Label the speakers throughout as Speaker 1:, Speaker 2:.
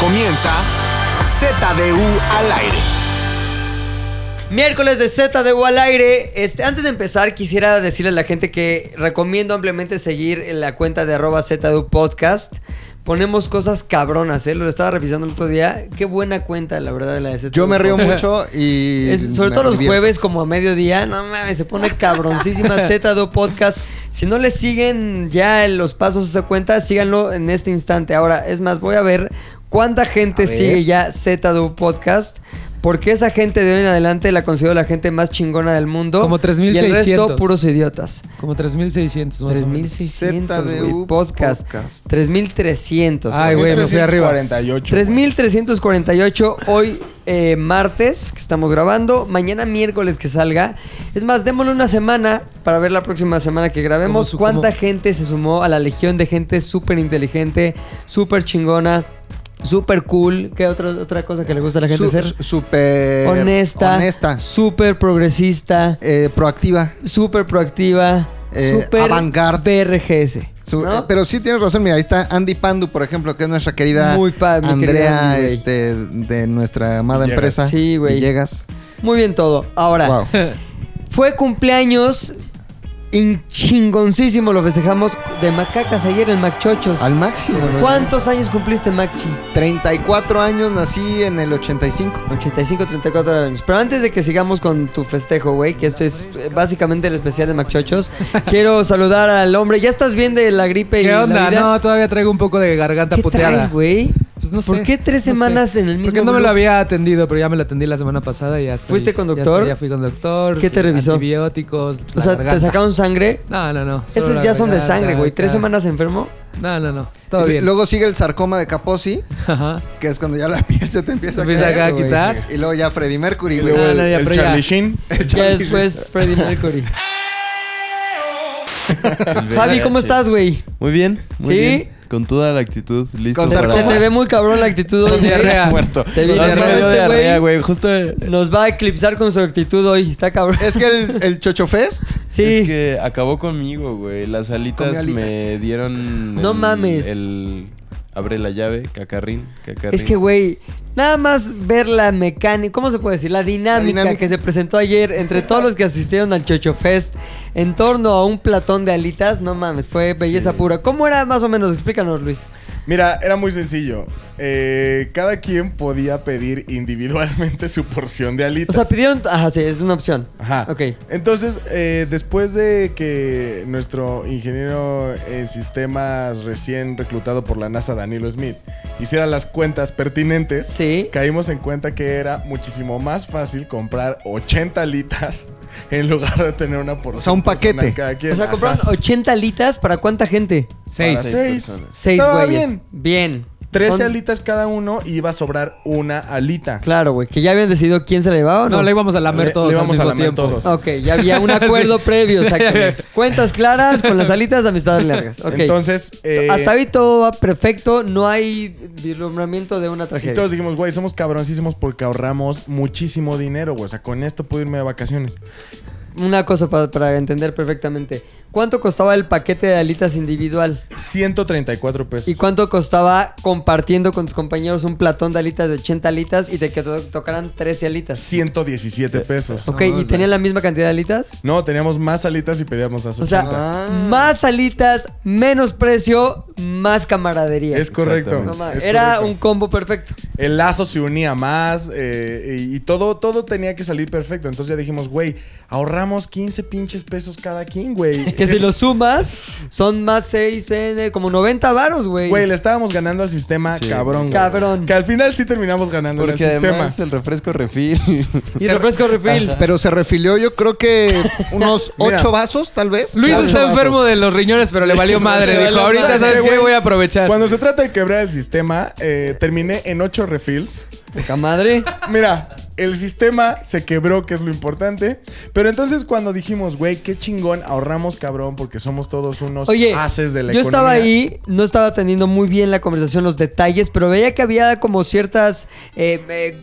Speaker 1: comienza ZDU al aire.
Speaker 2: Miércoles de Z de al aire. Este, antes de empezar, quisiera decirle a la gente que recomiendo ampliamente seguir en la cuenta de arroba ZDU Podcast. Ponemos cosas cabronas, ¿eh? Lo estaba revisando el otro día. Qué buena cuenta, la verdad, la de ZDU
Speaker 3: Yo me río
Speaker 2: Podcast.
Speaker 3: mucho y.
Speaker 2: Es- sobre
Speaker 3: me
Speaker 2: todo los
Speaker 3: divierto.
Speaker 2: jueves, como a mediodía, no mames, se pone cabroncísima Z2 Podcast. Si no le siguen ya los pasos a esa cuenta, síganlo en este instante. Ahora, es más, voy a ver cuánta gente
Speaker 3: A ver.
Speaker 2: sigue ya Z2 Podcast. Porque esa gente de hoy en adelante la considero la gente más chingona del mundo.
Speaker 4: Como
Speaker 2: Y el
Speaker 4: 3,600.
Speaker 2: resto, puros idiotas.
Speaker 4: Como 3600 más o menos.
Speaker 2: 3,600, güey.
Speaker 3: ZDU
Speaker 2: Podcast.
Speaker 3: Podcast.
Speaker 2: 3,300.
Speaker 4: Ay, güey, me fui arriba.
Speaker 3: 48.
Speaker 2: 3348 hoy eh, martes que estamos grabando, mañana miércoles que salga. Es más, démosle una semana para ver la próxima semana que grabemos
Speaker 4: Como su-
Speaker 2: cuánta
Speaker 4: como-
Speaker 2: gente se sumó a la legión de gente súper inteligente, súper chingona, súper cool. ¿Qué otra otra cosa que le gusta a la gente
Speaker 3: Su-
Speaker 2: ser?
Speaker 3: su- Súper.
Speaker 2: honesta,
Speaker 3: Honesta.
Speaker 2: súper progresista,
Speaker 3: eh, proactiva.
Speaker 2: súper proactiva,
Speaker 3: Eh,
Speaker 2: súper
Speaker 3: avant-garde.
Speaker 2: BRGS.
Speaker 3: Su-
Speaker 2: ¿no?
Speaker 3: eh, pero sí tienes razón, mira, ahí está Andy Pandu, por ejemplo, que es nuestra querida
Speaker 2: Muy pa- mi querida
Speaker 3: Andrea
Speaker 2: Andy, güey.
Speaker 3: este, de nuestra amada
Speaker 5: Villegas.
Speaker 3: empresa.
Speaker 2: Sí, güey. Ah.
Speaker 3: Villegas.
Speaker 2: Muy bien todo. Ahora,
Speaker 3: Wow.
Speaker 2: Fue cumpleaños en chingoncísimo lo festejamos de macacas ayer en Macchochos.
Speaker 3: Al máximo. güey.
Speaker 2: ¿Cuántos años cumpliste, Macchi?
Speaker 3: 34 años, nací en el 85.
Speaker 2: 85, 34 años. Pero antes de que sigamos con tu festejo, güey, que esto es eh, básicamente el especial de Macchochos, quiero saludar al hombre. ¿Ya estás bien de la gripe y
Speaker 4: ¿Qué
Speaker 2: la
Speaker 4: onda?
Speaker 2: vida?
Speaker 4: No, todavía traigo un poco de garganta
Speaker 2: ¿Qué
Speaker 4: puteada.
Speaker 2: traes, güey?
Speaker 4: Pues no sé.
Speaker 2: ¿Por qué tres
Speaker 4: no
Speaker 2: semanas en el mismo
Speaker 4: Porque no me
Speaker 2: grupo?
Speaker 4: lo había atendido, pero ya me lo atendí la semana pasada y ya estoy-
Speaker 2: ¿Fuiste con
Speaker 4: ya
Speaker 2: doctor?
Speaker 4: estoy- Ya, fui con doctor.
Speaker 2: ¿Qué te revisó?
Speaker 4: Antibióticos.
Speaker 2: O sea, ¿te sacaron sangre?
Speaker 4: No, no, no. solo
Speaker 2: Esos
Speaker 4: la
Speaker 2: ya son de
Speaker 4: garganta,
Speaker 2: sangre, güey. ¿Tres
Speaker 4: acá.
Speaker 2: semanas enfermo?
Speaker 4: No, no, no. Todo bien.
Speaker 3: Luego sigue el sarcoma de Caposi,
Speaker 4: Ajá.
Speaker 3: que es cuando ya la piel se te empieza a
Speaker 4: Empieza
Speaker 3: caer,
Speaker 4: acá a
Speaker 3: güey.
Speaker 4: quitar.
Speaker 3: Y luego ya Freddie Mercury, güey.
Speaker 4: luego- Ah, no, ya,
Speaker 5: el
Speaker 4: pero ya.
Speaker 5: Charlie Sheen.
Speaker 2: Ya después Freddie Mercury. Javi,
Speaker 6: Javi,
Speaker 2: ¿cómo estás, güey?
Speaker 6: Muy bien, muy
Speaker 2: ¿Sí?
Speaker 6: bien. Con toda la actitud, listo
Speaker 3: Con
Speaker 6: para...
Speaker 3: sarcoma.
Speaker 2: Se te ve muy cabrón la actitud hoy.
Speaker 4: Con
Speaker 2: güey.
Speaker 4: diarrea.
Speaker 5: Muerto.
Speaker 2: Te vi
Speaker 6: No,
Speaker 2: nervioso.
Speaker 6: sí me dio
Speaker 2: Este güey
Speaker 6: diarrea, güey. Justo eh,
Speaker 2: Nos va a eclipsar con su actitud hoy. Está cabrón.
Speaker 3: Es que el, el Chocho Fest.
Speaker 2: Sí.
Speaker 6: es que acabó conmigo, güey. Las
Speaker 3: Comió
Speaker 6: alitas
Speaker 3: alitas.
Speaker 6: me dieron...
Speaker 2: No
Speaker 6: el-
Speaker 2: mames.
Speaker 6: El... Abre la llave, cacarrín, cacarrín.
Speaker 2: Es que, güey, nada más ver la mecánica, ¿cómo se puede decir? La dinámica,
Speaker 3: La dinámica.
Speaker 2: que se presentó ayer entre todos los que asistieron al Chocho Fest en torno a un platón de alitas, no mames, fue belleza pura. ¿Cómo era más o menos? Explícanos, Luis.
Speaker 5: Mira, era muy sencillo. Eh, cada quien podía pedir individualmente su porción de
Speaker 2: O
Speaker 5: alitas.
Speaker 6: Pues,
Speaker 2: sea, pidieron. Ajá, sí, es una opción.
Speaker 5: Ajá.
Speaker 2: Ok.
Speaker 5: Entonces, eh, después de que nuestro ingeniero en sistemas recién reclutado por la NASA, Danilo Smith, hiciera las cuentas pertinentes,
Speaker 2: Sí.
Speaker 5: caímos en cuenta que era muchísimo más fácil comprar 80 alitas en lugar de tener una porción.
Speaker 3: sea, un
Speaker 5: personal
Speaker 3: paquete.
Speaker 5: cada quien.
Speaker 2: O sea,
Speaker 5: Ajá.
Speaker 2: compraron 80 alitas para cuánta gente?
Speaker 4: Seis.
Speaker 5: Para seis.
Speaker 6: personas.
Speaker 2: Seis
Speaker 5: Estaba
Speaker 2: güeyes.
Speaker 5: bien.
Speaker 2: Bien.
Speaker 5: 13
Speaker 2: Son-
Speaker 5: alitas cada uno y iba a sobrar una alita.
Speaker 2: Claro, güey. Que ya habían decidido quién se la llevaba o no.
Speaker 4: No, le íbamos a lamer
Speaker 5: Le-
Speaker 4: todos
Speaker 5: le
Speaker 4: al
Speaker 5: íbamos a
Speaker 4: mismo
Speaker 5: lamer
Speaker 4: tiempo.
Speaker 5: todos.
Speaker 2: Ok, ya había un acuerdo
Speaker 4: Sí.
Speaker 2: previo,
Speaker 4: Ya
Speaker 2: exactamente.
Speaker 4: había.
Speaker 2: Cuentas claras con las alitas, amistades largas. Ok.
Speaker 5: Entonces, eh,
Speaker 2: Hasta ahí todo va perfecto, no hay vislumbramiento de una
Speaker 5: y
Speaker 2: tragedia.
Speaker 5: todos dijimos, güey, somos cabroncísimos porque ahorramos muchísimo dinero, güey. O sea, con esto puedo irme de vacaciones.
Speaker 2: Una cosa pa- para entender perfectamente. ¿Cuánto costaba el paquete de alitas individual?
Speaker 5: 134 pesos.
Speaker 2: ¿Y cuánto costaba compartiendo con tus compañeros un platón de alitas de 80 alitas y de que to- tocaran 13 alitas?
Speaker 5: 117 pesos.
Speaker 2: Eh, Ok, ¿y tenía la misma cantidad de alitas?
Speaker 5: No, teníamos más alitas y pedíamos las
Speaker 2: O sea, ah,
Speaker 5: 80.
Speaker 2: más alitas, menos precio, más camaradería.
Speaker 5: es correcto.
Speaker 2: No mames,
Speaker 5: es
Speaker 2: era
Speaker 5: correcto.
Speaker 2: un combo perfecto.
Speaker 5: El lazo se unía más eh, y, y todo, todo tenía que salir perfecto. Entonces ya dijimos, güey, ahorramos 15 pinches pesos cada quien, güey.
Speaker 2: Que si lo sumas, son más 6, como 90 varos, güey.
Speaker 5: Güey, le estábamos ganando al sistema
Speaker 6: Sí.
Speaker 5: cabrón. güey.
Speaker 2: Cabrón.
Speaker 5: Que al final sí terminamos ganando al
Speaker 6: Porque
Speaker 5: sistema.
Speaker 6: además el refresco refil.
Speaker 2: Y refresco refil.
Speaker 3: Pero se refilió yo creo que unos
Speaker 5: Mira.
Speaker 3: 8 vasos, tal vez.
Speaker 4: Luis
Speaker 3: Ocho
Speaker 4: está
Speaker 3: vasos.
Speaker 4: enfermo de los riñones, pero le valió madre.
Speaker 2: valió
Speaker 4: Dijo, ahorita,
Speaker 2: madre,
Speaker 4: ¿sabes qué?
Speaker 5: güey.
Speaker 4: Voy a aprovechar.
Speaker 5: Cuando se trata de quebrar el sistema, eh, terminé en 8 refills.
Speaker 2: Poca madre.
Speaker 5: Mira, el sistema se quebró, que es lo importante. Pero entonces cuando dijimos, güey, qué chingón, ahorramos cabrón porque somos todos unos
Speaker 2: Oye,
Speaker 5: haces de la
Speaker 2: yo
Speaker 5: economía.
Speaker 2: estaba ahí, no estaba atendiendo muy bien la conversación, los detalles, pero veía que había como ciertas eh, eh,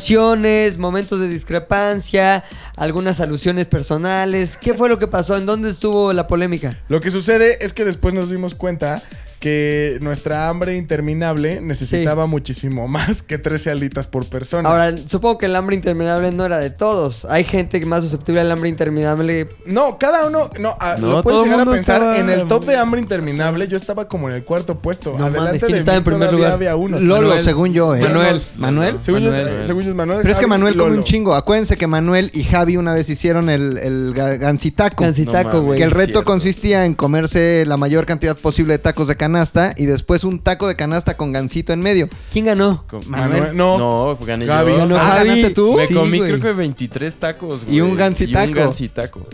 Speaker 2: negociaciones, momentos de discrepancia, algunas alusiones personales. ¿Qué fue lo que pasó? ¿En dónde estuvo la polémica?
Speaker 5: Lo que sucede es que después nos dimos cuenta que nuestra hambre interminable necesitaba muchísimo más que 13 alitas por persona.
Speaker 2: Ahora, supongo que el hambre interminable no era de todos. Hay gente más susceptible al hambre interminable.
Speaker 5: no, cada uno, no, a-
Speaker 6: No,
Speaker 5: lo puedes
Speaker 6: todo
Speaker 5: llegar a
Speaker 6: mundo
Speaker 5: pensar
Speaker 6: estaba-
Speaker 5: en el top de hambre interminable. Yo estaba como en el cuarto puesto.
Speaker 2: No
Speaker 5: Adelante
Speaker 2: mames, ¿quién
Speaker 5: de
Speaker 2: estaba
Speaker 5: mí
Speaker 2: en primer
Speaker 5: todavía
Speaker 2: lugar?
Speaker 5: había uno.
Speaker 3: Lolo,
Speaker 4: Manuel.
Speaker 3: según yo, ¿eh?
Speaker 4: Manuel.
Speaker 3: ¿Manuel?
Speaker 5: Según yo,
Speaker 4: Manuel.
Speaker 5: según yo es Manuel.
Speaker 3: Pero es que
Speaker 5: Javi y
Speaker 3: Manuel come
Speaker 5: Lolo.
Speaker 3: un chingo. Acuérdense que Manuel y Javi una vez hicieron el, el ga- gansitaco.
Speaker 2: Gansitaco,
Speaker 6: No mames.
Speaker 2: güey.
Speaker 3: Que el
Speaker 6: Sí,
Speaker 3: reto
Speaker 6: cierto.
Speaker 3: consistía en comerse la mayor cantidad posible de tacos de canasta y después un taco de canasta con gansito en medio.
Speaker 2: ¿Quién ganó?
Speaker 6: Con-
Speaker 5: Manuel. No.
Speaker 6: No, gané
Speaker 5: Gaby.
Speaker 6: yo.
Speaker 2: Ganó
Speaker 3: Ah,
Speaker 2: Javi.
Speaker 3: ¿ganaste tú?
Speaker 6: Me
Speaker 2: Sí,
Speaker 6: comí
Speaker 2: güey.
Speaker 6: creo que 23 tacos, güey.
Speaker 3: Y un gansitaco.
Speaker 6: Y un gansitaco.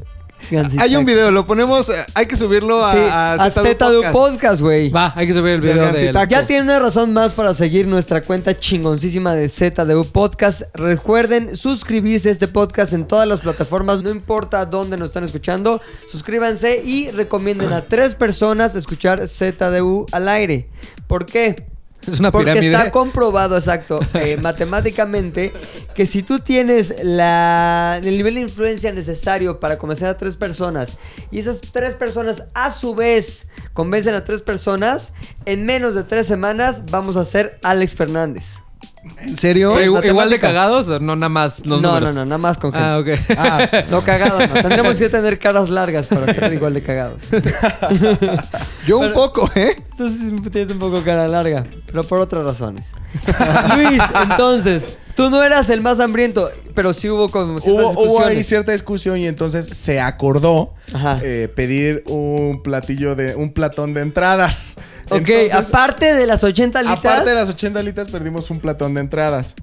Speaker 2: Gansitaco.
Speaker 3: Hay un video, lo ponemos, eh, hay que subirlo a,
Speaker 2: Sí,
Speaker 3: a
Speaker 2: a
Speaker 3: ZDU
Speaker 2: Z de un
Speaker 3: Podcast.
Speaker 2: podcast, güey.
Speaker 4: Va, hay que subir
Speaker 3: Del
Speaker 4: el video de él.
Speaker 3: gansitaco.
Speaker 2: Ya tiene una razón más para seguir nuestra cuenta chingoncísima de ZDU Podcast. Recuerden suscribirse a este podcast en todas las plataformas, no importa dónde nos están escuchando. Suscríbanse y recomienden a tres personas escuchar ZDU al aire. ¿Por qué?
Speaker 4: Es una
Speaker 2: Porque
Speaker 4: pirámide.
Speaker 2: está comprobado, exacto, eh, matemáticamente, que si tú tienes la, el nivel de influencia necesario para convencer a tres personas y esas tres personas a su vez convencen a tres personas, en menos de tres semanas vamos a ser Alex Fernández.
Speaker 3: ¿En serio?
Speaker 4: Pero igu-
Speaker 2: matemática.
Speaker 4: igual de cagados o no nada más los
Speaker 2: no,
Speaker 4: números?
Speaker 2: no, no, nada más con gente.
Speaker 4: Ah, ok.
Speaker 2: Ah, no cagados, no. Tendremos que tener caras largas para ser igual de cagados.
Speaker 3: Yo un poco, ¿eh?
Speaker 2: Entonces tienes un poco cara larga, pero por otras razones. Luis, entonces, tú no eras el más hambriento, pero sí hubo como ciertas
Speaker 5: Hubo, hubo ahí
Speaker 2: discusiones.
Speaker 5: cierta discusión y entonces se acordó
Speaker 2: Ajá.
Speaker 5: eh, pedir un platillo de un platón de entradas.
Speaker 2: ok,
Speaker 5: Entonces,
Speaker 2: aparte de las 80 alitas.
Speaker 5: aparte de las 80 alitas perdimos un platón de entradas.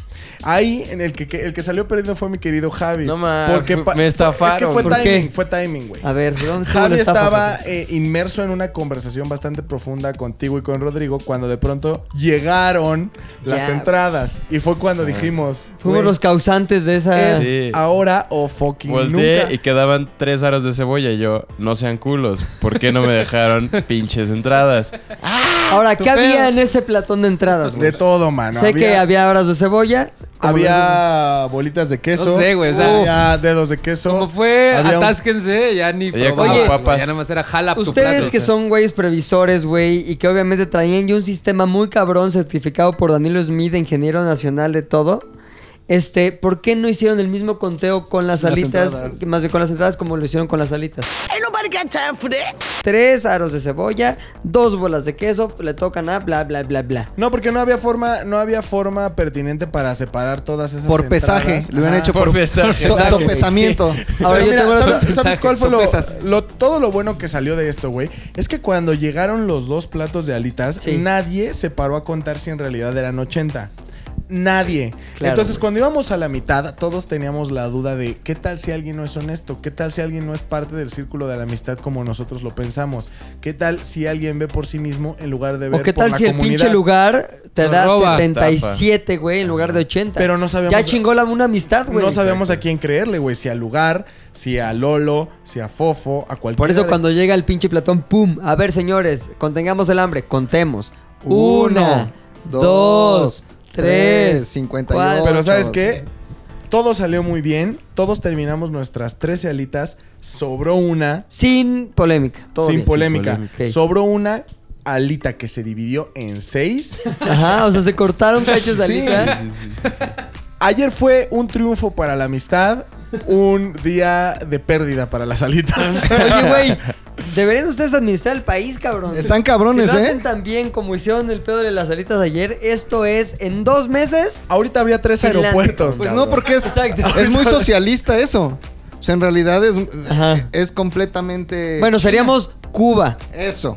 Speaker 5: Ahí en el que, que- el que salió perdido fue mi querido Javi.
Speaker 6: No mames, fue-
Speaker 5: pa-
Speaker 6: me estafaron.
Speaker 5: Es que fue
Speaker 2: ¿Por qué?
Speaker 5: timing, fue timing, güey.
Speaker 2: A ver, ¿dónde estuvo
Speaker 5: Javi
Speaker 2: la estafa,
Speaker 5: estaba
Speaker 2: Javi?
Speaker 5: eh, inmerso en una conversación bastante profunda contigo y con Rodrigo cuando de pronto llegaron las
Speaker 2: Ya.
Speaker 5: entradas y fue cuando dijimos
Speaker 2: Ah. Fuimos
Speaker 5: güey,
Speaker 2: los causantes de esa.
Speaker 5: es
Speaker 6: Sí.
Speaker 5: ahora o fucking
Speaker 6: Volteé
Speaker 5: nunca.
Speaker 6: y quedaban tres aros de cebolla. Y yo, no sean culos. ¿Por qué no me dejaron pinches entradas?
Speaker 2: Ahora,
Speaker 3: tu
Speaker 2: ¿qué había
Speaker 3: pedo.
Speaker 2: en ese platón de entradas? güey?
Speaker 5: De todo, mano.
Speaker 2: sé que había horas de cebolla. como
Speaker 5: había bolitas de queso.
Speaker 4: No sé, güey, o sea,
Speaker 5: había dedos de queso.
Speaker 4: Como fue,
Speaker 5: Había un-
Speaker 4: atásquense, ya ni
Speaker 6: Había
Speaker 4: probabas,
Speaker 6: como
Speaker 4: güey,
Speaker 6: papas.
Speaker 4: Ya nada más era jala tu
Speaker 2: Ustedes
Speaker 4: plato.
Speaker 5: pues.
Speaker 2: que son güeyes previsores, güey, y que obviamente traían ya un sistema muy cabrón certificado por Danilo Smith, ingeniero nacional de todo. Este, ¿por qué no hicieron el mismo conteo con las,
Speaker 3: Las
Speaker 2: alitas,
Speaker 3: entradas.
Speaker 2: más bien con las entradas como lo hicieron con las alitas? Tres aros de cebolla, dos bolas de queso, le tocan a bla bla bla bla.
Speaker 5: No, porque no había forma, no había forma pertinente para separar todas esas
Speaker 3: Por pesaje.
Speaker 5: entradas.
Speaker 3: Lo hubieran
Speaker 5: Ajá.
Speaker 3: hecho
Speaker 6: por
Speaker 3: por,
Speaker 6: pesar.
Speaker 3: so- sopesamiento.
Speaker 2: Ahora
Speaker 5: Pero
Speaker 2: yo
Speaker 5: mira,
Speaker 2: tengo
Speaker 5: ¿sabes-
Speaker 2: otra-
Speaker 5: ¿sabes,
Speaker 4: Mensaje,
Speaker 5: cuál fue lo,
Speaker 3: sorpresas.
Speaker 5: lo- todo lo bueno que salió de esto, güey? Es que cuando llegaron los dos platos de alitas,
Speaker 2: Sí.
Speaker 5: nadie se paró a contar si en realidad eran 80. Nadie.
Speaker 2: Claro,
Speaker 5: Entonces,
Speaker 2: güey.
Speaker 5: cuando íbamos a la mitad, todos teníamos la duda de qué tal si alguien no es honesto, qué tal si alguien no es parte del círculo de la amistad como nosotros lo pensamos, qué tal si alguien ve por sí mismo en lugar de ver
Speaker 2: ¿O qué
Speaker 5: por
Speaker 2: tal
Speaker 5: la
Speaker 2: si el
Speaker 5: comunidad?
Speaker 2: pinche lugar te
Speaker 4: Nos
Speaker 2: da
Speaker 4: roba,
Speaker 2: 77, güey, en lugar de 80?
Speaker 5: Pero no sabíamos-
Speaker 2: Ya chingó la una amistad, güey.
Speaker 5: No sabíamos a quién creerle, güey. Si al lugar, si a Lolo, si a Fofo, a cualquier.
Speaker 2: Por eso cuando llega el pinche Platón, ¡pum! A ver, señores, contengamos el hambre, contemos. Una, dos, tres,
Speaker 3: cincuenta y
Speaker 2: cuatro.
Speaker 3: ocho.
Speaker 5: Pero ¿sabes qué? Todo salió muy bien. Todos terminamos nuestras 13 alitas. Sobró una.
Speaker 2: Sin polémica. todo
Speaker 5: sin,
Speaker 2: bien.
Speaker 5: polémica.
Speaker 6: polémica.
Speaker 2: Ok.
Speaker 5: Sobró una alita que se dividió en seis.
Speaker 2: Ajá, o sea, se cortaron cachos de
Speaker 5: Sí.
Speaker 2: alita.
Speaker 5: Ayer fue un triunfo para la amistad. Un día de pérdida para las alitas.
Speaker 2: Oye, güey, deberían ustedes administrar el país, cabrón.
Speaker 3: Están cabrones,
Speaker 2: si lo
Speaker 3: ¿eh?
Speaker 2: hacen tan bien como hicieron el pedo de las alitas ayer, esto es en dos meses.
Speaker 5: Ahorita habría tres
Speaker 2: Finlandia,
Speaker 5: aeropuertos.
Speaker 3: Pues
Speaker 5: cabrón.
Speaker 3: no, porque es,
Speaker 2: Exacto.
Speaker 3: es muy socialista eso. O sea, en realidad es,
Speaker 2: Ajá.
Speaker 3: es completamente...
Speaker 2: Bueno, seríamos Cuba.
Speaker 3: Eso.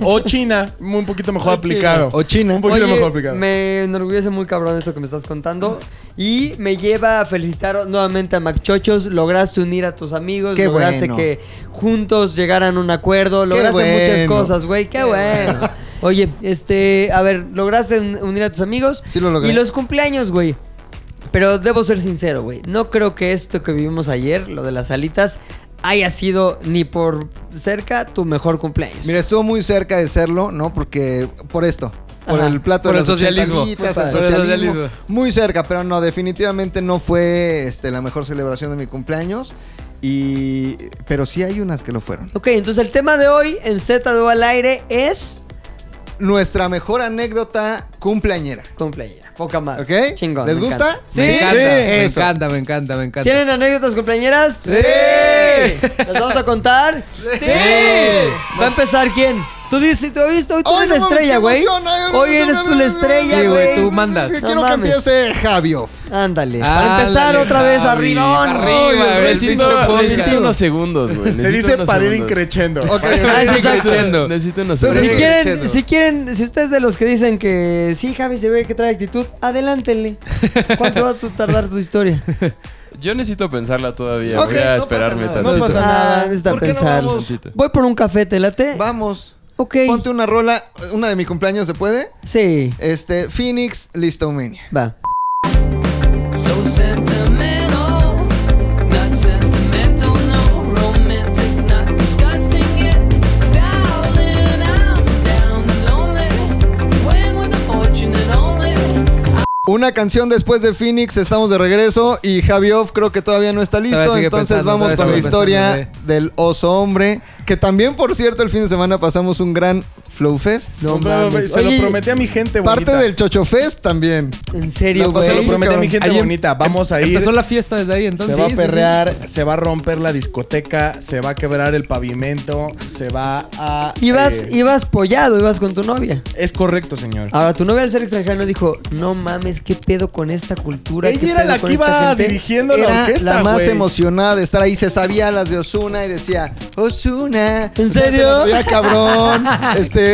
Speaker 5: O China, un poquito mejor
Speaker 2: O China.
Speaker 5: aplicado.
Speaker 3: O China.
Speaker 5: Un poquito
Speaker 2: Oye,
Speaker 5: mejor aplicado.
Speaker 2: Me enorgullece muy cabrón esto que me estás contando. Y me lleva a felicitar nuevamente a Macchochos. Lograste unir a tus amigos.
Speaker 3: Qué
Speaker 2: lograste
Speaker 3: bueno.
Speaker 2: que juntos llegaran a un acuerdo. Lograste
Speaker 3: bueno.
Speaker 2: muchas cosas, güey. Qué, bueno. Oye, este, a ver, lograste un- unir a tus amigos.
Speaker 3: Sí lo logré.
Speaker 2: Y los cumpleaños, güey. Pero debo ser sincero, güey. No creo que esto que vivimos ayer, lo de las alitas, haya sido ni por cerca tu mejor cumpleaños.
Speaker 3: Mira, estuvo muy cerca de serlo, ¿no? Porque por esto. Por
Speaker 2: Ajá.
Speaker 3: el plato
Speaker 4: Por
Speaker 3: de
Speaker 4: el
Speaker 3: las
Speaker 4: socialismo.
Speaker 3: ochentalitas,
Speaker 2: Por
Speaker 3: el
Speaker 4: el
Speaker 3: socialismo.
Speaker 4: socialismo.
Speaker 3: Muy cerca, pero no, definitivamente no fue este, la mejor celebración de mi cumpleaños. Y, pero sí hay unas que lo fueron.
Speaker 2: Ok, entonces el tema de hoy en Z2 al aire es
Speaker 3: nuestra mejor anécdota cumpleañera.
Speaker 2: Con playera. Poca madre.
Speaker 3: ¿Ok?
Speaker 2: Chingón.
Speaker 3: ¿Les
Speaker 2: me
Speaker 3: gusta?
Speaker 2: encanta.
Speaker 3: Sí.
Speaker 4: me encanta, me
Speaker 3: Eso.
Speaker 4: encanta, me encanta, me encanta.
Speaker 2: ¿Tienen anécdotas cumpleañeras?
Speaker 3: Sí.
Speaker 2: ¿Las vamos a contar?
Speaker 3: Sí.
Speaker 2: ¿Va a empezar quién? Tú dices, tú hoy tú
Speaker 3: Ay,
Speaker 2: eres
Speaker 3: no
Speaker 2: la
Speaker 3: mames,
Speaker 2: estrella,
Speaker 3: qué
Speaker 2: güey.
Speaker 3: emoción, ay, no,
Speaker 2: Hoy
Speaker 3: no,
Speaker 2: eres
Speaker 3: no,
Speaker 2: tú
Speaker 3: no,
Speaker 2: la
Speaker 3: no, no,
Speaker 2: estrella,
Speaker 4: Sí, güey,
Speaker 2: güey.
Speaker 4: tú mandas.
Speaker 3: Quiero
Speaker 2: No
Speaker 3: que
Speaker 2: mames.
Speaker 3: empiece Javioff.
Speaker 2: Ándale. Para
Speaker 4: Ándale,
Speaker 2: empezar otra vez
Speaker 4: Javi,
Speaker 2: arriba.
Speaker 4: arriba, güey,
Speaker 6: necesito,
Speaker 4: pinche podcast.
Speaker 6: necesito unos segundos, güey.
Speaker 5: Se dice para ir
Speaker 6: increíble.
Speaker 5: increchendo.
Speaker 3: Ok.
Speaker 2: Ah, es exacto.
Speaker 4: Creciendo.
Speaker 6: Necesito unos
Speaker 3: Entonces,
Speaker 2: Si
Speaker 6: segundos.
Speaker 3: Sí,
Speaker 2: quieren,
Speaker 4: chido.
Speaker 2: si quieren, si ustedes de los que dicen que sí, Javi se ve que trae actitud, adelántenle. ¿Cuánto va a tu- tardar tu historia?
Speaker 6: Yo necesito pensarla todavía.
Speaker 3: Ok,
Speaker 6: Voy a
Speaker 3: no
Speaker 6: esperarme
Speaker 3: pasa nada,
Speaker 6: tantito.
Speaker 3: No pasa
Speaker 2: Ah,
Speaker 3: nada.
Speaker 2: necesita
Speaker 3: ¿Por qué no
Speaker 2: pensarlo.
Speaker 3: vamos?
Speaker 2: Voy por un café, ¿te late?
Speaker 3: Vamos.
Speaker 2: Ok.
Speaker 3: Ponte una rola, una de mi cumpleaños, ¿se puede?
Speaker 2: Sí,
Speaker 3: Este, Phoenix, Listomania.
Speaker 2: va.
Speaker 7: So sentimental, not sentimental, no romantic, not disgusting yet. Darling, I'm down and lonely. When with a fortunate only.
Speaker 3: Una canción después de Phoenix, estamos de regreso y Javioff creo que todavía no está listo,
Speaker 4: Todavía sigue
Speaker 3: entonces
Speaker 4: pensando,
Speaker 3: vamos
Speaker 4: todavía
Speaker 3: con la
Speaker 4: sigue
Speaker 3: historia
Speaker 4: pensando,
Speaker 3: del oso hombre, que también por cierto el fin de semana pasamos un gran Flow Fest.
Speaker 2: No
Speaker 5: Hombre,
Speaker 2: mames.
Speaker 5: se
Speaker 2: Oye,
Speaker 5: lo prometí a mi gente bonita.
Speaker 3: Parte del Chocho Fest también.
Speaker 2: En serio,
Speaker 3: No, pues,
Speaker 2: güey.
Speaker 5: Se lo prometí a mi gente
Speaker 4: Ahí em-
Speaker 5: bonita. Vamos a ir.
Speaker 4: Empezó la fiesta desde ahí,
Speaker 5: Se
Speaker 4: entonces.
Speaker 3: Sí,
Speaker 5: va a
Speaker 3: sí, sí.
Speaker 5: perrear, se va a romper la discoteca, se va a quebrar el pavimento, se va a.
Speaker 2: Ibas,
Speaker 5: eh,
Speaker 2: ibas pollado, ibas con tu novia.
Speaker 5: Es correcto, señor.
Speaker 2: Ahora, tu novia al ser extranjero dijo, no mames, ¿qué pedo con esta cultura? ¿Qué
Speaker 5: Ella era
Speaker 2: pedo
Speaker 5: la
Speaker 2: con
Speaker 5: que
Speaker 2: esta
Speaker 5: iba
Speaker 2: gente?"
Speaker 5: dirigiendo la
Speaker 3: Era
Speaker 5: orquesta.
Speaker 3: la más
Speaker 5: güey.
Speaker 3: emocionada de estar ahí, se sabía las de Osuna y decía, Osuna.
Speaker 2: ¿En serio?
Speaker 3: Ya cabrón. Este,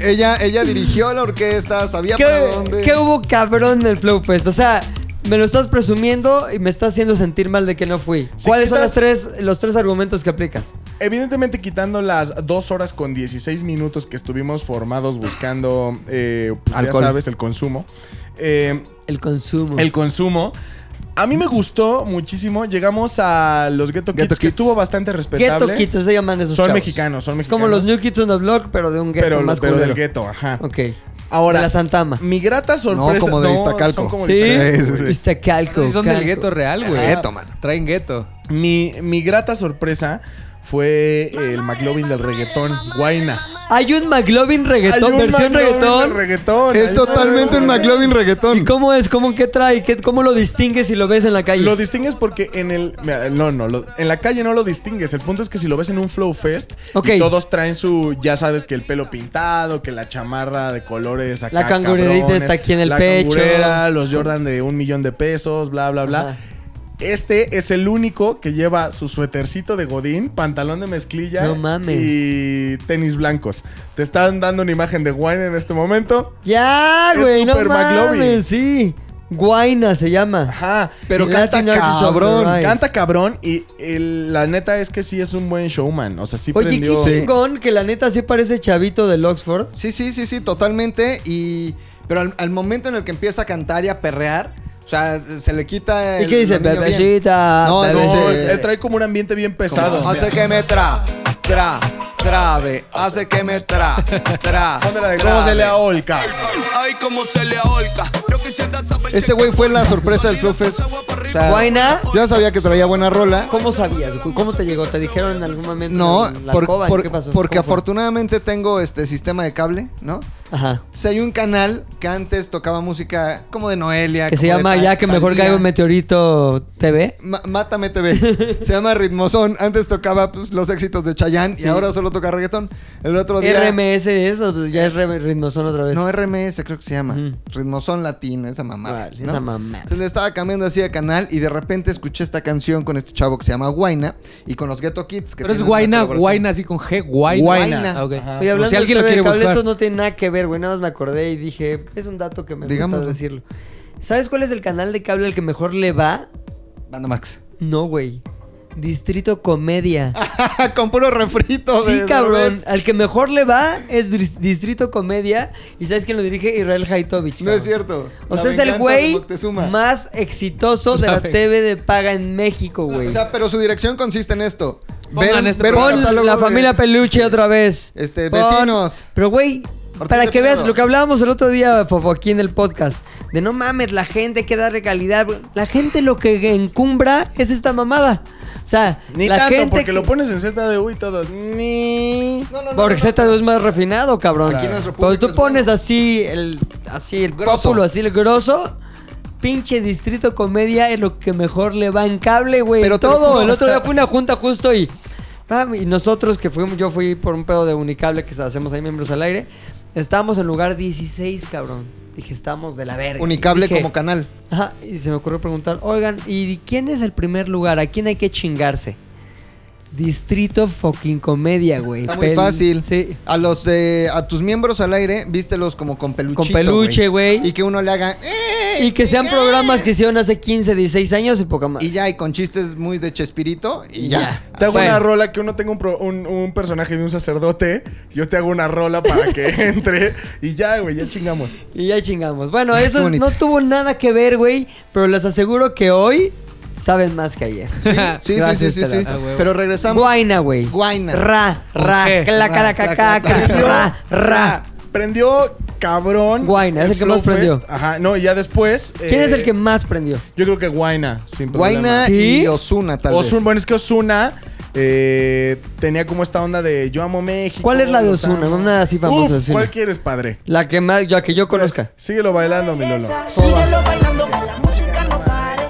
Speaker 3: ella, ella dirigió la orquesta, sabía para
Speaker 2: ¿Qué,
Speaker 3: dónde.
Speaker 2: qué hubo cabrón del Flow Fest? O sea, me lo estás presumiendo y me estás haciendo sentir mal de que no fui.
Speaker 5: Si
Speaker 2: ¿Cuáles son
Speaker 5: quitas-
Speaker 2: las tres, los tres argumentos que aplicas?
Speaker 5: Evidentemente, quitando las 2 horas con 16 minutos que estuvimos formados buscando, eh, pues, ya
Speaker 3: Alcohol.
Speaker 5: sabes, el consumo. eh,
Speaker 2: El consumo.
Speaker 5: el consumo. A mí me gustó muchísimo. Llegamos a los Ghetto,
Speaker 3: Ghetto
Speaker 5: Kids, que
Speaker 3: Kids.
Speaker 5: estuvo bastante
Speaker 2: Ghetto
Speaker 5: respetable.
Speaker 2: Kids, se llaman esos
Speaker 5: Son
Speaker 2: chavos.
Speaker 5: mexicanos, son mexicanos.
Speaker 2: Como los New Kids on the Block, pero de un ghetto
Speaker 5: pero,
Speaker 2: más
Speaker 5: pero del
Speaker 2: culero.
Speaker 5: gueto, ajá.
Speaker 2: Ok.
Speaker 5: Ahora,
Speaker 2: De la Santama.
Speaker 5: mi grata sorpresa.
Speaker 3: No, como de Iztacalco.
Speaker 5: son como de
Speaker 2: Sí.
Speaker 5: Iztacalco,
Speaker 3: Sí, sí,
Speaker 5: güey.
Speaker 3: sí.
Speaker 2: Iztacalco.
Speaker 4: Sí, son del
Speaker 2: calco.
Speaker 4: gueto real, güey.
Speaker 3: Gueto, mano.
Speaker 4: Traen gueto.
Speaker 5: Mi, mi grata sorpresa fue el McLovin del reggaetón, Guaina.
Speaker 2: Hay un McLovin reggaetón,
Speaker 5: Hay un
Speaker 2: versión
Speaker 5: McLovin del
Speaker 2: reggaetón.
Speaker 5: reggaetón.
Speaker 3: Es
Speaker 5: Hay-
Speaker 3: totalmente un McLovin reggaetón.
Speaker 2: ¿Cómo es? ¿Cómo qué trae? ¿Qué- ¿Cómo lo distingues si lo ves en la calle?
Speaker 5: Lo distingues porque en el. mira, No, no, lo- en la calle no lo distingues. El punto es que si lo ves en un Flow Fest,
Speaker 2: Ok.
Speaker 5: y todos traen su. Ya sabes que el pelo pintado, que la chamarra de colores acá.
Speaker 2: La cangurerita
Speaker 5: cabrones,
Speaker 2: está aquí en el
Speaker 5: la
Speaker 2: pecho.
Speaker 5: cangurera, los Jordan de un millón de pesos, bla, bla, bla.
Speaker 2: Ajá.
Speaker 5: Este es el único que lleva su suétercito de godín, pantalón de mezclilla
Speaker 2: No mames.
Speaker 5: y tenis blancos. Te están dando una imagen de Wine en este momento.
Speaker 2: Ya,
Speaker 5: Es
Speaker 2: güey, no
Speaker 5: Super McLovin.
Speaker 2: mames, sí. Guaina se llama.
Speaker 5: Ajá.
Speaker 3: Pero
Speaker 2: Latin
Speaker 3: canta
Speaker 2: Artist of the
Speaker 3: cabrón,
Speaker 2: Rise.
Speaker 5: Canta cabrón y el- la neta es que sí es un buen showman. O sea, sí
Speaker 2: Oye, qué
Speaker 5: prendió.
Speaker 2: chingón, que la neta sí parece chavito del Oxford.
Speaker 3: Sí, sí, sí, sí, totalmente. Y. Pero al, al momento en el que empieza a cantar y a perrear, o sea, se le quita.
Speaker 2: ¿Y qué dice?
Speaker 3: dominio bien.
Speaker 2: Bebecita.
Speaker 3: No,
Speaker 5: No,
Speaker 3: Ese-
Speaker 5: él trae como un ambiente bien pesado.
Speaker 3: Hace que me tra, tra, trabe. Hace que me tra, tra.
Speaker 5: Póndela de ¿Cómo se le aholca?
Speaker 8: Ay, cómo se le ahorca. Yo quisiera saber
Speaker 3: Este güey fue la sorpresa del Flow Fest. O sea,
Speaker 2: Guayna.
Speaker 3: Yo ya sabía que traía buena rola.
Speaker 2: ¿Cómo sabías? güey? ¿Cómo te llegó? ¿Te dijeron en algún momento?
Speaker 3: No,
Speaker 2: en la
Speaker 3: por-
Speaker 2: alcoba?
Speaker 3: por-
Speaker 2: ¿Qué pasó?
Speaker 3: porque
Speaker 2: ¿Cómo fue?
Speaker 3: afortunadamente tengo este sistema de cable, ¿no?
Speaker 2: Ajá.
Speaker 3: O sea, hay un canal que antes tocaba música como de Noelia.
Speaker 2: Que se
Speaker 3: como de
Speaker 2: llama
Speaker 3: Ta-
Speaker 2: Ya que mejor
Speaker 3: Thalía.
Speaker 2: caiga un meteorito TV.
Speaker 3: Ma- Mátame TV. Se llama Ritmozón. Antes tocaba pues, los éxitos de Chayanne y ahora solo toca reggaetón. El otro día.
Speaker 2: RMS es o pues, ya es re- ritmozón otra vez.
Speaker 3: Eh, No, RMS creo que se llama.
Speaker 2: Ujú.
Speaker 3: Ritmozón latino, esa mamada.
Speaker 2: Órale,
Speaker 3: ¿no?
Speaker 2: esa mamada.
Speaker 3: Se le estaba cambiando así de canal y de repente escuché esta canción con este chavo que se llama Guaina y con los Ghetto Kids. Que
Speaker 4: Pero es
Speaker 3: tienen una
Speaker 4: Guaina,
Speaker 3: colaboración.
Speaker 4: Guaina así con G, Guaina.
Speaker 3: Guaina.
Speaker 4: Ah, ok.
Speaker 3: Pues,
Speaker 5: Ajá.
Speaker 2: Oye,
Speaker 4: Por
Speaker 2: hablando
Speaker 4: si alguien
Speaker 2: de
Speaker 4: lo quiere
Speaker 2: cable,
Speaker 4: buscar.
Speaker 2: esto no tiene nada que ver, güey. Nada más me acordé y dije, es un dato que me
Speaker 3: Digámoslo.
Speaker 2: gusta decirlo. ¿Sabes cuál es el canal de cable al que mejor le va?
Speaker 3: Banda Max.
Speaker 2: No, güey. Distrito Comedia.
Speaker 3: con puro refrito.
Speaker 2: Sí,
Speaker 3: Ah, de
Speaker 2: cabrón.
Speaker 3: Derbez.
Speaker 2: Al que mejor le va es Dris- Distrito Comedia. ¿Y sabes quién lo dirige? Israel Haitovich.
Speaker 3: No
Speaker 2: cabrón.
Speaker 3: es cierto.
Speaker 2: O
Speaker 3: La
Speaker 2: sea, es el
Speaker 3: venganza de
Speaker 2: güey
Speaker 3: Moctezuma.
Speaker 2: más exitoso de
Speaker 4: La
Speaker 2: la
Speaker 4: ven-
Speaker 2: TV de paga en México, güey.
Speaker 3: O sea, pero su dirección consiste en esto.
Speaker 4: Pongan este
Speaker 3: un
Speaker 4: programa.
Speaker 2: Pon
Speaker 3: catálogo
Speaker 2: la
Speaker 3: de-
Speaker 2: familia Peluche otra vez.
Speaker 3: Este,
Speaker 2: Pon-
Speaker 3: vecinos.
Speaker 2: Pero, güey,
Speaker 3: Ortiz
Speaker 2: para
Speaker 3: de
Speaker 2: que veas
Speaker 3: Pinedo.
Speaker 2: lo que hablábamos el otro día, Fofo, aquí en el podcast. De no mames, la gente hay que darle calidad. La gente lo que encumbra es esta mamada. O sea,
Speaker 5: Ni
Speaker 2: la
Speaker 5: tanto,
Speaker 2: gente
Speaker 5: porque
Speaker 2: que-
Speaker 5: lo pones en ZDU y todo. Ni.
Speaker 3: No, no, no.
Speaker 2: Porque
Speaker 3: no,
Speaker 2: ZDU es más refinado, cabrón.
Speaker 3: Aquí nuestro
Speaker 2: Cuando
Speaker 3: público
Speaker 2: tú
Speaker 3: es
Speaker 2: pones
Speaker 3: bueno.
Speaker 2: así el así el
Speaker 3: Grosso.
Speaker 2: rótulo, así el grosso, pinche distrito comedia es lo que mejor le va en cable, güey.
Speaker 3: Pero
Speaker 2: Pero
Speaker 3: te lo
Speaker 2: todo.
Speaker 3: juro.
Speaker 2: El otro día fue una junta justo y pam, y nosotros que fuimos, yo fui por un pedo de unicable que hacemos ahí miembros al aire, estábamos en lugar 16, cabrón. Dije, estamos de la verga.
Speaker 3: Unicable
Speaker 2: Dije,
Speaker 3: como canal.
Speaker 2: Ajá, y se me ocurrió preguntar, oigan, ¿y quién es el primer lugar? ¿A quién hay que chingarse? Distrito fucking comedia, güey.
Speaker 3: Está muy
Speaker 2: Pel-
Speaker 3: fácil.
Speaker 2: Sí.
Speaker 3: A los eh, a tus miembros al aire, vístelos como con peluchito.
Speaker 2: Con peluche, güey.
Speaker 3: Y que uno le haga. "Eh",
Speaker 2: Y que sean
Speaker 3: "Eh",
Speaker 2: programas que hicieron hace 15, 16 años y poca más.
Speaker 3: Y ya, y con chistes muy de Chespirito, y ya.
Speaker 5: Te hago
Speaker 2: Bueno.
Speaker 5: una rola que uno tenga un, pro- un, un personaje de un sacerdote. Yo te hago una rola para que entre. Y ya, güey, ya chingamos.
Speaker 2: Y ya chingamos. Bueno,
Speaker 3: Qué
Speaker 2: eso
Speaker 3: bonito.
Speaker 2: no tuvo nada que ver, güey. Pero les aseguro que hoy saben más que ayer.
Speaker 3: Sí,
Speaker 2: Gracias,
Speaker 3: sí, sí, sí, sí.
Speaker 2: Tela.
Speaker 4: Ah, huevo.
Speaker 3: Pero regresamos.
Speaker 2: Guaina, güey.
Speaker 3: Guaina.
Speaker 2: Ra,
Speaker 4: Con
Speaker 2: ra,
Speaker 4: G.
Speaker 2: claca, la caca, ra, ra.
Speaker 5: Prendió cabrón.
Speaker 2: Guayna, es el que más
Speaker 5: Flowfest.
Speaker 2: prendió.
Speaker 5: Ajá, no, y ya después.
Speaker 2: ¿Quién
Speaker 5: eh,
Speaker 2: es el que más prendió?
Speaker 5: Yo creo que Guayna, sin
Speaker 3: Guaina
Speaker 5: problema.
Speaker 2: ¿Sí?
Speaker 3: y Osuna, tal vez.
Speaker 5: Ozuna, bueno, es que Osuna tenía como esta onda de yo amo México.
Speaker 2: ¿Cuál es la de
Speaker 5: los
Speaker 2: Ozuna?
Speaker 5: amo".
Speaker 2: Una así famosa de
Speaker 5: Uf,
Speaker 2: Ozuna.
Speaker 5: ¿Cuál quieres, padre?
Speaker 2: La que más, la que yo conozca.
Speaker 5: Síguelo bailando, mi Lolo.
Speaker 9: Síguelo bailando, que la música no pare.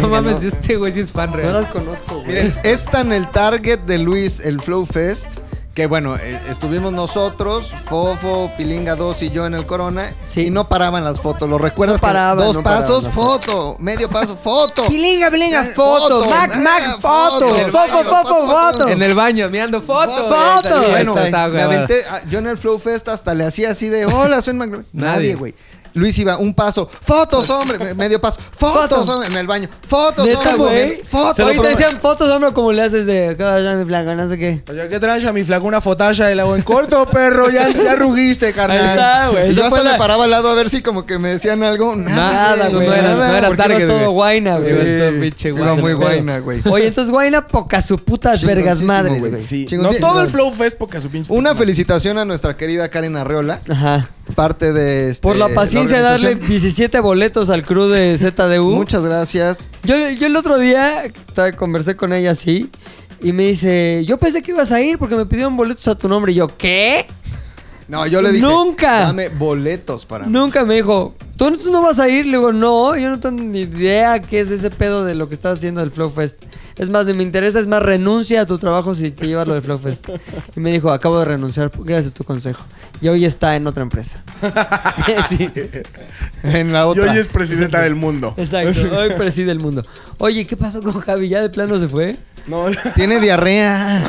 Speaker 4: No mames, este güey sí es fan
Speaker 3: Eh.
Speaker 2: No
Speaker 4: real.
Speaker 2: las conozco, güey.
Speaker 3: Miren, es tan el target de Luis el Flow Fest que bueno, eh, estuvimos nosotros, Fofo, Pilinga 2 y yo en el Corona
Speaker 2: Sí.
Speaker 3: y no paraban las fotos. ¿Lo recuerdas?
Speaker 2: No
Speaker 3: que
Speaker 2: paraban,
Speaker 3: Dos
Speaker 2: no paraban
Speaker 3: pasos,
Speaker 2: las
Speaker 3: foto. Medio paso, foto.
Speaker 2: Pilinga, pilinga,
Speaker 3: Eh,
Speaker 2: foto.
Speaker 3: foto,
Speaker 2: Mac,
Speaker 3: ah,
Speaker 2: Mac, foto.
Speaker 3: foto.
Speaker 2: Foco,
Speaker 4: En el
Speaker 2: foco,
Speaker 4: baño,
Speaker 2: foto.
Speaker 3: foto, foto.
Speaker 4: En el baño, mirando fotos.
Speaker 2: Fotos.
Speaker 4: Ahí
Speaker 3: Bueno,
Speaker 4: está, está,
Speaker 3: me
Speaker 4: güey.
Speaker 3: aventé, ah, yo en el Flow Fest hasta le hacía así de, hola, soy Mac.
Speaker 4: Nadie.
Speaker 3: Nadie, güey. Luis iba un paso, fotos, hombre, me- medio paso, fotos,
Speaker 2: Foto.
Speaker 3: hombre, en el baño, fotos,
Speaker 2: Neta,
Speaker 3: hombre,
Speaker 2: güey.
Speaker 3: fotos.
Speaker 2: Ahorita
Speaker 3: hombre.
Speaker 2: decían fotos, hombre, como le haces de acá, ya mi blanca, no sé qué.
Speaker 5: Oye, ¿qué trancha? Mi flaco, una fotalla y la hago en corto, perro. Ya, ya rugiste,
Speaker 2: Ahí
Speaker 5: carnal.
Speaker 2: está, güey.
Speaker 3: Y
Speaker 2: Esa
Speaker 3: yo hasta
Speaker 2: fue la-
Speaker 3: me paraba al lado a ver si como que me decían algo.
Speaker 2: Nada,
Speaker 3: Nada,
Speaker 4: Tú
Speaker 2: Ah, güey.
Speaker 4: no eras-
Speaker 2: nada,
Speaker 4: no eras
Speaker 2: porque
Speaker 4: target,
Speaker 2: ibas todo
Speaker 4: güey.
Speaker 2: guayna,
Speaker 3: Sí,
Speaker 2: güey.
Speaker 4: Ibas todo pinche
Speaker 3: iba
Speaker 4: guayna.
Speaker 3: muy guayna, güey.
Speaker 2: Oye, entonces guayna poca su putas vergas
Speaker 3: Chingoncísimo,
Speaker 2: madres,
Speaker 3: güey.
Speaker 2: güey.
Speaker 5: Sí, no
Speaker 3: Chingoncísimo.
Speaker 5: todo el Flow Fest porque su pinche.
Speaker 3: Una felicitación a nuestra querida Karen Arreola,
Speaker 2: Ajá.
Speaker 3: parte de este,
Speaker 2: Por la paciencia de darle
Speaker 3: organización.
Speaker 2: 17 boletos al crew de ZDU.
Speaker 3: Muchas gracias.
Speaker 2: Yo, yo el otro día ta- conversé con ella así y me dice, yo pensé que ibas a ir porque me pidieron boletos a tu nombre. Y yo, ¿qué?
Speaker 3: No, yo le dije.
Speaker 2: Nunca.
Speaker 3: Dame boletos para mí.
Speaker 2: Nunca me dijo, ¿tú no, tú no vas a ir? Le digo, no, yo no tengo ni idea qué es ese pedo de lo que estás haciendo del Flow Fest. Es más, ni me interesa, es más, renuncia a tu trabajo si te llevas lo del Flow Fest. Y me dijo, acabo de renunciar gracias a tu consejo. Y hoy está en otra empresa. Sí,
Speaker 3: En la
Speaker 5: Y
Speaker 3: otra.
Speaker 5: hoy es presidenta del mundo.
Speaker 2: exacto, hoy preside el mundo. Oye, ¿qué pasó con Javi? ¿Ya de plano se fue?
Speaker 5: No,
Speaker 3: Tiene diarrea.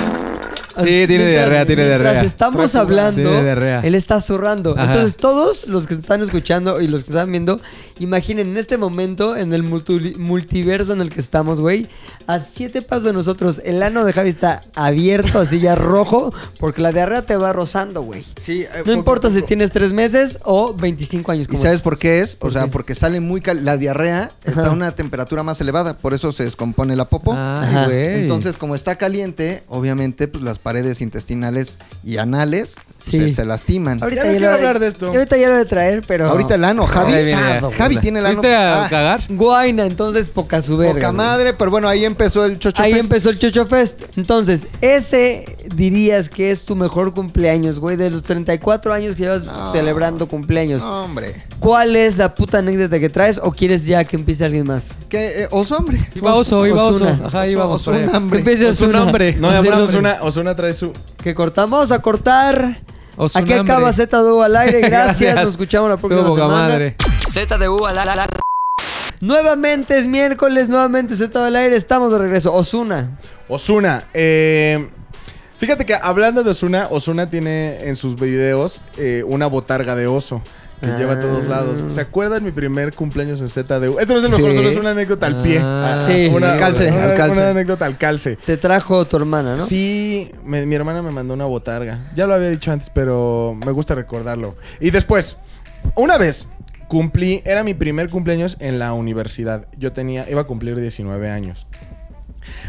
Speaker 4: Sí, tiene
Speaker 2: Mientras-
Speaker 4: diarrea, tiene
Speaker 2: mientras
Speaker 4: diarrea.
Speaker 2: estamos
Speaker 4: Trae zurrando.
Speaker 2: hablando,
Speaker 4: Tiene diarrea.
Speaker 2: él está zurrando.
Speaker 4: Ajá.
Speaker 2: Entonces, todos los que están escuchando y los que están viendo, imaginen en este momento, en el multu- multiverso en el que estamos, güey, a siete pasos de nosotros, el ano de Javi está abierto, así ya rojo, porque la diarrea te va rozando, güey.
Speaker 3: Sí, eh,
Speaker 2: No
Speaker 3: poco,
Speaker 2: importa si
Speaker 3: poco.
Speaker 2: tienes tres meses o 25 años.
Speaker 3: ¿Y
Speaker 2: como-
Speaker 3: sabes por qué es? O
Speaker 2: ¿Por
Speaker 3: sea,
Speaker 2: qué?
Speaker 3: porque sale muy cal- La diarrea está
Speaker 2: Ajá. Ah,
Speaker 3: a una temperatura más elevada, por eso se descompone la popó.
Speaker 4: Ay,
Speaker 2: Ajá.
Speaker 4: güey.
Speaker 3: Entonces, como está caliente, obviamente, pues las paredes intestinales y anales pues,
Speaker 2: Sí.
Speaker 3: se, se lastiman.
Speaker 5: Ya no quiero
Speaker 2: lo-
Speaker 5: hablar de esto.
Speaker 2: Ahorita ya lo voy a traer, pero.
Speaker 3: Ahorita el ano, Javi.
Speaker 4: Ahí viene,
Speaker 3: Javi,
Speaker 4: ya.
Speaker 3: tiene el ano.
Speaker 4: ¿Fuiste a
Speaker 3: Ah,
Speaker 4: cagar?
Speaker 2: Guaina, entonces poca su verga.
Speaker 3: Poca madre, pero bueno, ahí empezó el chocho
Speaker 2: Ahí
Speaker 3: Fest.
Speaker 2: empezó el Chocho Fest. Entonces, ese dirías que es tu mejor cumpleaños, güey, de los 34 años que llevas
Speaker 3: No.
Speaker 2: celebrando cumpleaños.
Speaker 3: No, hombre.
Speaker 2: ¿Cuál es la puta anécdota que traes o quieres ya que empiece alguien más?
Speaker 3: ¿Qué? Eh, oso, hombre.
Speaker 4: Iba oso, iba oso.
Speaker 2: Ozuna.
Speaker 4: Ajá,
Speaker 3: Oso-
Speaker 4: íbamos por allá.
Speaker 3: Ozuna,
Speaker 2: Que
Speaker 3: hombre.
Speaker 2: empiece
Speaker 4: Ozuna,
Speaker 2: Ozuna.
Speaker 4: hombre.
Speaker 5: no, y aparte
Speaker 2: Ozuna.
Speaker 5: Ozuna, Ozuna trae su.
Speaker 2: Que cortamos Vamos a cortar.
Speaker 4: Ozuna,
Speaker 2: Aquí acaba
Speaker 4: hombre.
Speaker 2: ZDU al aire. Gracias.
Speaker 4: Gracias.
Speaker 2: Nos escuchamos la próxima
Speaker 4: Estuvo poca
Speaker 2: semana.
Speaker 4: madre.
Speaker 2: ZDU al aire. Nuevamente es miércoles, nuevamente ZDU al aire. Estamos de regreso. Osuna.
Speaker 5: Osuna, eh, fíjate que hablando de Osuna, Osuna tiene en sus videos eh, una botarga de oso que lleva a todos lados. ¿Se acuerdan mi primer cumpleaños en ZDU? Esto no es el mejor,
Speaker 3: Ah. Sí.
Speaker 5: solo es una anécdota al pie.
Speaker 4: Ah,
Speaker 5: Ah,
Speaker 2: sí.
Speaker 5: una,
Speaker 2: Al
Speaker 3: calce,
Speaker 5: una-
Speaker 3: al calce.
Speaker 5: una anécdota al calce.
Speaker 2: Te trajo tu hermana, ¿no?
Speaker 5: Sí, me- mi hermana me mandó una botarga. Ya lo había dicho antes, pero me gusta recordarlo. Y después, una vez cumplí, era mi primer cumpleaños en la universidad. Yo tenía, iba a cumplir 19 años.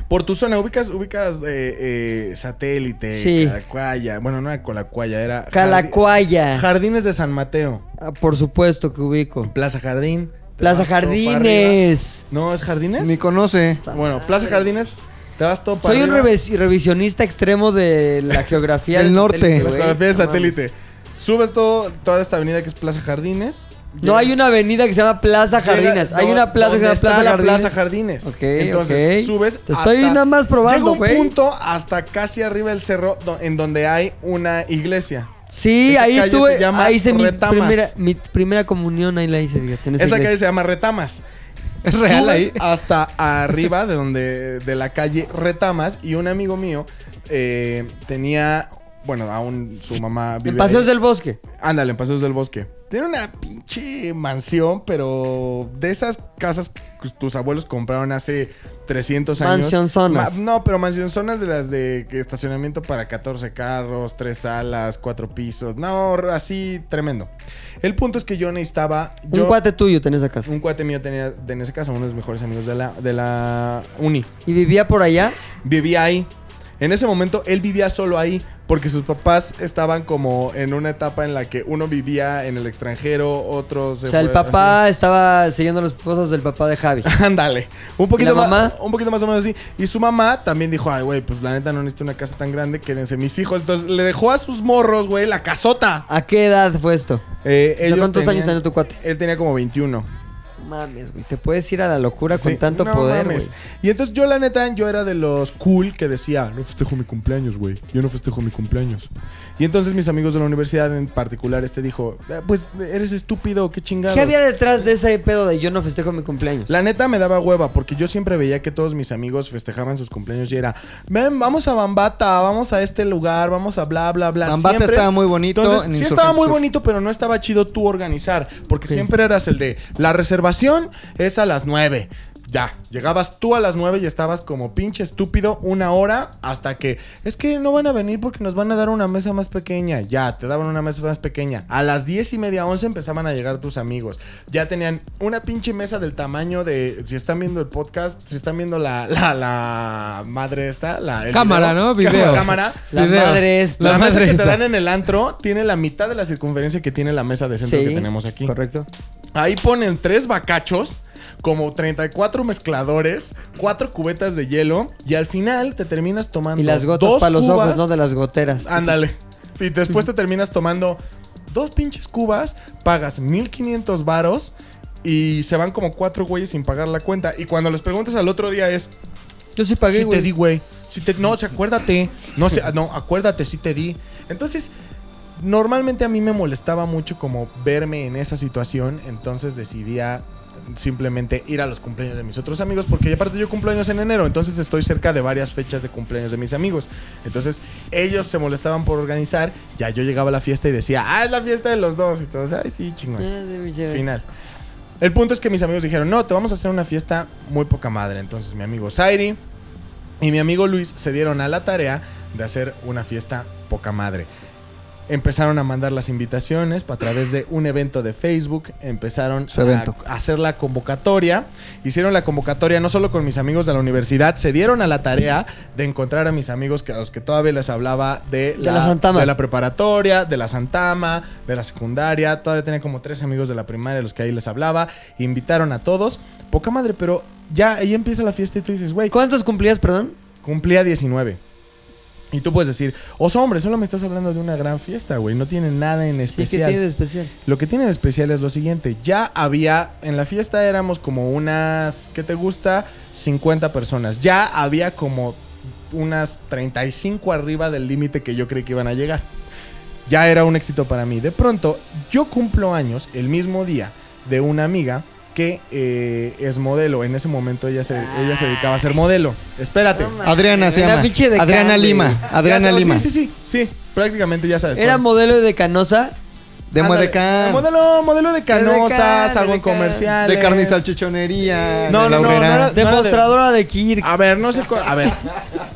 Speaker 5: Por tu zona, ubicas, ubicas eh, eh, satélite,
Speaker 2: Sí.
Speaker 5: Calacuaya. Bueno, no era Colacuaya, era. Jardi-
Speaker 2: Calacuaya.
Speaker 5: Jardines de San Mateo.
Speaker 2: Ah, Por supuesto que ubico.
Speaker 5: Plaza Jardín, te
Speaker 2: Plaza
Speaker 5: vas todo para
Speaker 2: Jardines.
Speaker 5: arriba. No, es Jardines.
Speaker 3: Ni conoce.
Speaker 5: Bueno, Plaza Jardines, te vas todo para
Speaker 2: Soy un
Speaker 5: arriba.
Speaker 2: revis- revisionista extremo de la geografía
Speaker 3: Del
Speaker 2: del
Speaker 3: norte.
Speaker 2: satélite,
Speaker 5: La
Speaker 2: güey.
Speaker 5: geografía de
Speaker 2: No mames.
Speaker 5: satélite. Subes todo, toda esta avenida que es Plaza Jardines.
Speaker 2: No hay una avenida que se llama Plaza Jardines. hay una plaza que se
Speaker 5: donde
Speaker 2: llama
Speaker 5: está
Speaker 2: Plaza
Speaker 5: la
Speaker 2: Jardines.
Speaker 5: Plaza Jardines.
Speaker 2: Ok,
Speaker 5: Entonces,
Speaker 2: ok.
Speaker 5: subes
Speaker 2: Te estoy nada más probando,
Speaker 5: Llega un
Speaker 2: güey.
Speaker 5: punto hasta casi arriba del cerro do- en donde hay una iglesia.
Speaker 2: sí,
Speaker 5: Esa
Speaker 2: ahí
Speaker 5: calle
Speaker 2: tuve.
Speaker 5: se llama
Speaker 2: Ahí hice mi
Speaker 5: Retamas.
Speaker 2: primera, mi primera comunión. Ahí la hice, fíjate. en esa
Speaker 5: Esa calle
Speaker 2: iglesia.
Speaker 5: se llama Retamas.
Speaker 4: Es real
Speaker 5: Subes
Speaker 4: ahí.
Speaker 5: Hasta arriba de donde de la calle Retamas y un amigo mío eh, tenía bueno aún su mamá vive
Speaker 2: En Paseos
Speaker 5: ahí.
Speaker 2: del Bosque.
Speaker 5: Ándale, en Paseos del Bosque. Tiene una pinche mansión, pero de esas casas que tus abuelos compraron hace 300 años.
Speaker 2: Mansionzonas.
Speaker 5: Ma- No, pero mansionzonas de las de que estacionamiento para 14 carros, 3 salas, 4 pisos. No, así tremendo. El punto es que yo necesitaba...
Speaker 2: un
Speaker 5: yo-
Speaker 2: cuate tuyo tenés esa casa.
Speaker 5: un cuate mío tenía, en ese caso, uno de mis mejores amigos de la, de la uni.
Speaker 2: Y vivía por allá.
Speaker 5: Vivía ahí. En ese momento él vivía solo ahí porque sus papás estaban como en una etapa en la que uno vivía en el extranjero, otro se
Speaker 2: o sea, el
Speaker 5: fue
Speaker 2: papá estaba siguiendo los pasos del papá de Javi.
Speaker 5: así. Ándale. Un poquito
Speaker 2: ¿Y la
Speaker 5: más
Speaker 2: mamá?
Speaker 5: un poquito más o menos así. Y su mamá también dijo, "Ay, güey, pues la neta no necesito una casa tan grande, quédense mis hijos." Entonces le dejó a sus morros, güey, la casota.
Speaker 2: ¿A qué edad fue esto?
Speaker 5: Eh,
Speaker 2: sea,
Speaker 5: ellos
Speaker 2: ¿cuántos años tenía tu cuate?
Speaker 5: Él tenía como 21.
Speaker 2: Mames, güey. Te puedes ir a la locura
Speaker 5: Sí,
Speaker 2: con tanto
Speaker 5: no
Speaker 2: poder, güey.
Speaker 5: mames. Y entonces yo, la neta, yo era de los cool que decía, no festejo mi cumpleaños, güey. Yo no festejo mi cumpleaños. Y entonces mis amigos de la universidad, en particular este, dijo, "Ah, pues eres estúpido, qué chingado.
Speaker 2: ¿Qué había detrás de ese pedo de yo no festejo mi cumpleaños?
Speaker 5: La neta me daba hueva porque yo siempre veía que todos mis amigos festejaban sus cumpleaños y era, ven, vamos a Bambata, vamos a este lugar, vamos a bla, bla, bla.
Speaker 3: Bambata
Speaker 5: Siempre-
Speaker 3: estaba muy bonito en
Speaker 5: Entonces, sí estaba
Speaker 3: Insurgente
Speaker 5: muy
Speaker 3: Sur.
Speaker 5: bonito, pero no estaba chido tú organizar porque siempre eras el de, la reservación es a las 9. Ya, llegabas tú a las 9 y estabas como pinche estúpido una hora hasta que es que no van a venir porque nos van a dar una mesa más pequeña. Ya, te daban una mesa más pequeña. A las 10 y media, 11 empezaban a llegar tus amigos. Ya tenían una pinche mesa del tamaño de. Si están viendo el podcast, si están viendo la, la, la madre esta, la. el
Speaker 4: Cámara,
Speaker 5: video.
Speaker 4: ¿no? Video.
Speaker 5: Cámara.
Speaker 2: La
Speaker 4: Video.
Speaker 2: madre esta.
Speaker 5: La, mesa que te
Speaker 4: esta.
Speaker 5: dan en el antro tiene la mitad de la circunferencia que tiene la mesa de centro
Speaker 2: Sí,
Speaker 5: que tenemos aquí.
Speaker 2: Correcto.
Speaker 5: Ahí ponen tres bacachos, como 34 mezcladores, cuatro cubetas de hielo y al final te terminas tomando
Speaker 2: Y las gotas
Speaker 5: dos
Speaker 2: para los
Speaker 5: cubas.
Speaker 2: ojos, ¿no? De las goteras.
Speaker 5: Ándale. Y después te terminas tomando dos pinches cubas, pagas 1500 varos y se van como cuatro güeyes sin pagar la cuenta. Y cuando les preguntas al otro día es,
Speaker 2: Yo sí pagué,
Speaker 5: sí
Speaker 2: güey.
Speaker 5: te di, güey. Sí te- no, sí, acuérdate. No, sé, no, acuérdate, sí te di. Entonces, normalmente a mí me molestaba mucho como verme en esa situación. Entonces decidía simplemente ir a los cumpleaños de mis otros amigos. Porque aparte yo cumplo años en enero. Entonces estoy cerca de varias fechas de cumpleaños de mis amigos. Entonces ellos se molestaban por organizar. Ya yo llegaba a la fiesta y decía, ah, es la fiesta de los dos. Y todos, ay, sí, chingón.
Speaker 2: Ah, de mi chévere.
Speaker 5: Final. El punto es que mis amigos dijeron, no, te vamos a hacer una fiesta muy poca madre. Entonces mi amigo Zairi y mi amigo Luis se dieron a la tarea de hacer una fiesta poca madre. Empezaron a mandar las invitaciones a través de un evento de Facebook. Empezaron
Speaker 3: Su evento.
Speaker 5: a hacer la convocatoria. Hicieron la convocatoria no solo con mis amigos de la universidad, se dieron a la tarea de encontrar a mis amigos que, a los que todavía les hablaba de
Speaker 2: De la Santama.
Speaker 5: de la preparatoria, de la Santama, de la secundaria. Todavía tenía como tres amigos de la primaria, los que ahí les hablaba. Invitaron a todos. Poca madre, pero ya ahí empieza la fiesta y tú dices, güey,
Speaker 2: ¿Cuántos cumplías, perdón?
Speaker 5: cumplía 19. Y tú puedes decir, oso hombre, solo me estás hablando de una gran fiesta, güey. No tiene nada en
Speaker 2: Sí, ¿qué
Speaker 5: especial.
Speaker 2: tiene de especial?
Speaker 5: Lo que tiene de especial es lo siguiente. Ya había, en la fiesta éramos como unas, ¿qué te gusta? 50 personas. Ya había como unas 35 arriba del límite que yo creí que iban a llegar. Ya era un éxito para mí. De pronto, yo cumplo años el mismo día de una amiga que eh, es modelo. En ese momento ella se, ella se dedicaba a ser modelo. Espérate.
Speaker 3: Adriana se
Speaker 2: Era
Speaker 3: llama.
Speaker 2: pinche de
Speaker 3: Adriana
Speaker 2: Cali.
Speaker 3: Lima. Adriana
Speaker 5: Ya sabes-
Speaker 3: Lima.
Speaker 5: Sí, sí, sí. Sí, prácticamente ya sabes.
Speaker 2: Era
Speaker 5: cuál.
Speaker 2: modelo de canosa.
Speaker 3: De
Speaker 5: Ándale. Ah,
Speaker 3: Modecán.
Speaker 5: Modelo, modelo de
Speaker 2: Modecán,
Speaker 5: canosas, algo en
Speaker 2: Modecán.
Speaker 5: comercial.
Speaker 3: De carne y salchichonería.
Speaker 5: No,
Speaker 3: de
Speaker 5: no, no,
Speaker 3: laurera.
Speaker 5: no era-
Speaker 2: De
Speaker 5: Nada de-
Speaker 2: mostradora de Kirk.
Speaker 5: A ver, no sé cu- a ver.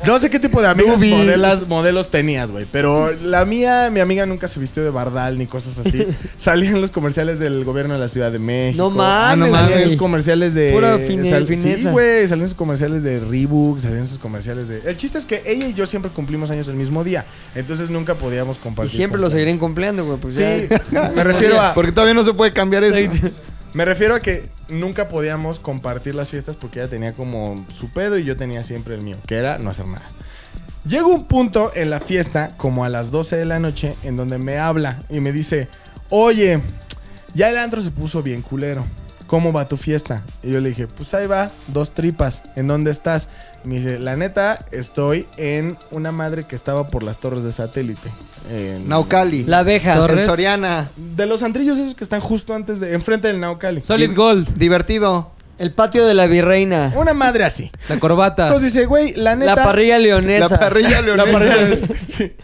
Speaker 5: No sé qué tipo de amigas
Speaker 3: Dubi.
Speaker 5: modelas, modelos tenías, güey. Pero la mía, mi amiga nunca se vistió de bardal ni cosas así. Salía en los comerciales del gobierno de la Ciudad de México.
Speaker 2: No
Speaker 5: Ah,
Speaker 2: mames,
Speaker 5: no Salía en
Speaker 2: güey.
Speaker 5: sus comerciales de.
Speaker 2: Pura fine-
Speaker 5: sal- Sí,
Speaker 2: fineza.
Speaker 5: güey. Salían sus comerciales de Reebok, salían sus comerciales de. El chiste es que ella y yo siempre cumplimos años el mismo día. Entonces nunca podíamos
Speaker 2: Y
Speaker 5: compartir.
Speaker 2: siempre lo
Speaker 5: cumpleaños.
Speaker 2: seguirán cumpliendo, güey. porque ya-
Speaker 5: Sí, me refiero a.
Speaker 3: Porque todavía no se puede cambiar eso.
Speaker 5: Me refiero a que nunca podíamos compartir las fiestas porque ella tenía como su pedo y yo tenía siempre el mío, que era no hacer nada. Llega un punto en la fiesta, como a las 12 de la noche, en donde me habla y me dice, oye, ya el antro se puso bien culero. ¿Cómo va tu fiesta? Y yo le dije, pues ahí va, dos tripas. ¿En dónde estás? Me dice, la neta, estoy en una madre que estaba por las torres de satélite. En-
Speaker 3: Naucali.
Speaker 2: La abeja.
Speaker 3: En
Speaker 4: Torres.
Speaker 3: Soriana.
Speaker 5: De los antrillos esos que están justo antes de... Enfrente del Naucali.
Speaker 4: Solid Gold,
Speaker 3: Divertido.
Speaker 2: El patio de la virreina.
Speaker 5: Una madre así.
Speaker 4: la corbata,
Speaker 5: Entonces dice, güey, la neta...
Speaker 2: La parrilla
Speaker 3: La
Speaker 2: leonesa.
Speaker 3: parrilla
Speaker 5: La
Speaker 3: leonesa.
Speaker 5: parrilla leonesa, sí.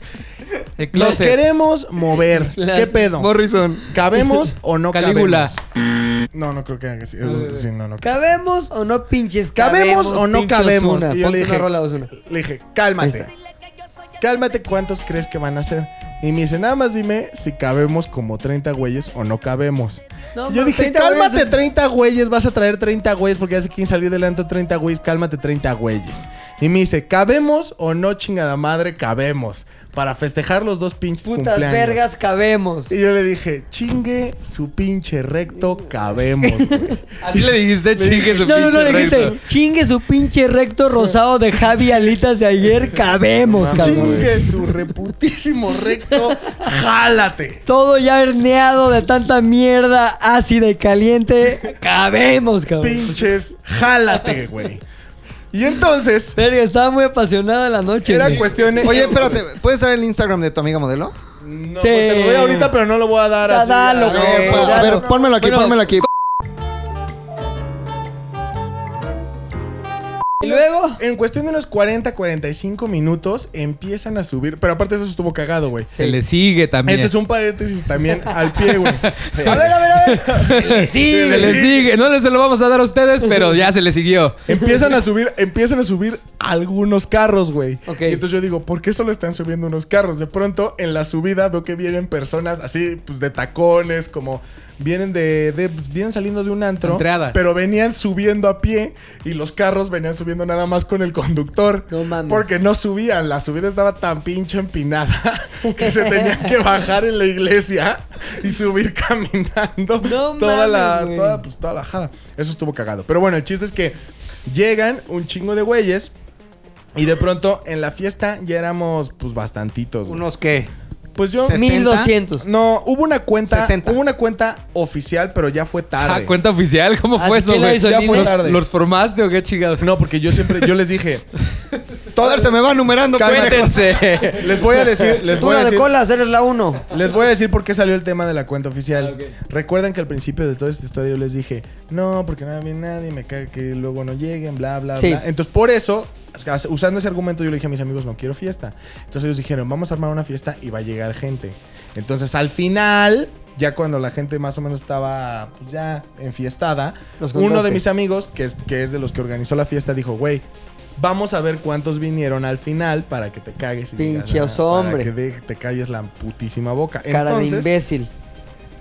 Speaker 4: el
Speaker 5: Nos
Speaker 4: closet,
Speaker 5: queremos mover.
Speaker 2: Las-
Speaker 5: ¿Qué pedo?
Speaker 3: Morrison.
Speaker 5: ¿Cabemos o no
Speaker 4: Calígula,
Speaker 5: cabemos? No, no creo que haga así. Sí, no, no.
Speaker 2: ¿Cabemos o no pinches
Speaker 5: ¿Cabemos o no
Speaker 2: pinche
Speaker 5: cabemos?
Speaker 2: Ozuna?
Speaker 5: Y yo
Speaker 2: Ponte
Speaker 5: le
Speaker 2: una
Speaker 5: dije-
Speaker 2: rola Ozuna.
Speaker 5: Le dije, cálmate.
Speaker 2: Ahí
Speaker 5: Cálmate, ¿cuántos crees que van a ser? Y me dice, nada más dime si cabemos como 30 güeyes o no cabemos.
Speaker 2: No,
Speaker 5: Y yo
Speaker 2: ma,
Speaker 5: dije,
Speaker 2: 30
Speaker 5: cálmate
Speaker 2: güeyes.
Speaker 5: 30 güeyes, vas a traer 30 güeyes porque hace 15 salir delante 30 güeyes, cálmate 30 güeyes. Y me dice, ¿cabemos o no chingada madre? Cabemos. Para festejar los dos pinches
Speaker 2: Putas
Speaker 5: cumpleaños.
Speaker 2: vergas, cabemos.
Speaker 5: Y yo le dije, chingue su pinche recto, cabemos. güey".
Speaker 4: así le dijiste chingue su
Speaker 2: No, no, no,
Speaker 4: pinche
Speaker 2: le dijiste,
Speaker 4: recto.
Speaker 2: chingue su pinche recto rosado de Javi Alitas de ayer, cabemos, cabrón.
Speaker 5: chingue su reputísimo recto, jálate.
Speaker 2: Todo ya herneado de tanta mierda ácida y caliente, cabemos, cabrón.
Speaker 5: Pinches, jálate, güey. Y entonces,
Speaker 2: Verga, estaba muy apasionada la noche.
Speaker 5: era
Speaker 2: güey.
Speaker 5: cuestión.
Speaker 3: Oye, espérate, ¿puedes dar el Instagram de tu amiga modelo?
Speaker 5: No,
Speaker 2: Sí.
Speaker 5: te lo doy ahorita, pero no lo voy a dar
Speaker 2: Ya,
Speaker 5: así. Ah,
Speaker 2: dalo,
Speaker 5: A
Speaker 3: A
Speaker 5: ver,
Speaker 3: ver,
Speaker 2: güey,
Speaker 3: pues, a
Speaker 2: dalo.
Speaker 3: ver, pónmelo aquí,
Speaker 2: Bueno,
Speaker 3: pónmelo aquí.
Speaker 2: Y luego,
Speaker 5: En cuestión de unos 40, 45 minutos empiezan a subir. Pero aparte, eso estuvo cagado, güey.
Speaker 4: Se le sigue también.
Speaker 5: Este es un paréntesis también al pie, güey.
Speaker 2: a ver, a ver, a ver. Sí,
Speaker 4: Se le sigue, no les se lo vamos a dar a ustedes, pero ya se le siguió.
Speaker 5: Empiezan a subir, empiezan a subir algunos carros, güey.
Speaker 2: Ok.
Speaker 5: Y entonces yo digo, ¿por qué solo están subiendo unos carros? De pronto, en la subida veo que vienen personas así, pues de tacones, como vienen de, de- vienen saliendo de un antro,
Speaker 4: Entrada.
Speaker 5: pero venían subiendo a pie y los carros venían subiendo nada más con el conductor.
Speaker 2: No mames.
Speaker 5: Porque no subían, la subida estaba tan pinche empinada que se tenían que bajar en la iglesia y subir caminando
Speaker 2: No
Speaker 5: toda la
Speaker 2: mames, güey.
Speaker 5: toda, pues, toda la jada. Eso estuvo cagado. Pero bueno, el chiste es que llegan un chingo de güeyes y de pronto en la fiesta ya éramos pues bastantitos. güey.
Speaker 2: qué?
Speaker 5: pues yo
Speaker 3: 60.
Speaker 2: 1200.
Speaker 5: no, hubo una cuenta,
Speaker 3: 60.
Speaker 5: hubo una cuenta oficial, pero ya fue tarde.
Speaker 4: Ah, cuenta oficial, ¿cómo
Speaker 2: Así
Speaker 4: fue eso,
Speaker 2: que la
Speaker 4: güey?
Speaker 2: hizo
Speaker 4: ¿Ya
Speaker 2: Nino.
Speaker 4: fue los-
Speaker 5: tarde.
Speaker 4: ¿Los formaste o qué chingados?
Speaker 5: No, porque yo siempre yo les dije,
Speaker 3: Todo se me va numerando, pendejo.
Speaker 4: Cuéntense.
Speaker 5: les voy a decir, les
Speaker 2: Tú
Speaker 5: voy a
Speaker 2: la de
Speaker 5: decir
Speaker 2: colas, eres la uno.
Speaker 5: Les voy a decir por qué salió el tema de la cuenta oficial. Recuerdan que al principio de toda esta historia yo les dije, no, porque no viene nadie, me caga que luego no lleguen, bla, bla,
Speaker 2: Sí.
Speaker 5: bla. Entonces, por eso, usando ese argumento, yo le dije a mis amigos, no quiero fiesta. Entonces ellos dijeron, vamos a armar una fiesta y va a llegar gente. Entonces, al final, ya cuando la gente más o menos estaba pues, ya enfiestada,
Speaker 2: Los
Speaker 5: uno de
Speaker 2: contaste.
Speaker 5: mis amigos, que es, que es de los que organizó la fiesta, dijo, güey. Vamos a ver cuántos vinieron al final para que te cagues y digas,
Speaker 2: Pinche
Speaker 5: "Ah,
Speaker 2: oso
Speaker 5: para
Speaker 2: hombre".
Speaker 5: que de- te calles la putísima boca.
Speaker 2: Cara de
Speaker 5: Entonces,
Speaker 2: imbécil.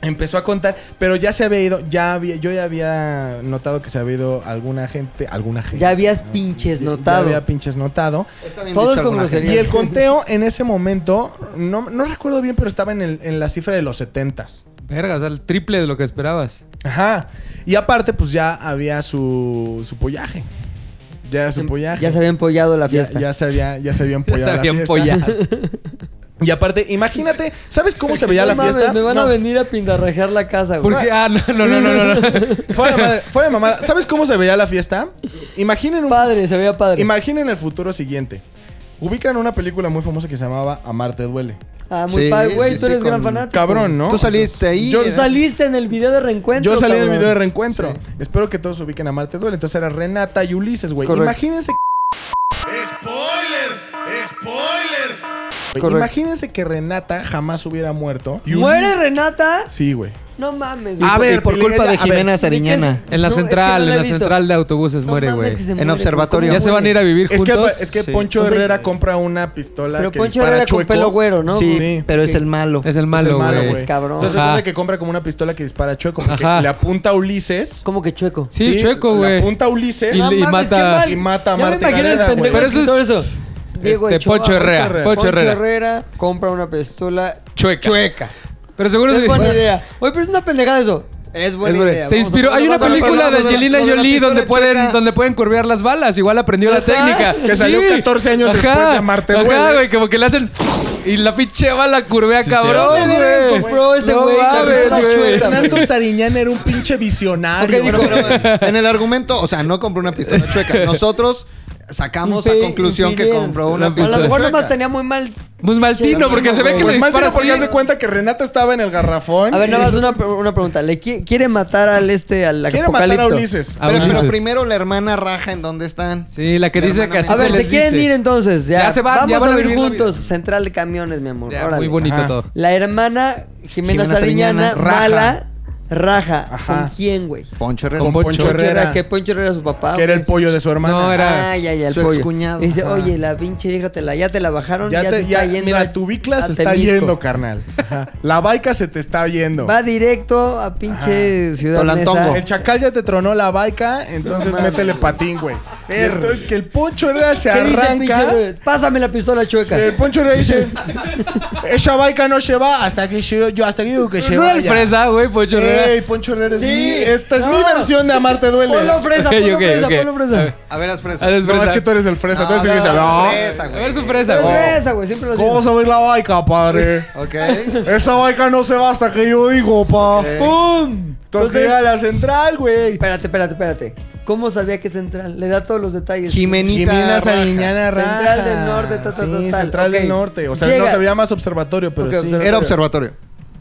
Speaker 5: empezó a contar, pero ya se había ido, ya había, yo ya había notado que se había ido alguna gente, alguna gente.
Speaker 2: Ya habías
Speaker 5: ¿no?
Speaker 2: pinches
Speaker 5: Ya- ya
Speaker 2: notado.
Speaker 5: había pinches notado.
Speaker 3: Está bien
Speaker 2: Todos
Speaker 3: dicho
Speaker 2: con
Speaker 3: alguna
Speaker 2: groserías.
Speaker 5: Y el conteo en ese momento, no, no recuerdo bien, pero estaba en, el- en la cifra de los 70s.
Speaker 4: Verga, o sea, el triple de lo que esperabas.
Speaker 5: Ajá. Y aparte, pues ya había su, su pollaje. Ya su pollaje.
Speaker 2: Ya se había empollado la
Speaker 5: Ya-
Speaker 2: fiesta.
Speaker 5: Ya, se había, Pues ya se había
Speaker 4: Ya
Speaker 5: empollado
Speaker 4: se
Speaker 5: la
Speaker 4: habían
Speaker 5: fiesta.
Speaker 4: pollado.
Speaker 5: Y aparte, imagínate, ¿sabes cómo se veía
Speaker 2: No
Speaker 5: la
Speaker 2: mames,
Speaker 5: fiesta?
Speaker 2: me van a
Speaker 5: No.
Speaker 2: venir a pintarrajear la casa, güey.
Speaker 4: ¿Por qué? Ah, no, no, no, no, no. no.
Speaker 5: Fuera de madre, fuera de mamada. ¿Sabes cómo se veía la fiesta? Imaginen un
Speaker 2: Padre, se veía padre.
Speaker 5: Imaginen el futuro siguiente. Ubican una película muy famosa que se llamaba Amarte duele.
Speaker 2: ah, muy
Speaker 3: Sí,
Speaker 2: padre, güey,
Speaker 3: sí,
Speaker 2: tú
Speaker 3: sí,
Speaker 2: eres gran
Speaker 3: con-
Speaker 2: fanático.
Speaker 5: Cabrón, ¿no?
Speaker 3: Tú saliste ahí.
Speaker 5: Yo
Speaker 2: Tú saliste eh, en el video de reencuentro.
Speaker 5: Yo salí en el
Speaker 2: cabrón.
Speaker 5: video de reencuentro.
Speaker 3: Sí.
Speaker 5: Espero que todos ubiquen Amarte duele. Entonces era Renata y Ulises, güey.
Speaker 3: Correcto.
Speaker 5: Imagínense que,
Speaker 3: Correcto.
Speaker 5: imagínense que Renata jamás hubiera muerto. Y Ulises-
Speaker 2: ¿Muere Renata?
Speaker 5: Sí, güey.
Speaker 2: No mames,
Speaker 5: A ver,
Speaker 3: por
Speaker 5: Pilinga,
Speaker 3: culpa
Speaker 5: ya-
Speaker 3: de
Speaker 5: a ver,
Speaker 2: Sariñana.
Speaker 3: Jimena Ah, Sariñana.
Speaker 4: En la
Speaker 2: No, es que
Speaker 4: central,
Speaker 2: no la he
Speaker 4: en la
Speaker 2: visto.
Speaker 4: central de autobuses muere, güey.
Speaker 3: En observatorio.
Speaker 4: ya se van a ir a vivir
Speaker 5: Es que, pues,
Speaker 4: juntos.
Speaker 5: es que
Speaker 3: Sí.
Speaker 5: Poncho
Speaker 2: O sea,
Speaker 5: Herrera compra una pistola
Speaker 2: Pero
Speaker 5: que
Speaker 2: Poncho
Speaker 5: dispara
Speaker 2: Herrera con
Speaker 5: chueco.
Speaker 2: pelo güero, ¿no?
Speaker 5: Sí,
Speaker 3: Sí, pero es el malo.
Speaker 4: Es el
Speaker 5: Es el
Speaker 4: malo,
Speaker 2: güey.
Speaker 4: güey.
Speaker 2: cabrón.
Speaker 5: Entonces
Speaker 4: Ajá.
Speaker 5: resulta que compra como una pistola que dispara chueco. Porque
Speaker 4: Ajá.
Speaker 5: le apunta a Ulises.
Speaker 2: Como que chueco.
Speaker 4: Sí, chueco,
Speaker 5: Le
Speaker 4: güey.
Speaker 5: apunta a Ulises.
Speaker 4: Y-
Speaker 2: No
Speaker 4: y
Speaker 2: mames,
Speaker 4: mata-
Speaker 2: qué mal.
Speaker 5: y mata a
Speaker 2: Ya me
Speaker 5: Marta
Speaker 2: imagino el
Speaker 5: Gareda,
Speaker 2: pendejo
Speaker 5: güey.
Speaker 4: Pero eso es-
Speaker 2: escritor eso. Diego
Speaker 4: Este,
Speaker 2: Ochoa,
Speaker 4: Poncho Herrera. Poncho Herrera.
Speaker 2: Herrera compra una pistola
Speaker 4: Chueca.
Speaker 2: chueca.
Speaker 4: Pero seguro
Speaker 2: No es
Speaker 4: que-
Speaker 2: buena idea. Oye, pero es una pendejada eso. Es buena
Speaker 5: Es buena.
Speaker 2: idea. vamos
Speaker 4: Se
Speaker 2: a
Speaker 4: inspiró.
Speaker 2: ponerlo
Speaker 4: Hay una
Speaker 2: más a-
Speaker 4: película de
Speaker 3: lo de la-
Speaker 4: Angelina
Speaker 3: lo de la
Speaker 4: Jolie
Speaker 3: pistola
Speaker 4: donde pueden,
Speaker 3: chueca.
Speaker 4: donde pueden curvear las balas. Igual aprendió la
Speaker 2: Ajá.
Speaker 4: técnica.
Speaker 5: Que salió 14 años después de Amarte
Speaker 4: Ajá,
Speaker 5: Duele.
Speaker 4: güey, como que le hacen. Y la pinche bala curvea,
Speaker 6: Sí,
Speaker 4: cabrón.
Speaker 6: cierto.
Speaker 4: güey.
Speaker 2: ¿Dónde compró ese
Speaker 4: No
Speaker 2: güey?
Speaker 4: mames,
Speaker 2: Carlos
Speaker 4: güey. Pues
Speaker 2: Chueta, güey.
Speaker 5: Fernando Sariñán era un pinche visionario.
Speaker 2: Ok, dijo,
Speaker 5: Pero- pues,
Speaker 3: En el argumento, o sea, no compró una pistola chueca. Nosotros sacamos a
Speaker 2: Infi-
Speaker 3: conclusión que
Speaker 2: infiel.
Speaker 3: compró una
Speaker 2: A
Speaker 3: pistola
Speaker 2: lo mejor
Speaker 3: chueca.
Speaker 2: nomás tenía muy mal.
Speaker 4: Pues Maltino, porque se ve que le
Speaker 5: Pues mal
Speaker 4: dispara
Speaker 5: tiene porque
Speaker 4: así.
Speaker 5: hace cuenta que Renata estaba en el garrafón.
Speaker 2: A ver,
Speaker 5: y
Speaker 2: nada más una, una pregunta. ¿Le qui- quiere matar al este, al
Speaker 5: Quiere
Speaker 2: apocalipto?
Speaker 5: matar a Ulises.
Speaker 4: Ah,
Speaker 3: Pero, pero
Speaker 4: Ulises.
Speaker 3: primero la hermana raja en dónde están.
Speaker 4: Sí, la que
Speaker 3: La
Speaker 4: dice
Speaker 3: hermana
Speaker 4: que así
Speaker 2: A
Speaker 3: Eso
Speaker 2: ver,
Speaker 4: se
Speaker 2: se
Speaker 4: les
Speaker 2: quieren
Speaker 4: dice.
Speaker 2: ir entonces. Ya,
Speaker 4: Ya se van,
Speaker 2: Vamos
Speaker 4: ya van
Speaker 2: a
Speaker 4: a
Speaker 2: vivir
Speaker 4: vivir la vida.
Speaker 2: juntos. Central de camiones, mi amor.
Speaker 4: Ya,
Speaker 2: Órale.
Speaker 4: muy bonito
Speaker 5: Ajá.
Speaker 4: todo.
Speaker 2: La hermana Jimena,
Speaker 3: Jimena
Speaker 2: Sariñana,
Speaker 3: Sariñana, raja.
Speaker 2: mala, raja.
Speaker 5: Ajá.
Speaker 2: ¿Con quién, güey?
Speaker 3: Poncho Herrera.
Speaker 5: Con
Speaker 4: Poncho
Speaker 5: Poncho Herrera.
Speaker 2: Que Poncho Herrera era su papá.
Speaker 5: Que era el
Speaker 2: güey.
Speaker 5: pollo de su hermana.
Speaker 4: No, era-
Speaker 2: Ay, ay, ay, el
Speaker 3: su
Speaker 2: pollo.
Speaker 3: excuñado.
Speaker 2: Y dice,
Speaker 3: Ajá.
Speaker 2: oye, la pinche vieja te la, ya te la bajaron, ya,
Speaker 5: Ya
Speaker 2: se
Speaker 5: te,
Speaker 2: está
Speaker 5: ya,
Speaker 2: yendo.
Speaker 5: mira,
Speaker 2: a-
Speaker 5: tu bicla
Speaker 2: a
Speaker 5: se está
Speaker 2: Temisco.
Speaker 5: yendo, carnal. Ajá. La baica se te está yendo.
Speaker 2: Va directo a pinche ciudad
Speaker 3: Tolantongo.
Speaker 2: Neza.
Speaker 5: Ah. El chacal ya te tronó la baica, entonces métele patín, güey. Y entonces Que el Poncho Herrera se
Speaker 2: ¿Qué dice,
Speaker 5: arranca.
Speaker 2: pinche- Pásame la pistola chueca.
Speaker 5: El Poncho Herrera dice: Esa baica no se va hasta que yo, yo hasta que digo que se
Speaker 4: No era el
Speaker 5: vaya".
Speaker 4: fresa, güey, pues, Poncho Herrera.
Speaker 5: Ey, Poncho Herrera es
Speaker 2: Sí.
Speaker 5: mi- Esta es mi
Speaker 2: No.
Speaker 5: versión de Amarte Duele.
Speaker 2: Ponlo fresa,
Speaker 4: Ok,
Speaker 2: ponlo
Speaker 4: ok,
Speaker 2: fresa,
Speaker 4: ok.
Speaker 2: ponlo fresa.
Speaker 4: A ver,
Speaker 3: A ver, las fresas.
Speaker 4: a ver, es
Speaker 5: No,
Speaker 4: fresa.
Speaker 5: es que tú eres el fresa. Entonces dices,
Speaker 3: no.
Speaker 5: no.
Speaker 3: fresa,
Speaker 4: A
Speaker 3: güey.
Speaker 4: ver su fresa,
Speaker 2: Es
Speaker 4: güey.
Speaker 2: fresa, güey, siempre lo
Speaker 5: ¿Cómo
Speaker 2: digo.
Speaker 5: vas a ver la baica, padre?
Speaker 3: Ok.
Speaker 5: Esa baica no se va hasta que yo digo, pa.
Speaker 4: ¡Pum!
Speaker 5: Entonces llega a la central, güey.
Speaker 2: Espérate, espérate, espérate. ¿Cómo sabía que es central? Le da todos los detalles.
Speaker 3: Jimenita.
Speaker 5: Jimena
Speaker 3: Raja.
Speaker 5: Sariñana Raja.
Speaker 2: Central del Norte, ta, ta, ta,
Speaker 5: Sí,
Speaker 2: tal.
Speaker 5: Central
Speaker 2: Ok.
Speaker 5: del Norte. O sea,
Speaker 2: Llega.
Speaker 5: no se veía más observatorio, pero
Speaker 2: Ok,
Speaker 5: sí.
Speaker 2: observa-
Speaker 3: Era observatorio.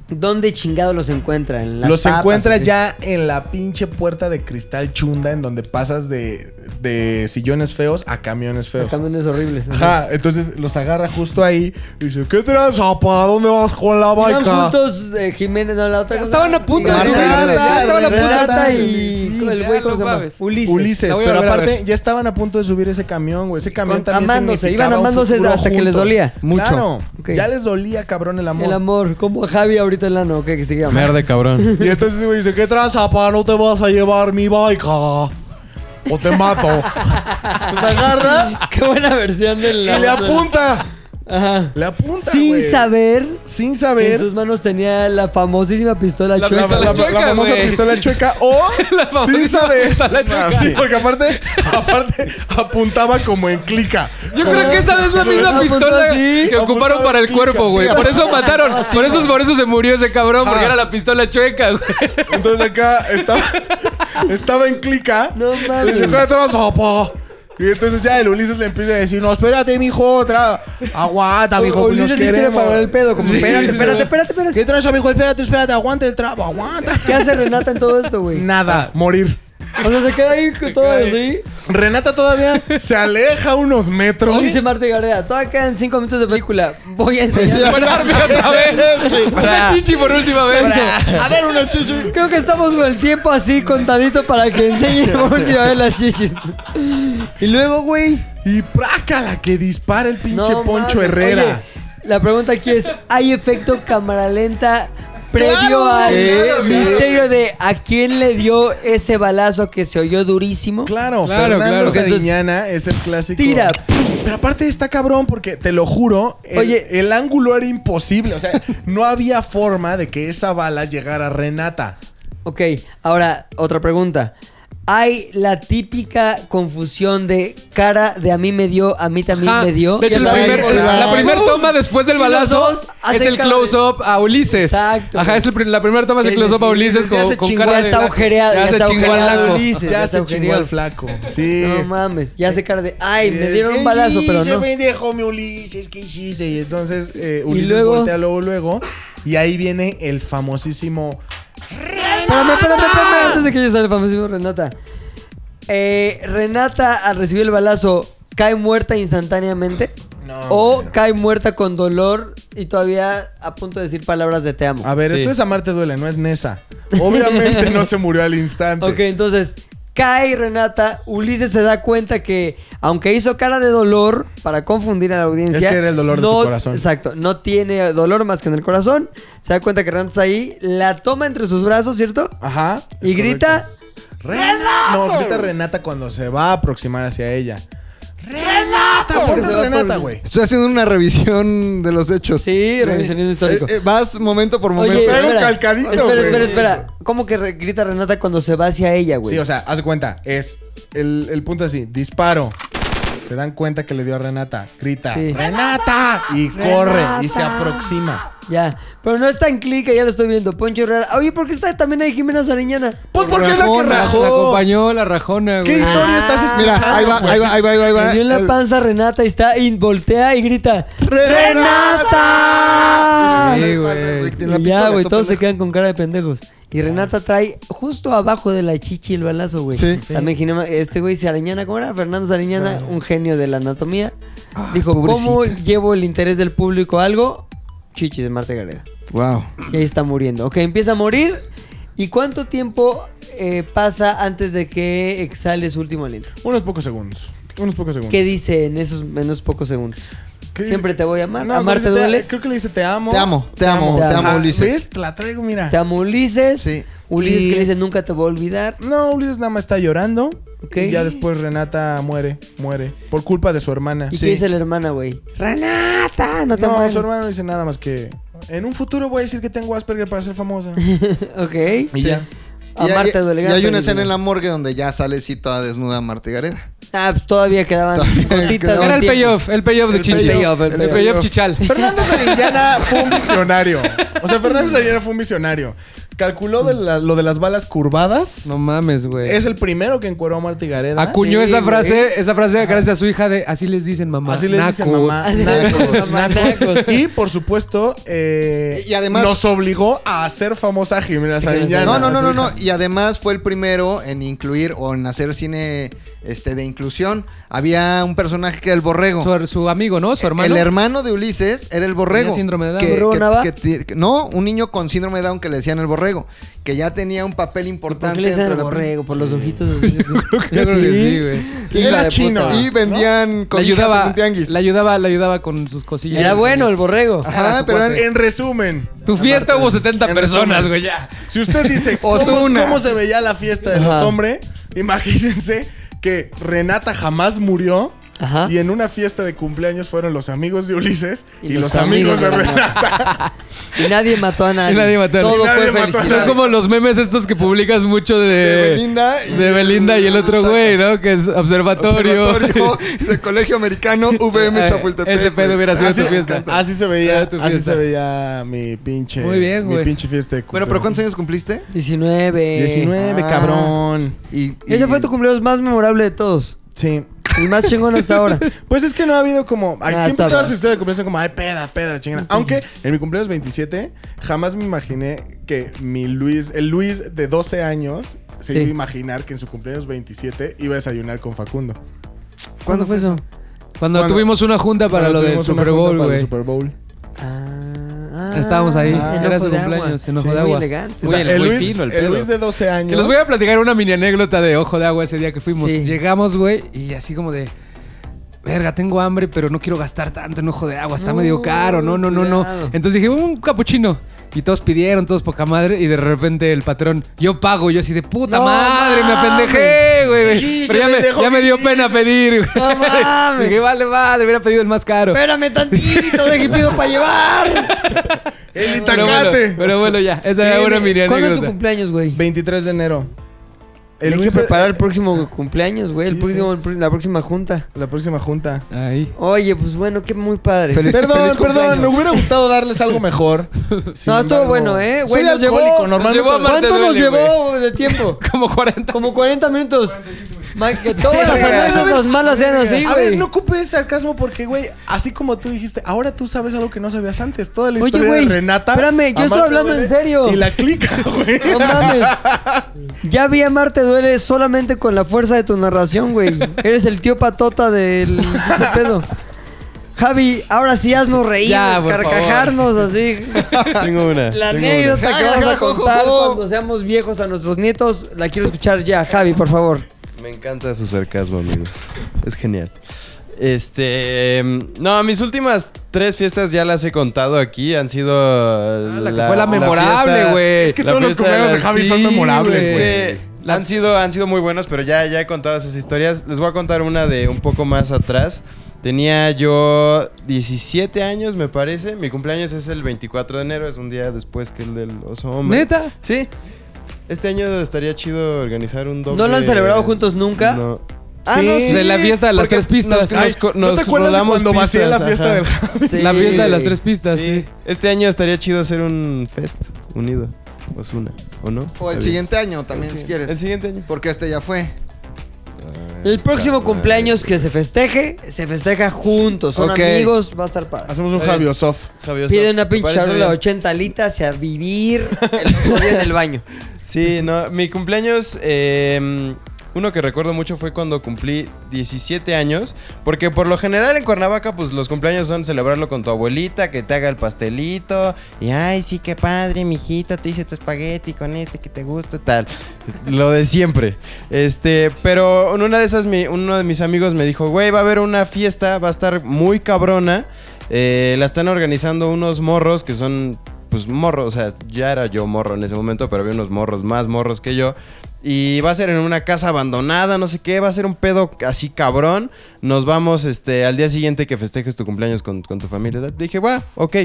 Speaker 2: ¿Dónde chingados los encuentra? ¿En las
Speaker 5: Los
Speaker 2: papas,
Speaker 5: encuentra
Speaker 2: o qué?
Speaker 5: ya en la pinche puerta de cristal chunda en donde pasas de, de sillones feos a camiones feos.
Speaker 2: Camiones horribles.
Speaker 5: Ajá, entonces los agarra justo ahí y dice, ¿qué tranza? ¿Para dónde vas con la
Speaker 2: Iban
Speaker 5: baica?
Speaker 2: juntos eh, Jiménez, no, la otra.
Speaker 4: Estaban a punto
Speaker 3: de subir,
Speaker 2: Renata,
Speaker 3: ya
Speaker 2: estaban a punto. Renata y
Speaker 4: Sí,
Speaker 2: el
Speaker 4: ya
Speaker 2: güey, ¿cómo
Speaker 4: lo
Speaker 2: se llama?
Speaker 4: sabes.
Speaker 2: Ulises.
Speaker 5: Ulises,
Speaker 4: La voy a
Speaker 5: pero
Speaker 4: volver a
Speaker 5: aparte
Speaker 4: ver.
Speaker 5: ya estaban a punto de subir ese camión, güey. Ese camión
Speaker 2: Con-
Speaker 5: también
Speaker 2: amándose, iban
Speaker 5: significaba un
Speaker 2: amándose
Speaker 5: futuro
Speaker 2: hasta que les
Speaker 5: juntos.
Speaker 2: dolía.
Speaker 3: Mucho.
Speaker 5: Claro,
Speaker 2: Ok.
Speaker 5: ya les dolía, cabrón, el amor.
Speaker 2: El amor, como Javi ahorita en la no, que sigue amor.
Speaker 6: Merde, cabrón.
Speaker 5: Y entonces me dice, ¿qué tranza, pa? No te vas a llevar mi baica. O te mato. Entonces agarra
Speaker 2: Qué buena versión
Speaker 5: y
Speaker 2: del.
Speaker 5: le apunta.
Speaker 2: Ajá.
Speaker 5: Le apunta,
Speaker 2: Sin
Speaker 5: güey.
Speaker 2: saber
Speaker 5: Sin
Speaker 2: que en
Speaker 5: saber.
Speaker 2: sus manos tenía la famosísima pistola
Speaker 4: La
Speaker 5: La,
Speaker 2: chueca.
Speaker 5: la-
Speaker 4: pistola
Speaker 5: la
Speaker 4: chueca,
Speaker 5: famosa
Speaker 4: güey.
Speaker 5: pistola chueca o
Speaker 4: La famosa
Speaker 5: sin saber.
Speaker 4: pistola chueca.
Speaker 5: Sí, porque aparte, aparte apuntaba como en clica.
Speaker 4: Yo creo que esa es la misma
Speaker 2: Apuntó
Speaker 4: pistola
Speaker 2: así.
Speaker 4: que ocuparon
Speaker 5: Apuntó
Speaker 4: para el
Speaker 5: clica,
Speaker 4: cuerpo, güey.
Speaker 3: sí,
Speaker 4: Por eso
Speaker 3: apuntó
Speaker 4: mataron.
Speaker 3: así,
Speaker 4: Por eso,
Speaker 3: güey.
Speaker 4: por eso se murió ese cabrón, porque
Speaker 5: Ah.
Speaker 4: era la pistola chueca, güey.
Speaker 5: Entonces acá estaba, estaba en clica.
Speaker 2: No
Speaker 5: Le
Speaker 2: mames.
Speaker 5: dice, "¿Qué tranza, pa?" Y entonces ya el Ulises le empieza a decir, no, espérate, mijo, otra. Aguanta, mijo,
Speaker 2: O-
Speaker 5: que nos
Speaker 2: Ulises sí quiere
Speaker 5: queremos.
Speaker 2: pagar el pedo. Como,
Speaker 5: Sí.
Speaker 2: espérate, espérate, espérate, espérate.
Speaker 5: ¿Qué tranza, mijo? Espérate, espérate, aguanta el trapo, aguanta.
Speaker 2: ¿Qué hace Renata en todo esto, güey?
Speaker 5: Nada, morir.
Speaker 2: O sea, se queda ahí con todo así.
Speaker 5: Renata todavía se aleja unos metros.
Speaker 2: Dice Marta Gareda, todavía quedan cinco minutos de película. Voy a
Speaker 5: Pues
Speaker 2: enseñar.
Speaker 4: Pararme otra vez. Una chichi por última vez.
Speaker 3: A ver, una chuchu.
Speaker 2: Creo que estamos con el tiempo así contadito para que enseñe por última vez las chichis. Y luego, güey.
Speaker 5: Y prácala que dispara el pinche
Speaker 2: no
Speaker 5: Poncho
Speaker 2: mames.
Speaker 5: Herrera.
Speaker 2: Oye, la pregunta aquí es: ¿hay efecto cámara lenta previo
Speaker 3: Claro,
Speaker 2: al
Speaker 3: claro, sí.
Speaker 2: misterio de a quién le dio ese balazo que se oyó durísimo?
Speaker 4: Claro,
Speaker 5: Claro,
Speaker 4: claro.
Speaker 5: Fernando
Speaker 4: Entonces,
Speaker 5: Sariñana es el clásico.
Speaker 2: tira.
Speaker 5: Pero aparte está cabrón porque, te lo juro, el,
Speaker 2: Oye.
Speaker 5: el ángulo era imposible. O sea, no había forma de que esa bala llegara a Renata.
Speaker 2: Ok, ahora otra pregunta. Hay la típica confusión de cara de a mí me dio, a mí también
Speaker 4: Ah,
Speaker 2: me dio.
Speaker 4: de hecho,
Speaker 2: Ya
Speaker 4: la
Speaker 2: sabes,
Speaker 4: primer,
Speaker 2: porque-
Speaker 3: claro.
Speaker 4: la primer toma después del
Speaker 2: Y los
Speaker 4: balazo
Speaker 2: dos hacen
Speaker 4: es el
Speaker 2: cara de-
Speaker 4: close-up a Ulises.
Speaker 2: Exacto.
Speaker 4: Ajá, es el pri- la primera toma es el
Speaker 2: Sí,
Speaker 4: close-up a
Speaker 2: sí,
Speaker 4: Ulises
Speaker 2: sí,
Speaker 4: con,
Speaker 2: ya se
Speaker 4: con
Speaker 2: chingó,
Speaker 4: cara
Speaker 2: ya
Speaker 4: de-
Speaker 2: está ojereado, ya
Speaker 4: Ya se
Speaker 2: está
Speaker 4: chingó al
Speaker 2: ojereado
Speaker 4: naco.
Speaker 2: Ulises. Sí, ya
Speaker 5: ya
Speaker 2: está
Speaker 5: se chingó
Speaker 2: genial.
Speaker 5: al flaco. Sí.
Speaker 2: No mames, ya hace cara de, ay, me dieron un balazo, pero
Speaker 5: Se
Speaker 2: no.
Speaker 5: pendejo, mi Ulises, ¿qué hiciste? Y entonces eh, Ulises
Speaker 2: luego?
Speaker 5: voltea luego, luego. Y ahí viene el famosísimo...
Speaker 2: Espérame, espérame, espérame, antes de que llegue el famosísimo Renata. Eh, Renata, al recibir el balazo, ¿cae muerta instantáneamente?
Speaker 5: No,
Speaker 2: ¿O
Speaker 5: no.
Speaker 2: cae muerta con dolor y todavía a punto de decir palabras de te amo?
Speaker 5: A ver,
Speaker 6: Sí.
Speaker 5: esto es Amarte Duele, no es Nesa. Obviamente no se murió al instante.
Speaker 2: Ok, entonces cae Renata, Ulises se da cuenta que aunque hizo cara de dolor para confundir a la audiencia,
Speaker 5: Es que era el dolor de
Speaker 2: no-
Speaker 5: su corazón.
Speaker 2: Exacto, no tiene dolor más que en el corazón. Se da cuenta que Renata está ahí, la toma entre sus brazos, ¿cierto?
Speaker 5: Ajá.
Speaker 2: y
Speaker 5: es
Speaker 2: grita,
Speaker 5: correcto. ¡Renata! No, grita Renata cuando se va a aproximar hacia ella. Renata,
Speaker 2: Se
Speaker 5: ponte
Speaker 2: va
Speaker 5: Renata,
Speaker 2: por-
Speaker 5: güey.
Speaker 3: Estoy haciendo una revisión de los hechos.
Speaker 2: Sí, revisionismo histórico.
Speaker 3: Eh, eh, vas momento por momento.
Speaker 2: Oye,
Speaker 5: traigo
Speaker 2: espera,
Speaker 5: calcadito,
Speaker 2: espera,
Speaker 5: güey.
Speaker 2: espera, espera. ¿Cómo que re- grita Renata cuando se va hacia ella, güey?
Speaker 5: Sí, o sea, haz de cuenta, es el, el punto así, disparo. Se dan cuenta que le dio a Renata, grita,
Speaker 2: Sí.
Speaker 5: ¡Renata! Y corre y se aproxima.
Speaker 2: Ya, pero no está en clic, ya lo estoy viendo. Poncho Herrera. Oye, ¿por qué está también ahí Jimena Sariñana?
Speaker 5: Pues porque es la que
Speaker 3: Rajona.
Speaker 4: La
Speaker 5: rajó.
Speaker 4: acompañó la rajona,
Speaker 5: ¿Qué
Speaker 4: güey.
Speaker 5: historia estás escuchando?
Speaker 3: Ah, Mira, ahí va, ahí va, ahí va, ahí va. ahí va.
Speaker 2: Le dio en la
Speaker 3: El-
Speaker 2: panza a Renata y está y voltea y grita
Speaker 3: ¡Renata!
Speaker 2: ¡Renata!
Speaker 4: Sí, güey.
Speaker 3: Tiene una
Speaker 2: Y
Speaker 3: pistola,
Speaker 2: ya, güey,
Speaker 3: tú,
Speaker 2: todos se
Speaker 3: pendejo.
Speaker 2: quedan con cara de pendejos. Y Renata trae justo abajo de la chichi el balazo, güey.
Speaker 3: Sí.
Speaker 2: También Jimena- este güey Sariñana, ¿cómo era? Fernando Sariñana, un genio de la anatomía. Dijo,
Speaker 3: Ah, pobrecita.
Speaker 2: ¿cómo llevo el interés del público a algo? Chichis de Marta Gareda.
Speaker 3: Wow.
Speaker 2: Y ahí está muriendo. Ok, empieza a morir. ¿Y cuánto tiempo eh, pasa antes de que exhale su último aliento?
Speaker 5: Unos pocos segundos. Unos pocos segundos.
Speaker 2: ¿Qué dice en esos, en esos pocos segundos?
Speaker 5: ¿Qué dice?
Speaker 2: Siempre te voy a amar.
Speaker 5: No,
Speaker 2: Amar te
Speaker 5: creo que dice,
Speaker 2: duele.
Speaker 5: Creo que le dice te amo.
Speaker 3: Te amo, te amo,
Speaker 2: te amo,
Speaker 5: Ah,
Speaker 3: Ulises.
Speaker 5: ¿Ves? Te la traigo, mira.
Speaker 2: Te amo Ulises.
Speaker 3: Sí.
Speaker 2: Ulises
Speaker 5: Y-
Speaker 2: que le dice nunca te voy a olvidar.
Speaker 5: No, Ulises nada más está llorando.
Speaker 2: Ok.
Speaker 5: Y ya después Renata muere, muere. Por culpa de su hermana.
Speaker 2: ¿Y qué dice la hermana, güey? Renata, no te
Speaker 5: No,
Speaker 2: mueras.
Speaker 5: su hermano no dice nada más que. En un futuro voy a decir que tengo Asperger para ser famosa.
Speaker 2: ok.
Speaker 5: Y ya.
Speaker 3: Y hay-
Speaker 2: Amar te duele.
Speaker 3: y
Speaker 2: gran
Speaker 3: hay una
Speaker 2: película.
Speaker 3: escena en la morgue donde ya sale sí toda desnuda Marta Gareda.
Speaker 2: Ah, pues todavía quedaban
Speaker 3: Todavía
Speaker 2: gotitas.
Speaker 3: quedaba
Speaker 2: de
Speaker 4: Era el
Speaker 2: tiempo.
Speaker 4: payoff, el payoff de
Speaker 3: El
Speaker 4: Chichi.
Speaker 3: payoff, el
Speaker 4: El
Speaker 3: payoff.
Speaker 4: payoff chichal.
Speaker 5: Fernando Sariñana fue un visionario. O sea, Fernando Sariñana fue un visionario. Calculó de la- lo de las balas curvadas.
Speaker 4: No mames, güey.
Speaker 5: Es el primero que encueró a Marta y Gareda.
Speaker 4: Acuñó
Speaker 2: Sí,
Speaker 4: esa
Speaker 2: güey.
Speaker 4: frase, esa frase gracias a su hija de así les dicen mamá.
Speaker 5: Así le dice
Speaker 4: nacos".
Speaker 5: mamá.
Speaker 2: Así le
Speaker 5: nacos,
Speaker 2: dice mamá,
Speaker 5: nacos.
Speaker 2: nacos.
Speaker 5: Y por supuesto, eh,
Speaker 3: Y- y además-
Speaker 5: nos obligó a hacer famosa a Jimena Sariñana.
Speaker 3: No, no, no,
Speaker 5: a su
Speaker 3: no, no.
Speaker 5: hija.
Speaker 3: Y además fue el primero en incluir o en hacer cine este, de inclusión. Había un personaje que era el borrego.
Speaker 4: Su, su amigo, ¿no? Su hermano.
Speaker 3: El hermano de Ulises era el borrego.
Speaker 4: Tenía síndrome de Down.
Speaker 3: Que-
Speaker 2: ¿Borrego
Speaker 3: que-
Speaker 2: Nava?
Speaker 3: que ti- que- no, un niño con síndrome de Down que le decían el borrego. Que ya tenía un papel
Speaker 2: ¿Por
Speaker 3: importante.
Speaker 2: qué le dicen
Speaker 3: dentro
Speaker 2: el
Speaker 3: de la-
Speaker 2: borrego? Por los ojitos. así.
Speaker 4: Yo creo que sí, güey.
Speaker 3: Y
Speaker 5: Era
Speaker 3: la-
Speaker 5: chino.
Speaker 3: Y vendían
Speaker 4: Le
Speaker 3: con
Speaker 4: ayudaba,
Speaker 3: un tianguis.
Speaker 4: le ayudaba, le ayudaba con sus cosillas.
Speaker 2: Era bueno el borrego.
Speaker 3: Ajá,
Speaker 4: su
Speaker 3: pero
Speaker 4: cuate.
Speaker 3: eran-
Speaker 5: En resumen,
Speaker 4: Tu fiesta hubo 70
Speaker 5: En
Speaker 4: personas,
Speaker 5: resumen.
Speaker 4: güey, ya.
Speaker 5: si usted dice ¿cómo,
Speaker 3: Ozuna.
Speaker 5: cómo se veía la fiesta de los
Speaker 2: Ajá.
Speaker 5: hombres, imagínense que Renata jamás murió.
Speaker 2: Ajá.
Speaker 5: Y en una fiesta de cumpleaños fueron los amigos de Ulises y,
Speaker 2: Y
Speaker 5: los,
Speaker 2: los
Speaker 5: amigos,
Speaker 2: amigos
Speaker 5: de
Speaker 2: de
Speaker 5: Renata.
Speaker 2: Y nadie mató a nadie.
Speaker 4: Y nadie mató a nadie.
Speaker 2: Todo
Speaker 4: Y
Speaker 5: nadie
Speaker 2: fue
Speaker 5: mató a
Speaker 2: felicidad.
Speaker 4: Son como los memes estos que publicas mucho de,
Speaker 3: De Belinda y-
Speaker 4: de Belinda y el otro
Speaker 3: Chaca.
Speaker 4: güey, ¿no? Que es observatorio.
Speaker 3: Observatorio del Colegio Americano VM
Speaker 4: Eh,
Speaker 3: Chapultepec.
Speaker 4: Ese pedo
Speaker 3: güey.
Speaker 4: hubiera sido
Speaker 5: Así,
Speaker 4: su fiesta.
Speaker 5: así se veía,
Speaker 4: Era tu
Speaker 5: así
Speaker 4: fiesta.
Speaker 5: se veía mi pinche,
Speaker 4: Muy bien,
Speaker 5: mi
Speaker 4: güey.
Speaker 5: pinche fiesta de cumpleaños.
Speaker 3: Bueno, pero ¿cuántos años cumpliste?
Speaker 2: 19.
Speaker 5: 19,
Speaker 3: Ah.
Speaker 5: cabrón.
Speaker 3: Y, y-
Speaker 2: Ese fue tu cumpleaños más memorable de todos.
Speaker 5: Sí.
Speaker 2: El más chingón hasta ahora.
Speaker 5: Pues es que no ha habido como. ay,
Speaker 2: Ah,
Speaker 5: siempre
Speaker 2: está
Speaker 5: todas
Speaker 2: bien.
Speaker 5: sus historias de cumpleaños son como, ay, peda, peda, chingada. Aunque en mi cumpleaños 27, jamás me imaginé que mi Luis, el Luis de 12 años, se
Speaker 2: Sí.
Speaker 5: iba a imaginar que en su cumpleaños 27 iba a desayunar con Facundo.
Speaker 2: ¿Cuándo fue eso?
Speaker 4: Cuando
Speaker 5: Cuando-
Speaker 4: tuvimos una junta para
Speaker 5: Cuando
Speaker 4: lo del
Speaker 5: tuvimos una
Speaker 4: Super
Speaker 5: junta
Speaker 4: Bowl,
Speaker 5: para el
Speaker 4: güey.
Speaker 5: Super Bowl.
Speaker 2: Ah, ah,
Speaker 4: Estábamos ahí.
Speaker 2: en
Speaker 4: Era
Speaker 2: Ojo
Speaker 4: su
Speaker 2: de Agua.
Speaker 4: cumpleaños, en Ojo
Speaker 2: Sí,
Speaker 4: de
Speaker 2: muy
Speaker 4: Agua.
Speaker 2: elegante.
Speaker 5: O
Speaker 4: Güey,
Speaker 5: sea,
Speaker 4: el
Speaker 5: el,
Speaker 4: güey
Speaker 5: Luis,
Speaker 4: fino, el
Speaker 5: el
Speaker 4: pedo.
Speaker 5: Luis de 12
Speaker 4: Que
Speaker 5: años.
Speaker 4: les voy a platicar una mini anécdota de Ojo de Agua ese día que fuimos.
Speaker 2: Sí.
Speaker 4: Llegamos, güey, y así como de... Verga, tengo hambre, pero no quiero gastar tanto en Ojo de Agua. Está
Speaker 2: No,
Speaker 4: medio caro. No, no, no, no.
Speaker 2: cuidado.
Speaker 4: Entonces dije, un capuchino. Y todos pidieron, todos poca madre. Y de repente el patrón, yo pago. Yo así de puta
Speaker 2: No
Speaker 4: madre, me
Speaker 2: mames.
Speaker 4: apendejé, güey.
Speaker 5: Sí,
Speaker 4: pero
Speaker 5: qué
Speaker 4: ya, me,
Speaker 5: pendejo
Speaker 4: ya me
Speaker 5: que
Speaker 4: dio
Speaker 5: hiciste.
Speaker 4: pena pedir, güey.
Speaker 2: No mames.
Speaker 4: dije, vale, madre, hubiera pedido el más caro.
Speaker 2: Espérame tantito, deje pido para llevar.
Speaker 4: Pero
Speaker 5: ¡El
Speaker 4: bueno,
Speaker 5: Itacate!
Speaker 4: pero bueno, ya. Esa
Speaker 5: Sí,
Speaker 4: era una
Speaker 5: mi-
Speaker 4: mini anécdota.
Speaker 2: ¿Cuándo es tu cumpleaños, güey?
Speaker 5: 23 de enero. El
Speaker 2: Hay que
Speaker 5: Luis de-
Speaker 2: preparar el próximo cumpleaños, güey. el
Speaker 5: Sí,
Speaker 2: próximo- el- la próxima junta.
Speaker 5: La próxima junta.
Speaker 4: Ahí.
Speaker 2: Oye, pues bueno, qué muy padre.
Speaker 3: Feliz-
Speaker 5: Perdón, perdón,
Speaker 3: cumpleaños.
Speaker 5: me hubiera gustado darles algo mejor. Sin
Speaker 2: No, estuvo
Speaker 5: embargo,
Speaker 2: bueno, ¿eh? Güey,
Speaker 5: soy
Speaker 2: nos llevó-
Speaker 5: alcohólico,
Speaker 2: nos
Speaker 5: normalmente-
Speaker 4: llevó a Mar-
Speaker 2: ¿Cuánto
Speaker 4: Te duele,
Speaker 2: nos llevó de tiempo?
Speaker 4: Como 40.
Speaker 2: Como 40 minutos. Ma, que todas las
Speaker 5: Verga.
Speaker 2: anécdotas malas sean así, güey.
Speaker 5: A ver, no ocupes sarcasmo porque, güey, así como tú dijiste, ahora tú sabes algo que no sabías antes. Toda la
Speaker 2: Oye,
Speaker 5: historia
Speaker 2: güey,
Speaker 5: de Renata.
Speaker 2: espérame, yo
Speaker 5: a
Speaker 2: estoy
Speaker 5: Marta
Speaker 2: hablando en serio.
Speaker 5: Y la clica, güey.
Speaker 2: No mames. Ya vi a Marte duele solamente con la fuerza de tu narración, güey. Eres el tío patota del de este pedo. Javi, ahora sí haznos reír,
Speaker 4: Ya, por
Speaker 2: carcajarnos así.
Speaker 6: Tengo una.
Speaker 2: La
Speaker 6: tengo
Speaker 2: anécdota que vamos a contar
Speaker 3: Jajajajaja.
Speaker 2: cuando seamos viejos a nuestros nietos, la quiero escuchar ya, Javi, por favor.
Speaker 6: una. Me encanta su sarcasmo, amigos. Es genial. Este. em, No, mis últimas tres fiestas ya las he contado aquí. Han sido. eh,
Speaker 4: Ah, la que fue la memorable,
Speaker 6: fiesta-
Speaker 4: güey.
Speaker 5: Es que
Speaker 6: la
Speaker 5: todos los
Speaker 6: fiesta
Speaker 5: cumpleaños de
Speaker 6: las-
Speaker 5: Javi son
Speaker 6: sí,
Speaker 5: memorables,
Speaker 6: es
Speaker 5: güey.
Speaker 6: que
Speaker 4: La-
Speaker 6: Han, sido, han sido muy buenos, pero ya, ya he contado esas historias. Les voy a contar una de un poco más atrás. Tenía yo 17 años, me parece. Mi cumpleaños es el 24 de enero, es un día después que el del oso hombre.
Speaker 4: ¿Neta?
Speaker 6: Sí. Este año estaría chido organizar un doble.
Speaker 2: ¿No lo han celebrado juntos nunca?
Speaker 6: No.
Speaker 4: Sí. De la fiesta de las
Speaker 6: porque
Speaker 4: tres pistas.
Speaker 6: nos-
Speaker 4: Ay,
Speaker 6: nos co-
Speaker 5: ¿No te
Speaker 6: nos
Speaker 5: acuerdas de
Speaker 6: rodamos
Speaker 5: cuando vacié
Speaker 6: pistas,
Speaker 5: la fiesta
Speaker 6: ajá.
Speaker 5: del Javi?
Speaker 2: Sí,
Speaker 4: la fiesta de las
Speaker 2: güey.
Speaker 4: tres pistas, sí.
Speaker 6: Sí. Este año estaría chido hacer un fest unido. Osuna, ¿o no?
Speaker 3: O el
Speaker 6: Está bien.
Speaker 3: siguiente año también, si quieres.
Speaker 6: El siguiente año.
Speaker 3: Porque este ya fue.
Speaker 2: El próximo cumpleaños que se festeje, se festeja juntos. Son
Speaker 3: Ok.
Speaker 2: amigos, va a estar padre.
Speaker 5: Hacemos un Javi Osof.
Speaker 6: Javi, o sea,
Speaker 2: Piden una
Speaker 6: me
Speaker 2: pinche
Speaker 6: parece
Speaker 2: charola de
Speaker 6: bien.
Speaker 2: 80 alitas y a vivir el otro día en el baño.
Speaker 6: Sí, no, mi cumpleaños, eh, uno que recuerdo mucho fue cuando cumplí 17 años, porque por lo general en Cuernavaca, pues los cumpleaños son celebrarlo con tu abuelita, que te haga el pastelito, y ay, sí, qué padre, mijita, te hice tu espagueti con este que te gusta, tal, lo de siempre. Este, pero en una de esas, mi- uno de mis amigos me dijo, güey, va a haber una fiesta, va a estar muy cabrona, eh, la están organizando unos morros que son pues morro, o sea, ya era yo morro en ese momento, pero había unos morros más morros que yo. Y va a ser en una casa abandonada, no sé qué, va a ser un pedo así cabrón. Nos vamos este, al día siguiente que festejes tu cumpleaños con, con tu familia. Dije, va, ok.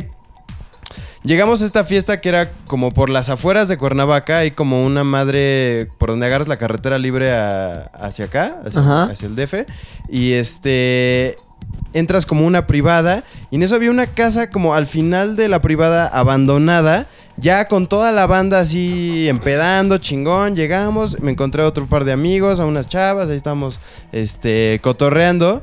Speaker 6: Llegamos a esta fiesta que era como por las afueras de Cuernavaca, hay como una madre por donde agarras la carretera libre a- hacia acá, hacia,
Speaker 2: Ajá.
Speaker 6: hacia el DF. Y este entras como una privada y en eso había una casa como al final de la privada abandonada, ya con toda la banda así empedando, chingón, llegamos, me encontré a otro par de amigos, a unas chavas, ahí estamos este cotorreando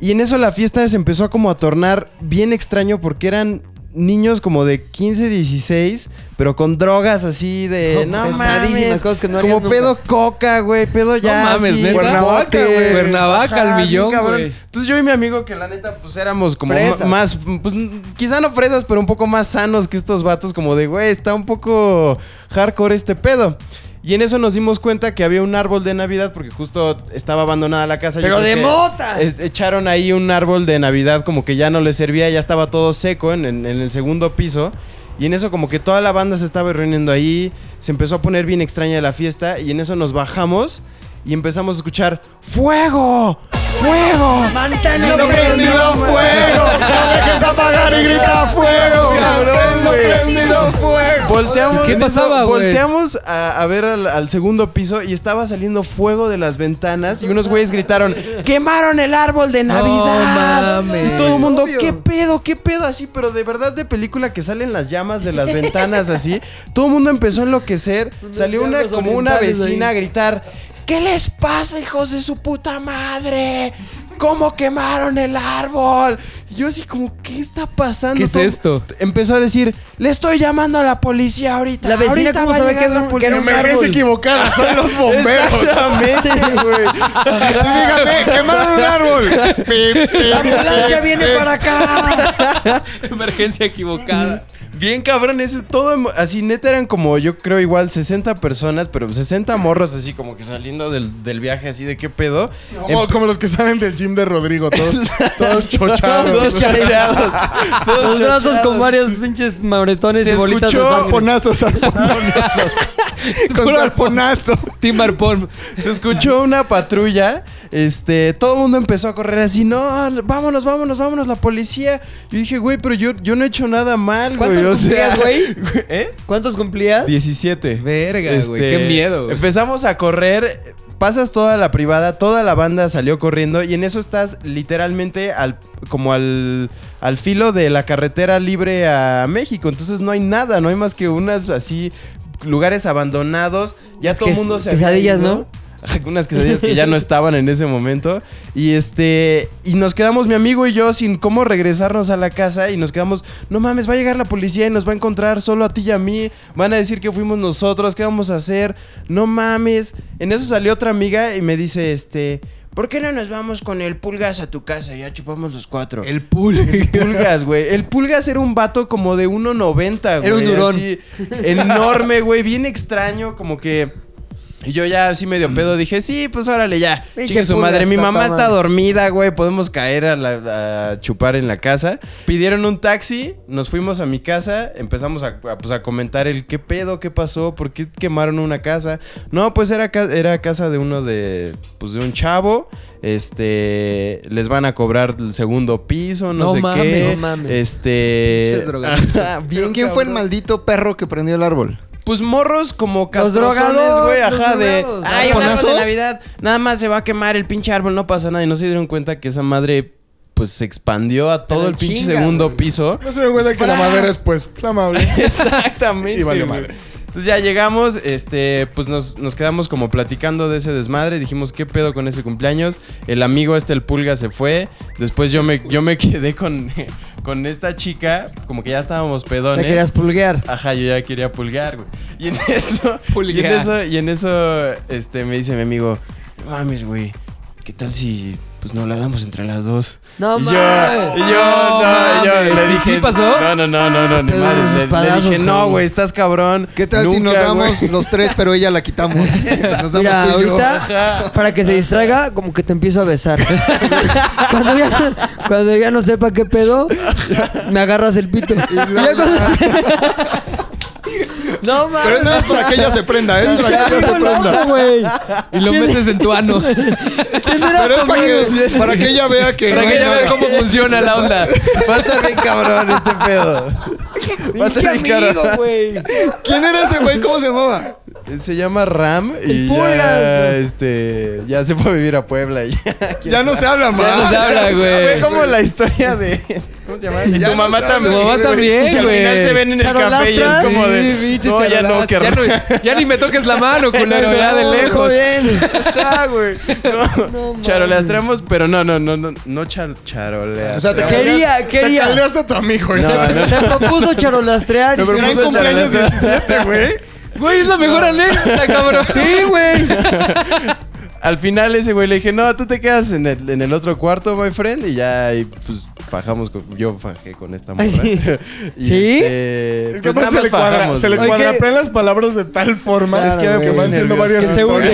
Speaker 6: y en eso la fiesta se empezó como a tornar bien extraño porque eran niños como de 15, 16, pero con drogas así de
Speaker 2: No,
Speaker 6: no,
Speaker 2: pesadísimas
Speaker 6: mames,
Speaker 2: cosas que no harías
Speaker 6: como
Speaker 2: nunca.
Speaker 6: pedo coca, güey, pedo ya
Speaker 4: mames,
Speaker 6: así,
Speaker 4: ¿neta?
Speaker 5: Cuernavaca,
Speaker 6: bote,
Speaker 5: güey.
Speaker 4: Cuernavaca, al
Speaker 6: bien
Speaker 4: millón,
Speaker 6: cabrón.
Speaker 4: güey.
Speaker 6: Entonces yo y mi amigo que la neta pues éramos como
Speaker 2: Fresas.
Speaker 6: ma- más pues quizá no fresas, pero un poco más sanos que estos vatos como de, güey, está un poco hardcore este pedo. Y en eso nos dimos cuenta que había un árbol de Navidad porque justo estaba abandonada la casa. Yo
Speaker 2: ¡Pero
Speaker 6: creo
Speaker 2: de
Speaker 6: que-
Speaker 2: mota!
Speaker 6: es- echaron ahí un árbol de Navidad como que ya no le servía, ya estaba todo seco en, en- en el segundo piso. Y en eso como que toda la banda se estaba reuniendo ahí, se empezó a poner bien extraña la fiesta y en eso nos bajamos y empezamos a escuchar ¡Fuego! ¡Fuego!
Speaker 2: ¡Manténlo
Speaker 6: No
Speaker 2: prendido!
Speaker 6: Volteamos,
Speaker 4: ¿Y qué
Speaker 6: en eso,
Speaker 4: pasaba, güey?
Speaker 6: volteamos a, a ver al, al segundo piso y estaba saliendo fuego de las ventanas y unos güeyes gritaron, ¡quemaron el árbol de Navidad!
Speaker 4: mames.
Speaker 6: y todo el mundo, ¿qué pedo? ¿Qué pedo? Así, pero de verdad de película que salen las llamas de las ventanas así. Todo el mundo empezó a enloquecer. Salió una
Speaker 2: llamas
Speaker 6: como una
Speaker 2: orientales
Speaker 6: vecina
Speaker 2: ahí.
Speaker 6: a gritar, ¿qué les pasa, hijos de su puta madre? ¿Cómo quemaron el árbol? Y yo así como, ¿qué está pasando?
Speaker 4: ¿Qué es
Speaker 6: Todo-
Speaker 4: esto?
Speaker 6: empezó a decir, le estoy llamando a la policía ahorita.
Speaker 2: La vecina,
Speaker 6: ahorita
Speaker 2: ¿cómo
Speaker 6: va a
Speaker 2: sabe
Speaker 6: llegar
Speaker 2: que era
Speaker 6: la
Speaker 2: un-
Speaker 6: policía".
Speaker 2: que era un árbol?
Speaker 5: Emergencia equivocada, son los bomberos.
Speaker 6: Exactamente, güey.
Speaker 3: Sí, dígame, quemaron un árbol. Pip, pip.
Speaker 2: ¡La ambulancia viene para acá!
Speaker 4: Emergencia equivocada.
Speaker 6: Bien cabrón, ese todo emo- así neta eran como yo creo igual 60 personas, pero 60 morros así como que saliendo del, del viaje así de qué pedo.
Speaker 5: Como,
Speaker 6: Em-
Speaker 5: como los que salen del gym de Rodrigo, todos, todos
Speaker 6: Todos
Speaker 5: chochados.
Speaker 6: chachados.
Speaker 2: Los brazos con varios pinches mauretones
Speaker 6: Se
Speaker 2: y bolitas
Speaker 6: escuchó
Speaker 2: de sangre.
Speaker 3: Sarponazos, sarponazos. Con sarponazo.
Speaker 4: Timbar Pom.
Speaker 6: Se escuchó una patrulla. Este, todo el mundo empezó a correr así, no, vámonos, vámonos, vámonos, la policía. Yo dije, güey, pero yo, yo no he hecho nada mal, güey.
Speaker 2: ¿Cuántos
Speaker 6: o sea,
Speaker 2: cumplías, güey?
Speaker 6: ¿Eh?
Speaker 2: ¿Cuántos cumplías?
Speaker 6: 17.
Speaker 4: Verga, güey,
Speaker 6: Este,
Speaker 4: qué miedo. güey.
Speaker 6: Empezamos a correr, pasas toda la privada, toda la banda salió corriendo y en eso estás literalmente al como al, al filo de la carretera libre a México. Entonces no hay nada, no hay más que unas así lugares abandonados. Ya
Speaker 2: Las
Speaker 6: todo el
Speaker 2: ques-
Speaker 6: mundo se
Speaker 2: quesadillas,
Speaker 6: había ido.
Speaker 2: ¿no?
Speaker 6: Unas quesadillas que ya no estaban en ese momento. Y este. Y nos quedamos, mi amigo y yo, sin cómo regresarnos a la casa. Y nos quedamos, no mames, va a llegar la policía y nos va a encontrar solo a ti y a mí. Van a decir que fuimos nosotros, ¿qué vamos a hacer? No mames. En eso salió otra amiga y me dice, este. ¿Por qué no nos vamos con el pulgas a tu casa? Ya chupamos los cuatro. El pulgas, güey. El pulgas era un vato como de 1.90, güey.
Speaker 2: Era un durón.
Speaker 6: así, enorme, güey. Bien extraño, como que. Y yo ya así medio pedo dije, sí, pues órale ya.
Speaker 2: Pinche
Speaker 6: Chingue su
Speaker 2: pulgas,
Speaker 6: madre, mi mamá
Speaker 2: Satamán.
Speaker 6: está dormida, güey, podemos caer a, la- a chupar en la casa. Pidieron un taxi, nos fuimos a mi casa, empezamos a, a, pues, a comentar el qué pedo, qué pasó, por qué quemaron una casa. No, pues era, ca- era casa de uno de, pues de un chavo. Este, les van a cobrar el segundo piso, no,
Speaker 4: No
Speaker 6: sé
Speaker 4: mames,
Speaker 6: qué.
Speaker 4: no mames.
Speaker 6: Este,
Speaker 4: Pinches drogadictos.
Speaker 6: Ajá, bien
Speaker 3: ¿Pero quién fue el
Speaker 6: cabrón.
Speaker 3: maldito perro que prendió el árbol?
Speaker 6: Pues morros como
Speaker 2: Los
Speaker 6: castrozones,
Speaker 2: drogados,
Speaker 6: güey,
Speaker 2: los
Speaker 6: ajá, de...
Speaker 2: drogados.
Speaker 6: Ay, un árbol de
Speaker 3: ¿Ponazos?
Speaker 6: Navidad, nada más se va a quemar el pinche árbol, no pasa nada. Y no se dieron cuenta que esa madre, pues, se expandió a todo
Speaker 2: Pero
Speaker 6: el pinche
Speaker 2: chinga,
Speaker 6: segundo
Speaker 2: güey.
Speaker 6: piso.
Speaker 5: No se me cuenta que la madera es pues flamable.
Speaker 6: Exactamente.
Speaker 5: Y valió
Speaker 6: güey.
Speaker 5: madre.
Speaker 6: Entonces ya llegamos, este, pues nos, nos quedamos como platicando de ese desmadre. Dijimos, ¿qué pedo con ese cumpleaños? El amigo este, el pulga, se fue. Después yo me, yo me quedé con, con esta chica, como que ya estábamos pedones.
Speaker 2: Te querías pulguear.
Speaker 6: Ajá, yo ya quería pulgar, güey. Y en eso,
Speaker 4: Pulgar.
Speaker 6: y en eso, y en eso, este, me dice mi amigo, "No mames, güey, ¿qué tal si, pues, no la damos entre las dos?
Speaker 2: No
Speaker 6: y yo,
Speaker 2: mames.
Speaker 6: y yo,
Speaker 4: No
Speaker 6: no, yo
Speaker 4: mames.
Speaker 6: le
Speaker 4: ¿Y sí
Speaker 6: dije,
Speaker 4: pasó?
Speaker 6: No, no, no, no, no, ni
Speaker 2: Pero
Speaker 6: madres".
Speaker 2: los
Speaker 6: Le- Le,
Speaker 2: espadazos,
Speaker 6: dije, no,
Speaker 2: cabrón.
Speaker 6: güey, estás cabrón.
Speaker 3: ¿Qué tal si nos
Speaker 6: Nunca,
Speaker 3: damos
Speaker 6: güey".
Speaker 3: los tres, pero ella la quitamos? nos damos
Speaker 2: Mira,
Speaker 3: tú y yo.
Speaker 2: ahorita, para que se distraiga, como que te empiezo a besar. cuando, ya, cuando ya no sepa qué pedo, me agarras el pito. Ya cuando- no mames.
Speaker 3: Pero no es para que ella se prenda, ¿eh? Es para
Speaker 2: Ya
Speaker 3: que ella se
Speaker 2: digo loco,
Speaker 3: prenda.
Speaker 2: güey.
Speaker 4: Y lo metes en tu ano. Para
Speaker 2: ¿Quién era
Speaker 3: Pero es para
Speaker 2: conmigo?
Speaker 3: que, para que ella vea que. no
Speaker 4: que
Speaker 3: hay
Speaker 4: ella vea
Speaker 3: nada.
Speaker 4: cómo funciona la onda.
Speaker 6: Va a estar bien cabrón este pedo. Va a estar bien
Speaker 2: Pinche amigo,
Speaker 6: cabrón.
Speaker 2: güey.
Speaker 3: ¿Quién era ese güey? ¿Cómo se llamaba?
Speaker 6: Se llama Ram y
Speaker 2: Pulgas.
Speaker 6: ya, este, ya se fue a vivir a Puebla. y ya.
Speaker 3: Ya no se habla más.
Speaker 4: Ya nos habla,
Speaker 6: Fue
Speaker 4: güey.
Speaker 6: como la historia de. ¿Cómo se llama? Y
Speaker 3: Ya
Speaker 6: tu mamá
Speaker 3: no sabe.
Speaker 6: también.
Speaker 4: Tu mamá también,
Speaker 6: Que
Speaker 4: güey.
Speaker 6: Al final se ven en el café y es
Speaker 2: Charolastras.
Speaker 6: como de.
Speaker 4: Sí, pinche
Speaker 6: no, ya no,
Speaker 4: charolazo.
Speaker 6: que
Speaker 4: ya, no- ya ni me toques la mano, culero, ya de
Speaker 2: No,
Speaker 4: lejos.
Speaker 2: bien.
Speaker 6: Está, güey. No,
Speaker 2: mames.
Speaker 6: charolastramos, pero no, no, no, no, no char charoleastramos.
Speaker 3: O sea, te
Speaker 2: Quería,
Speaker 5: Te
Speaker 2: quería.
Speaker 5: caldeaste a tu amigo, güey.
Speaker 6: No, no. pues
Speaker 2: Te propuso charolastrear. y-
Speaker 6: Me
Speaker 3: Gran
Speaker 6: propuso
Speaker 3: cumpleaños
Speaker 6: charolastra.
Speaker 3: 17, güey.
Speaker 4: Güey, es la mejor anécdota, cabrón. Sí, güey.
Speaker 6: Al final ese güey le dije, no, tú te quedas en el, en el otro cuarto, my friend, y ya, y, pues, fajamos con, yo fajé con esta morra.
Speaker 2: Ay, sí.
Speaker 6: Y,
Speaker 2: ¿Sí?
Speaker 6: este,
Speaker 5: Es que
Speaker 6: pues, nada
Speaker 5: aparte se
Speaker 6: más
Speaker 5: le, cuadra,
Speaker 6: fajamos,
Speaker 5: se le
Speaker 6: güey.
Speaker 2: Oye,
Speaker 5: cuadraplean las palabras de tal forma
Speaker 6: Es que me
Speaker 5: que
Speaker 6: puse
Speaker 5: van siendo
Speaker 6: nervioso.
Speaker 5: varias
Speaker 2: Que se une.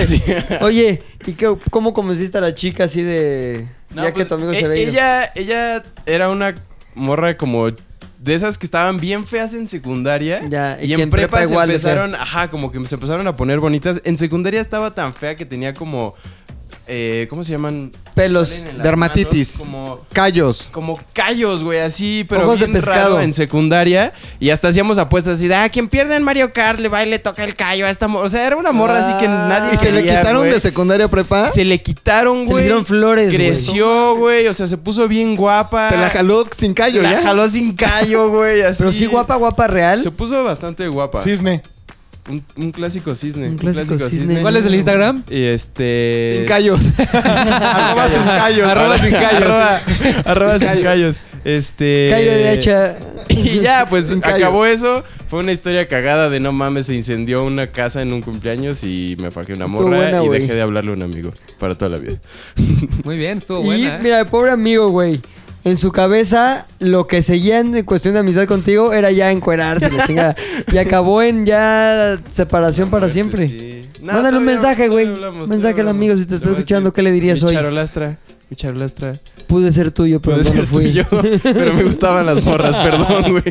Speaker 5: historias.
Speaker 2: Oye, ¿y qué, cómo convenciste a la chica así de.
Speaker 6: No,
Speaker 2: ya
Speaker 6: pues,
Speaker 2: que tu amigo
Speaker 6: e-
Speaker 2: se ve.
Speaker 6: Ella, ella era una morra como de esas que estaban bien feas en secundaria.
Speaker 2: Ya, y
Speaker 6: y,
Speaker 2: que
Speaker 6: en prepa, se
Speaker 2: igual de
Speaker 6: empezaron, ajá, como que se empezaron a poner bonitas. En secundaria estaba tan fea que tenía como. eh, ¿Cómo se llaman?
Speaker 2: Pelos.
Speaker 6: Salen en las
Speaker 3: dermatitis.
Speaker 6: manos como.
Speaker 3: Callos.
Speaker 6: Como callos, güey, así, pero
Speaker 2: Ojos de
Speaker 6: bien
Speaker 2: pescado.
Speaker 6: raro en secundaria. Y hasta hacíamos apuestas así de, ah, quien pierde en Mario Kart le va y le toca el callo a esta morra. O sea, era una morra así que
Speaker 2: Ah.
Speaker 6: nadie
Speaker 3: ¿Y se le
Speaker 6: quería,
Speaker 3: quitaron
Speaker 6: güey.
Speaker 3: de secundaria a prepa?
Speaker 6: Se le quitaron,
Speaker 2: le
Speaker 6: güey.
Speaker 2: dieron flores, güey.
Speaker 6: Creció, güey. O sea, se puso bien guapa.
Speaker 3: Te la jaló sin callo,
Speaker 6: La
Speaker 3: ¿ya?
Speaker 6: jaló sin callo, güey. Así.
Speaker 2: Pero sí, guapa, guapa real.
Speaker 6: Se puso bastante guapa.
Speaker 5: Cisne.
Speaker 6: Un, un clásico cisne.
Speaker 2: Un clásico cisne.
Speaker 4: ¿Cuál es el Instagram? Ah,
Speaker 6: Y este.
Speaker 3: Sin callos. Arroba sin callos.
Speaker 4: Arroba sin callos.
Speaker 6: Arroba, arroba sin callos. Este.
Speaker 2: Calle derecha.
Speaker 6: Y ya, pues
Speaker 3: Sin callo.
Speaker 6: acabó eso. Fue una historia cagada de no mames, se incendió una casa en un cumpleaños y me fajé una
Speaker 2: Estuvo
Speaker 6: morra
Speaker 2: buena,
Speaker 6: y
Speaker 2: güey.
Speaker 6: dejé de hablarle a un amigo para toda la vida.
Speaker 4: Muy bien, estuvo
Speaker 2: Y
Speaker 4: buena. ¿eh?
Speaker 2: mira, el pobre amigo, güey. En su cabeza, lo que seguía en cuestión de amistad contigo era ya encuerarse, la chingada. Y acabó en ya separación para siempre.
Speaker 6: Sí. No,
Speaker 2: Mándale un
Speaker 6: todavía-
Speaker 2: mensaje, güey.
Speaker 6: todavía hablamos,
Speaker 2: Mensaje
Speaker 6: todavía
Speaker 2: al amigo
Speaker 6: hablamos.
Speaker 2: si te
Speaker 6: Le
Speaker 2: está
Speaker 6: voy a
Speaker 2: escuchando,
Speaker 6: decir,
Speaker 2: ¿qué le dirías
Speaker 6: mi
Speaker 2: hoy?
Speaker 6: Charolastra, mi charolastra.
Speaker 2: Pude ser tuyo, pero no
Speaker 6: Puede
Speaker 2: lo
Speaker 6: ser tú
Speaker 2: fui.
Speaker 6: y yo, pero me gustaban las morras, perdón, güey.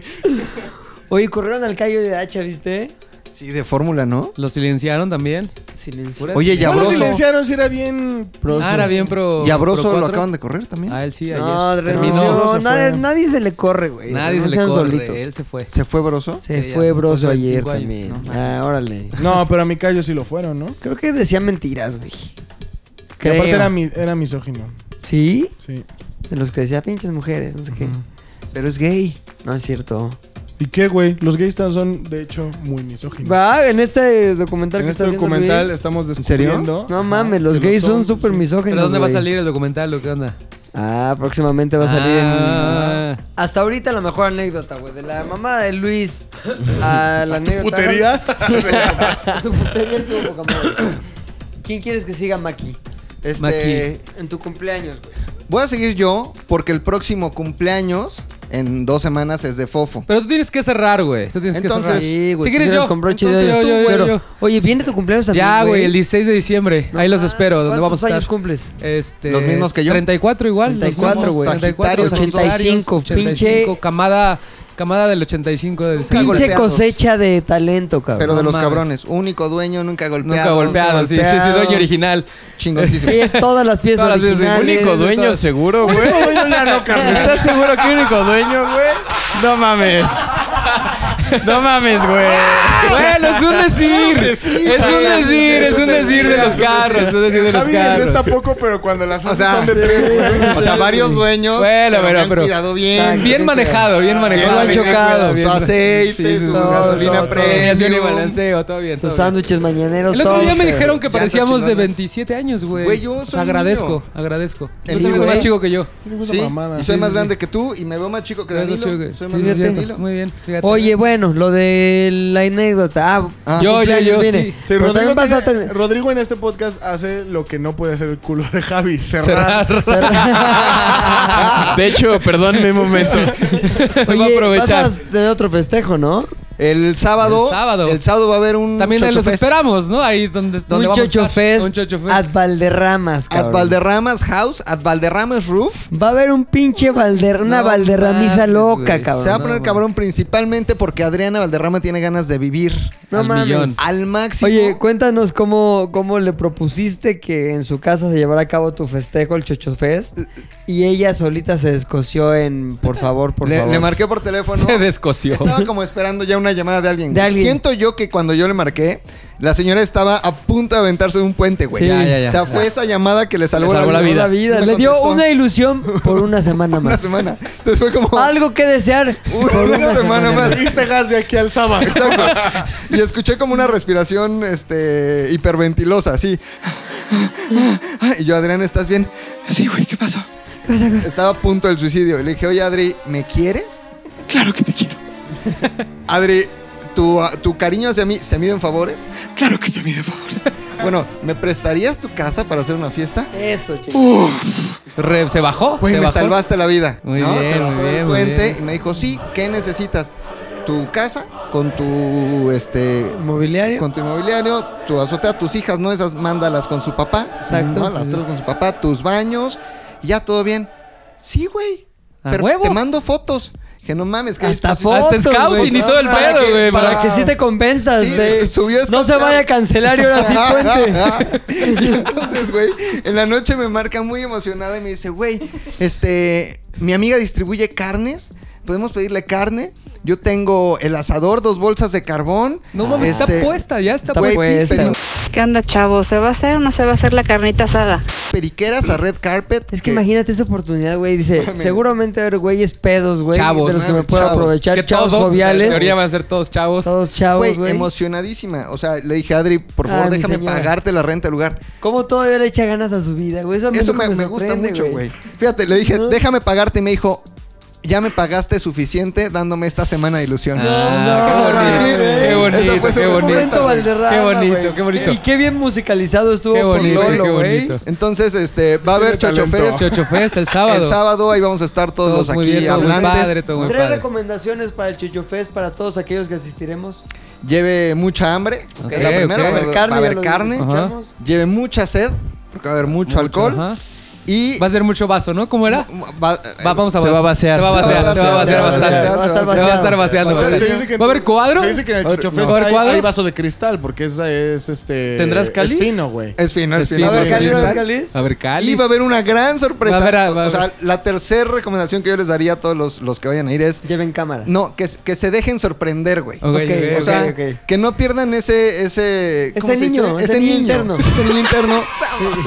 Speaker 2: Oye, corrieron al callo de hacha, ¿viste?
Speaker 3: Sí, de fórmula, ¿no?
Speaker 4: Lo silenciaron también.
Speaker 2: Silencio.
Speaker 4: Pura-
Speaker 3: Oye,
Speaker 5: No lo
Speaker 3: Yabroso.
Speaker 5: silenciaron si era bien.
Speaker 4: Ah, era bien pro.
Speaker 3: Y a Broso
Speaker 4: pro
Speaker 3: lo
Speaker 4: cuatro. Ah.
Speaker 3: acaban de correr también.
Speaker 4: A él sí, ayer.
Speaker 2: No, renunció.
Speaker 4: Terminó.
Speaker 5: No, se fue.
Speaker 2: nadie, nadie se le corre, güey.
Speaker 4: Nadie se le
Speaker 2: Renuncian
Speaker 4: corre.
Speaker 2: solitos.
Speaker 4: Él se fue.
Speaker 3: ¿Se fue Broso?
Speaker 2: Se
Speaker 4: Sí, ya,
Speaker 2: fue
Speaker 4: después
Speaker 2: broso
Speaker 4: de
Speaker 2: ayer
Speaker 4: 25 años,
Speaker 2: también.
Speaker 4: no
Speaker 2: ah, órale.
Speaker 5: No, pero a mi callo sí lo fueron, ¿no?
Speaker 2: Creo que decía mentiras, güey.
Speaker 5: Que aparte
Speaker 2: Creo.
Speaker 5: era, mi- era misógino.
Speaker 2: ¿Sí?
Speaker 5: Sí.
Speaker 2: De los que decía pinches mujeres, no sé qué.
Speaker 3: Pero es gay.
Speaker 2: No es cierto.
Speaker 5: ¿Y qué, güey? Los gays tan- son, de hecho, muy misóginos.
Speaker 2: Va, en este documental
Speaker 5: En
Speaker 2: que
Speaker 5: este
Speaker 2: está haciendo
Speaker 5: documental
Speaker 2: Luis,
Speaker 5: estamos
Speaker 3: serio?
Speaker 5: descubriendo.
Speaker 2: No
Speaker 5: ajá,
Speaker 2: mames, los
Speaker 5: que lo
Speaker 2: gays son
Speaker 5: sí,
Speaker 2: súper
Speaker 5: sí.
Speaker 2: misóginos.
Speaker 4: ¿Pero dónde va a
Speaker 2: güey.
Speaker 4: salir el documental o qué onda?
Speaker 2: Ah, próximamente va a salir en.
Speaker 4: Ah.
Speaker 2: Hasta ahorita la mejor anécdota, güey. De la mamá de Luis a la anécdota.
Speaker 5: Putería.
Speaker 2: tu putería estuvo poca madre. ¿Quién quieres que siga Maki?
Speaker 3: Este,
Speaker 4: Maki.
Speaker 2: En tu cumpleaños, güey.
Speaker 3: voy a seguir yo porque el próximo cumpleaños en dos semanas es de Fofo.
Speaker 4: Pero tú tienes que cerrar, güey. Tú tienes
Speaker 3: Entonces-
Speaker 4: que cerrar.
Speaker 2: Sí, güey.
Speaker 4: si quieres
Speaker 2: quieres
Speaker 4: yo.
Speaker 2: con broche de
Speaker 4: Entonces
Speaker 2: oro.
Speaker 4: tú, yo, yo,
Speaker 2: Pero-
Speaker 4: yo.
Speaker 2: Oye, viene tu cumpleaños también, Ah,
Speaker 4: Ya, güey, el 16 de diciembre. Ahí los espero, donde vamos a estar.
Speaker 2: años cumples?
Speaker 4: Este,
Speaker 3: Los mismos que yo.
Speaker 4: 34 igual. los
Speaker 2: 34,
Speaker 4: mismos,
Speaker 3: güey.
Speaker 4: 34,
Speaker 3: Sagitarios,
Speaker 4: 85, 85,
Speaker 2: pinche-
Speaker 4: camada, camada del 85 del
Speaker 3: Nunca
Speaker 4: Sagitario.
Speaker 2: Pinche
Speaker 3: golpeados.
Speaker 2: cosecha de talento,
Speaker 3: Pero
Speaker 2: cabrón.
Speaker 3: de
Speaker 4: No
Speaker 3: los
Speaker 4: mames.
Speaker 3: cabrones, único dueño, nunca golpeado.
Speaker 4: Nunca golpeado, sí, sí, sí,
Speaker 2: golpeado.
Speaker 4: dueño original.
Speaker 3: Chingoncísimo.
Speaker 2: Sí, es todas las piezas
Speaker 4: Todas las piezas,
Speaker 2: originales.
Speaker 6: Único dueño
Speaker 4: todas-
Speaker 6: seguro, güey. Único dueño ya no, Carmen. ¿Estás seguro que único dueño, güey? No mames. No mames, güey.
Speaker 4: Bueno, es un decir. Es un decir, es un decir de los carros, es un decir de los
Speaker 5: Javi, eso está
Speaker 4: carros.
Speaker 5: poco, pero cuando las
Speaker 3: O
Speaker 5: haces
Speaker 3: sea,
Speaker 5: son de tres, güey.
Speaker 3: o sea, varios dueños.
Speaker 4: Bueno,
Speaker 3: me
Speaker 4: pero-
Speaker 3: han
Speaker 4: pero-
Speaker 3: cuidado bien.
Speaker 4: Bien manejado, bien manejado.
Speaker 2: han
Speaker 4: bien
Speaker 2: chocado.
Speaker 4: cuidado, bien-
Speaker 3: Su aceite,
Speaker 4: Sí, sí,
Speaker 3: su
Speaker 4: sí,
Speaker 2: todo,
Speaker 3: gasolina
Speaker 2: todo, todo.
Speaker 4: Combinación y
Speaker 3: premium.
Speaker 4: balanceo, todo bien. todo
Speaker 2: Sus
Speaker 4: bien.
Speaker 2: sándwiches mañaneros.
Speaker 4: El otro día
Speaker 2: todo.
Speaker 4: me dijeron que
Speaker 3: Llantas
Speaker 4: parecíamos de
Speaker 3: chingonas.
Speaker 4: 27 años, güey.
Speaker 3: Güey, yo soy
Speaker 4: agradezco,
Speaker 3: niño.
Speaker 4: agradezco.
Speaker 3: Sí,
Speaker 4: Tú también eres
Speaker 3: güey.
Speaker 4: más chico que yo.
Speaker 3: Sí, y soy más grande que tú y me veo más chico que
Speaker 4: Eres más
Speaker 3: Danilo.
Speaker 4: chico que-
Speaker 3: Soy
Speaker 4: Sí,
Speaker 3: más
Speaker 4: sí,
Speaker 3: grande que
Speaker 4: cierto.
Speaker 3: Danilo.
Speaker 4: Muy bien, fíjate.
Speaker 2: Oye, bueno, lo de la anécdota. Ah,
Speaker 3: Ah.
Speaker 2: tu
Speaker 4: Yo, yo,
Speaker 2: cumpleaños
Speaker 4: yo,
Speaker 2: viene.
Speaker 4: sí.
Speaker 5: Sí,
Speaker 2: Pero
Speaker 5: Rodrigo,
Speaker 2: también vas a
Speaker 5: tiene-
Speaker 2: tener...
Speaker 5: Rodrigo en este podcast hace lo que no puede hacer el culo de Javi, cerrar.
Speaker 4: cerrar.
Speaker 6: De hecho, perdón mi momento.
Speaker 4: Voy a
Speaker 2: Oye,
Speaker 4: aprovechar.
Speaker 2: Vas a tener otro festejo, ¿no?
Speaker 3: El sábado,
Speaker 4: El sábado.
Speaker 3: el sábado va a haber un
Speaker 4: También ahí
Speaker 3: Chocho
Speaker 4: los
Speaker 3: Fest.
Speaker 4: esperamos, ¿no? Ahí donde, donde
Speaker 2: un
Speaker 4: vamos a
Speaker 2: chocho
Speaker 4: estar.
Speaker 2: fest.
Speaker 4: Un chocho fest.
Speaker 2: At Valderramas,
Speaker 3: At
Speaker 2: cabrón.
Speaker 3: Valderramas House, at Valderramas Roof.
Speaker 2: Va a haber un pinche Valder... una
Speaker 4: No
Speaker 2: Valderramiza
Speaker 4: mames,
Speaker 2: loca,
Speaker 4: güey.
Speaker 3: Se va a
Speaker 2: cabrón.
Speaker 3: poner
Speaker 4: no,
Speaker 3: cabrón principalmente porque Adriana Valderrama tiene ganas de vivir
Speaker 2: No
Speaker 4: al
Speaker 2: mames.
Speaker 4: millón.
Speaker 3: al máximo.
Speaker 2: Oye, cuéntanos cómo, cómo le propusiste que en su casa se llevara a cabo tu festejo, el Chocho Fest, y ella solita se descoció en por favor, por
Speaker 3: le,
Speaker 2: favor.
Speaker 3: le marqué por teléfono.
Speaker 4: Se descoció.
Speaker 3: Estaba como esperando ya una llamada de alguien.
Speaker 2: De
Speaker 3: güey.
Speaker 2: alguien.
Speaker 3: Siento yo que cuando yo le marqué, la señora estaba a punto de aventarse de un puente, güey.
Speaker 2: Sí.
Speaker 4: Ya, ya, ya.
Speaker 3: o sea, fue esa llamada que le salvó,
Speaker 4: Le salvó
Speaker 3: la,
Speaker 4: la
Speaker 3: vida.
Speaker 2: La vida.
Speaker 3: Sí me
Speaker 2: le dio
Speaker 3: contestó.
Speaker 2: una ilusión por una semana
Speaker 3: Una
Speaker 2: más.
Speaker 3: semana. Entonces fue como.
Speaker 2: Algo que desear
Speaker 3: Una,
Speaker 2: por
Speaker 3: una semana más.
Speaker 2: más.
Speaker 3: Diste gas de aquí al sábado. Exacto. Y escuché como una respiración este, hiperventilosa, así. Y yo, Adrián, ¿estás bien? Sí, güey, ¿qué pasó? Estaba a punto del suicidio. Y le dije, oye, Adri, ¿me quieres? Claro que te quiero. Adri, ¿tu, tu cariño hacia mí se mide en favores? Claro que se mide en favores. Bueno, ¿me prestarías tu casa para hacer una fiesta?
Speaker 2: Eso, chico.
Speaker 4: Re- se bajó.
Speaker 3: Güey,
Speaker 4: se
Speaker 3: me
Speaker 4: bajó.
Speaker 3: salvaste la vida.
Speaker 4: Muy
Speaker 3: ¿no?
Speaker 4: bien,
Speaker 3: Se bajó
Speaker 4: muy
Speaker 3: del
Speaker 4: bien, muy
Speaker 3: puente
Speaker 4: bien.
Speaker 3: y me dijo, sí, ¿qué necesitas? Tu casa con tu este
Speaker 2: Uh, Mobiliario.
Speaker 3: con tu inmobiliario, tu azotea, tus hijas, ¿no? Esas mándalas con su papá.
Speaker 2: Exacto.
Speaker 3: ¿no? Las tres con su papá, tus baños, y ya todo bien. Sí, güey.
Speaker 4: ¿A
Speaker 3: Pero
Speaker 4: huevo?
Speaker 3: te mando fotos. Que no mames, que
Speaker 2: Hasta
Speaker 3: fotos.
Speaker 2: fotos.
Speaker 4: Hasta scouting
Speaker 2: güey.
Speaker 4: y todo el
Speaker 2: Para
Speaker 4: pedo,
Speaker 2: que-
Speaker 4: güey,
Speaker 2: Pues, Para
Speaker 4: para-
Speaker 2: que sí te compensas.
Speaker 3: Sí,
Speaker 2: de-
Speaker 3: su- subió
Speaker 2: no se
Speaker 3: scouteado.
Speaker 2: vaya a cancelar y ahora sí puente.
Speaker 3: y entonces, güey, en la noche me marca muy emocionada y me dice, güey, este, mi amiga distribuye carnes, podemos pedirle carne. Yo tengo el asador, dos bolsas de carbón.
Speaker 4: No mames,
Speaker 3: Este,
Speaker 4: está puesta, ya está,
Speaker 2: Está
Speaker 3: güey, pues,
Speaker 2: puesta.
Speaker 3: peri-
Speaker 10: ¿Qué onda, chavo? ¿Se va a hacer o no se va a hacer la carnita asada?
Speaker 3: periqueras a red carpet.
Speaker 2: Es que imagínate esa oportunidad, güey. Dice, seguramente va a haber güeyes pedos, güey.
Speaker 4: Chavos,
Speaker 2: De los que me
Speaker 3: mames,
Speaker 2: puedo
Speaker 3: chavos.
Speaker 2: aprovechar.
Speaker 4: Que
Speaker 2: chavos
Speaker 4: todos,
Speaker 2: joviales.
Speaker 4: En teoría van a ser todos chavos.
Speaker 2: Todos chavos,
Speaker 3: Güey,
Speaker 2: güey.
Speaker 3: emocionadísima. O sea, le dije, Adri, por
Speaker 2: Ay,
Speaker 3: favor,
Speaker 2: mi
Speaker 3: déjame
Speaker 2: señora.
Speaker 3: pagarte la renta del lugar.
Speaker 2: ¿Cómo todavía le echa ganas a su vida, güey? Eso, a mí
Speaker 3: Eso
Speaker 2: nunca
Speaker 3: me, me gusta
Speaker 2: sorprende,
Speaker 3: mucho, güey. Fíjate, le dije,
Speaker 2: Ajá.
Speaker 3: déjame pagarte. Y me dijo, ya me pagaste suficiente dándome esta semana de ilusión.
Speaker 4: Ah,
Speaker 3: no,
Speaker 4: qué
Speaker 3: no,
Speaker 4: bonito,
Speaker 3: güey. Esa fue
Speaker 4: qué bonito,
Speaker 3: su
Speaker 4: qué
Speaker 3: respuesta,
Speaker 2: Momento
Speaker 4: bonito.
Speaker 3: güey.
Speaker 2: Valderrama,
Speaker 4: Qué bonito,
Speaker 2: güey.
Speaker 4: qué bonito.
Speaker 2: Y qué bien musicalizado estuvo
Speaker 4: Qué bonito,
Speaker 2: con
Speaker 4: qué
Speaker 2: Lolo, güey.
Speaker 4: bonito.
Speaker 3: Entonces, este, va a haber
Speaker 5: Tiene
Speaker 3: Chocho
Speaker 5: talento.
Speaker 3: Fest.
Speaker 4: Se ocho fest el sábado.
Speaker 3: El sábado ahí vamos a estar todos,
Speaker 4: Todos muy
Speaker 3: aquí
Speaker 4: bien, todo muy
Speaker 3: hablantes.
Speaker 4: padre, todo muy
Speaker 2: Tres
Speaker 4: padre.
Speaker 2: recomendaciones para el Chicho Fest para todos aquellos que asistiremos.
Speaker 3: Lleve mucha hambre, que es
Speaker 4: Ok,
Speaker 3: la primera,
Speaker 4: ok.
Speaker 3: va a haber- va a
Speaker 2: ya
Speaker 3: haber
Speaker 2: lo
Speaker 3: carne.
Speaker 2: escuchamos.
Speaker 3: Lleve mucha sed, porque va a haber mucho, alcohol.
Speaker 4: Ajá.
Speaker 3: Y
Speaker 4: Va a ser mucho vaso, ¿no? ¿Cómo era?
Speaker 3: va-
Speaker 4: Va- vamos a
Speaker 6: Se va a vaciar.
Speaker 4: Se va a vaciar, se va a vaciar bastante.
Speaker 2: vaciar,
Speaker 4: Se va a estar vaciando.
Speaker 5: O sea,
Speaker 4: bastante.
Speaker 5: se dice que en
Speaker 4: ¿Va a
Speaker 5: tu-
Speaker 4: haber cuadro?
Speaker 5: Se dice que en el
Speaker 4: ¿Va a haber-
Speaker 5: Chocho
Speaker 4: no.
Speaker 5: Fest
Speaker 4: ¿Va a haber
Speaker 5: hay,
Speaker 4: cuadro?
Speaker 5: hay vaso de cristal, porque esa es este.
Speaker 6: ¿Tendrás cáliz?
Speaker 5: Es fino, güey.
Speaker 3: Es fino, es
Speaker 4: Es
Speaker 3: fino.
Speaker 4: fino,
Speaker 3: Va a haber
Speaker 4: es
Speaker 3: calidad.
Speaker 4: fino.
Speaker 2: ¿Va a haber cáliz?
Speaker 4: Va a haber cáliz.
Speaker 3: Y va a haber una gran sorpresa.
Speaker 4: Va a haber- va a
Speaker 3: O- o
Speaker 4: haber-
Speaker 3: sea, la tercera recomendación que yo les daría a todos los, los que vayan a ir es...
Speaker 2: Lleven cámara.
Speaker 3: No, que, que se dejen sorprender, güey.
Speaker 4: Ok, ok,
Speaker 3: O
Speaker 4: ok.
Speaker 3: sea,
Speaker 2: ok.
Speaker 3: que no pierdan ese... Ese, ¿cómo
Speaker 2: Ese
Speaker 3: se
Speaker 2: niño,
Speaker 3: dice?
Speaker 2: ese niño interno.
Speaker 3: Ese niño interno.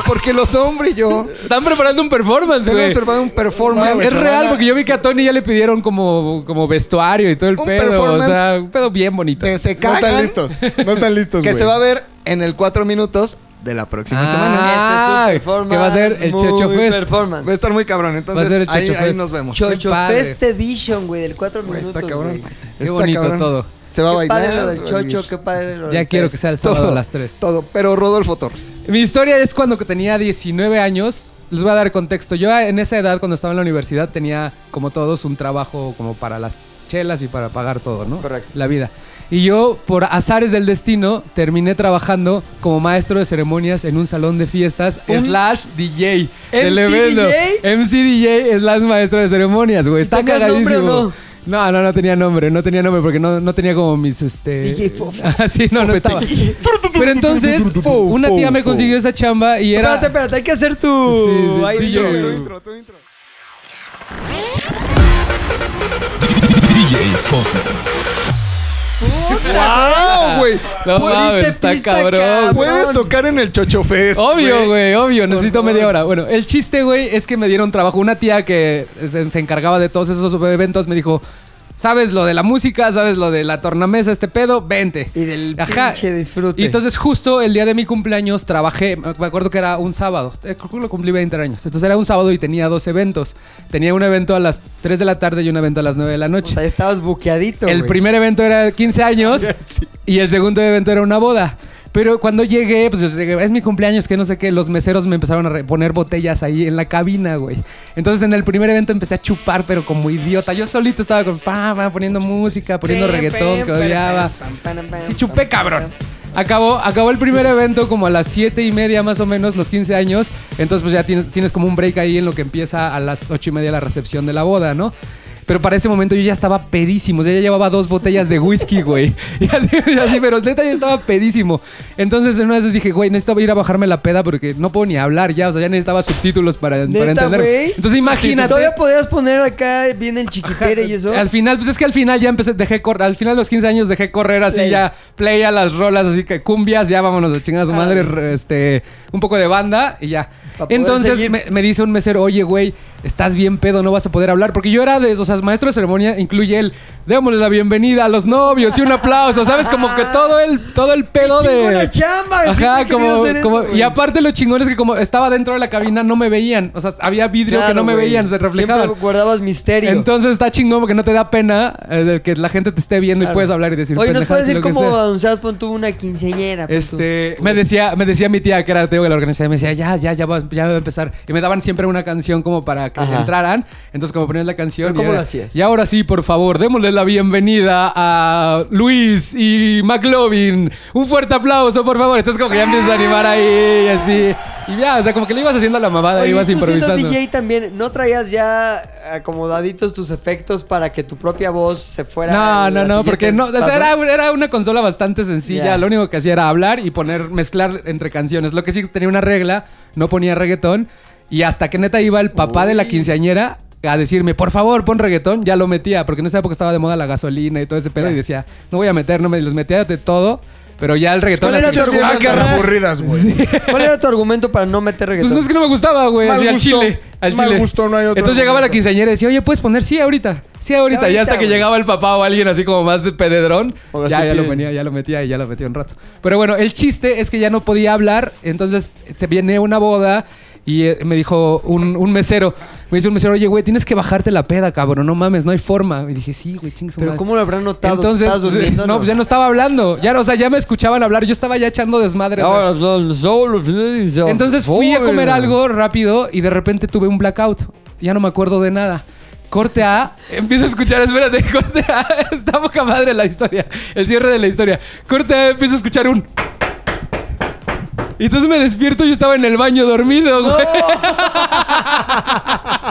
Speaker 3: Porque los hombres y yo...
Speaker 4: Están preparando un performance,
Speaker 3: Se han
Speaker 4: güey.
Speaker 3: observado un performance.
Speaker 4: Es real, porque yo vi que a Tony ya le pidieron como, como vestuario y todo el
Speaker 3: Un
Speaker 4: pedo. O
Speaker 3: performance
Speaker 4: sea, un pedo bien bonito.
Speaker 3: Que se
Speaker 5: No
Speaker 3: cagan.
Speaker 5: están listos. No están listos,
Speaker 3: Que
Speaker 5: güey.
Speaker 3: se va a ver en el 4 minutos de la próxima semana.
Speaker 4: Ah,
Speaker 2: Este es un
Speaker 4: que va a ser el
Speaker 2: performance,
Speaker 4: Checho
Speaker 2: muy
Speaker 4: Fest.
Speaker 2: performance.
Speaker 3: Va a estar muy cabrón. Entonces,
Speaker 4: ser el
Speaker 3: ahí,
Speaker 4: Chocho
Speaker 3: ahí
Speaker 4: Fest.
Speaker 3: nos vemos.
Speaker 2: Chocho
Speaker 4: padre.
Speaker 2: Fest Edition, güey, del 4
Speaker 3: Güey,
Speaker 2: minutos.
Speaker 3: está cabrón.
Speaker 2: güey.
Speaker 4: Qué
Speaker 3: Está
Speaker 4: bonito
Speaker 3: cabrón.
Speaker 4: todo.
Speaker 3: Se va a
Speaker 2: Qué
Speaker 3: bailar.
Speaker 2: padre lo
Speaker 3: se
Speaker 2: del
Speaker 3: va a vivir.
Speaker 2: Chocho, qué padre lo del
Speaker 4: Ya quiero
Speaker 2: Fest.
Speaker 4: que sea el sábado a las 3.
Speaker 3: Todo, pero Rodolfo Torres.
Speaker 4: Mi historia es cuando que tenía 19 años. les voy a dar contexto. Yo ah, en esa edad, cuando estaba en la universidad, tenía, como todos, un trabajo como para las chelas y para pagar todo, ¿no?
Speaker 2: Correcto.
Speaker 4: La vida. Y yo, por azares del destino, terminé trabajando como maestro de ceremonias en un salón de fiestas, slash DJ del
Speaker 2: ¿MC
Speaker 4: evento.
Speaker 2: DJ?
Speaker 4: MC DJ slash maestro de ceremonias, güey. Está
Speaker 2: ¿Tenías
Speaker 4: cagadísimo.
Speaker 2: nombre o no?
Speaker 4: No, no, no tenía nombre, no tenía nombre porque no, no tenía como mis este.
Speaker 2: DJ Fofo.
Speaker 4: Ah, sí, no, no estaba. Pero entonces,
Speaker 5: Fofo.
Speaker 4: una tía me consiguió esa chamba y era.
Speaker 2: Espérate, espérate, hay que hacer tu
Speaker 4: Sí, sí,
Speaker 2: Ay,
Speaker 4: sí,
Speaker 2: DJ,
Speaker 4: yo,
Speaker 2: güey.
Speaker 4: güey.
Speaker 8: DJ Fofo.
Speaker 3: ¡Wow, güey!
Speaker 4: Ah, No
Speaker 2: Pues,
Speaker 4: mames,
Speaker 2: diste
Speaker 4: está
Speaker 2: pista, Pues,
Speaker 4: cabrón.
Speaker 2: cabrón.
Speaker 3: Puedes tocar en el Chochofest.
Speaker 4: Obvio, güey, obvio. Necesito media hora. Bueno, el chiste, güey, es que me dieron trabajo. Una tía que se, se encargaba de todos esos eventos me dijo: ¿Sabes lo de la música? ¿Sabes lo de la tornamesa? Este pedo, vente.
Speaker 2: Y del
Speaker 4: Ajá.
Speaker 2: pinche disfrute.
Speaker 4: Y entonces justo el día de mi cumpleaños trabajé, me acuerdo que era un sábado, eh, creo que lo cumplí 20 años, entonces era un sábado y tenía dos eventos. Tenía un evento a las 3 de la tarde y un evento a las 9 de la
Speaker 2: O
Speaker 4: noche.
Speaker 2: sea, estabas buqueadito.
Speaker 4: El
Speaker 2: güey.
Speaker 4: primer evento era 15 años y el segundo evento era una boda. Pero cuando llegué, pues yo llegué, es mi cumpleaños, que no sé qué, los meseros me empezaron a re- poner botellas ahí en la cabina, güey. Entonces en el primer evento empecé a chupar, pero como idiota. Yo solito estaba con, pa, pa, poniendo música, poniendo reggaetón que odiaba. Sí, chupé, cabrón. Acabó, acabó el primer evento como a las 7 y media más o menos, los 15 años. Entonces pues ya tienes, tienes como un break ahí en lo que empieza a las 8 y media la recepción de la boda, ¿no? Pero para ese momento yo ya estaba pedísimo. O sea, ya llevaba dos botellas de whisky, güey. Y así, y así, pero neta ya estaba pedísimo. Entonces en una vez dije, güey, necesito ir a bajarme la peda porque no puedo ni hablar ya. O sea, ya necesitaba subtítulos para, para
Speaker 2: Neta,
Speaker 4: entender.
Speaker 2: güey.
Speaker 4: Entonces imagínate.
Speaker 2: Todavía podías poner acá bien el chiquitere y eso.
Speaker 4: Al final, pues es que al final ya empecé, dejé correr, al final de los 15 años dejé correr así
Speaker 2: Play.
Speaker 4: ya, play a las rolas, así que cumbias, ya vámonos a chingar a su madre, re- este, un poco de banda y ya.
Speaker 2: Ah. Pa poder
Speaker 4: Entonces
Speaker 2: seguir.
Speaker 4: me, me dice un mesero, oye, güey, estás bien pedo, no vas a poder hablar, porque yo era de, o sea, maestro de ceremonia, incluye el, démosle la bienvenida a los novios y un aplauso, ¿sabes? Como que todo el, todo el pedo de...
Speaker 2: Una chamba. siempre
Speaker 4: Ajá,
Speaker 2: he querido
Speaker 4: como,
Speaker 2: hacer
Speaker 4: como-
Speaker 2: eso, güey.
Speaker 4: y aparte los chingones que como estaba dentro de la cabina no me veían, o sea, había vidrio que
Speaker 2: Claro,
Speaker 4: no me
Speaker 2: güey.
Speaker 4: veían, se reflejaban.
Speaker 2: Siempre guardabas misterio.
Speaker 4: Entonces está chingón porque no te da pena eh, de que la gente te esté viendo
Speaker 2: Claro.
Speaker 4: y puedes hablar y decir
Speaker 2: Oye, ¿nos
Speaker 4: pendejadas
Speaker 2: puedes
Speaker 4: y
Speaker 2: decir
Speaker 4: lo que
Speaker 2: cómo
Speaker 4: sea.
Speaker 2: anunciabas pon tú una quinceañera? pon tú?
Speaker 4: Este, me decía, me decía mi tía que era Teo de la organización, me decía, ya, ya, ya va, ya va a empezar. Y me daban siempre una canción como para que
Speaker 2: Ajá.
Speaker 4: entraran. Entonces, como ponías la canción.
Speaker 2: ¿Pero
Speaker 4: y
Speaker 2: cómo
Speaker 4: era,
Speaker 2: lo hacías?
Speaker 4: Y ahora sí, por favor, démosle la bienvenida a Luis y McLovin. Un fuerte aplauso, por favor. Entonces, como que ya empiezas a animar ahí y así. Y ya, o sea, como que le ibas haciendo la mamada,
Speaker 2: Oye,
Speaker 4: ibas
Speaker 2: tú siendo
Speaker 4: improvisando.
Speaker 2: DJ también, ¿no traías ya acomodaditos tus efectos para que tu propia voz se fuera? a
Speaker 4: No,
Speaker 2: la
Speaker 4: no, no,
Speaker 2: siguiente
Speaker 4: porque no, o sea,
Speaker 2: paso?
Speaker 4: era, era una consola bastante sencilla.
Speaker 2: Ya.
Speaker 4: Lo único que hacía era hablar y poner, mezclar entre canciones. Lo que sí tenía una regla, no ponía reggaetón. Y hasta que neta iba el papá de la quinceañera a decirme, por favor, pon reggaetón, ya lo metía, porque en esa época estaba de moda la gasolina y todo ese pedo. Y decía, no voy a meter, no me los metía de todo. Pero ya el reggaetón.
Speaker 2: ¿Cuál era
Speaker 4: así-
Speaker 2: tu
Speaker 5: Muchas viejas
Speaker 2: Ah,
Speaker 5: tan
Speaker 2: carnal.
Speaker 5: aburridas, güey.
Speaker 2: ¿Cuál era tu argumento para no meter
Speaker 4: Pues
Speaker 2: reggaetón?
Speaker 4: no es que no me gustaba, güey.
Speaker 5: Mal
Speaker 4: así al
Speaker 5: gusto.
Speaker 4: chile. Al
Speaker 5: Mal
Speaker 4: chile.
Speaker 5: gusto, no hay otro
Speaker 4: Entonces llegaba la
Speaker 5: argumento.
Speaker 4: quinceañera y decía, oye, puedes poner sí ahorita. Sí ahorita.
Speaker 2: Sí,
Speaker 4: y hasta
Speaker 2: ahorita,
Speaker 4: que
Speaker 2: güey.
Speaker 4: llegaba el papá o alguien así como más de pededrón.
Speaker 2: O
Speaker 4: Ya,
Speaker 2: así
Speaker 4: ya lo
Speaker 2: piden.
Speaker 4: venía, ya lo metía y ya lo metía un rato. Pero bueno, el chiste es que ya no podía hablar. Entonces se viene una boda. Y eh, me dijo un, un mesero, me dice un mesero, oye, güey, tienes que bajarte la peda, cabrón, no mames, no hay forma. Y dije, sí, güey, chingue su
Speaker 2: Pero
Speaker 4: madre".
Speaker 2: ¿cómo lo habrán notado?
Speaker 4: Entonces,
Speaker 2: ¿Estabas durmiendo o
Speaker 4: no, pues ya no estaba hablando. Ya, no, o sea, ya me escuchaban hablar, yo estaba ya echando desmadre. o sea,
Speaker 2: Ahora, sol, sol, sol.
Speaker 4: entonces fui a comer
Speaker 2: Voy.
Speaker 4: algo rápido y de repente tuve un blackout. Ya no me acuerdo de nada. Corte A, empiezo a escuchar, espérate, corte A, está poca madre la historia, el cierre de la historia. Corte A, empiezo a escuchar un... Y entonces me despierto y yo estaba en el baño dormido, güey.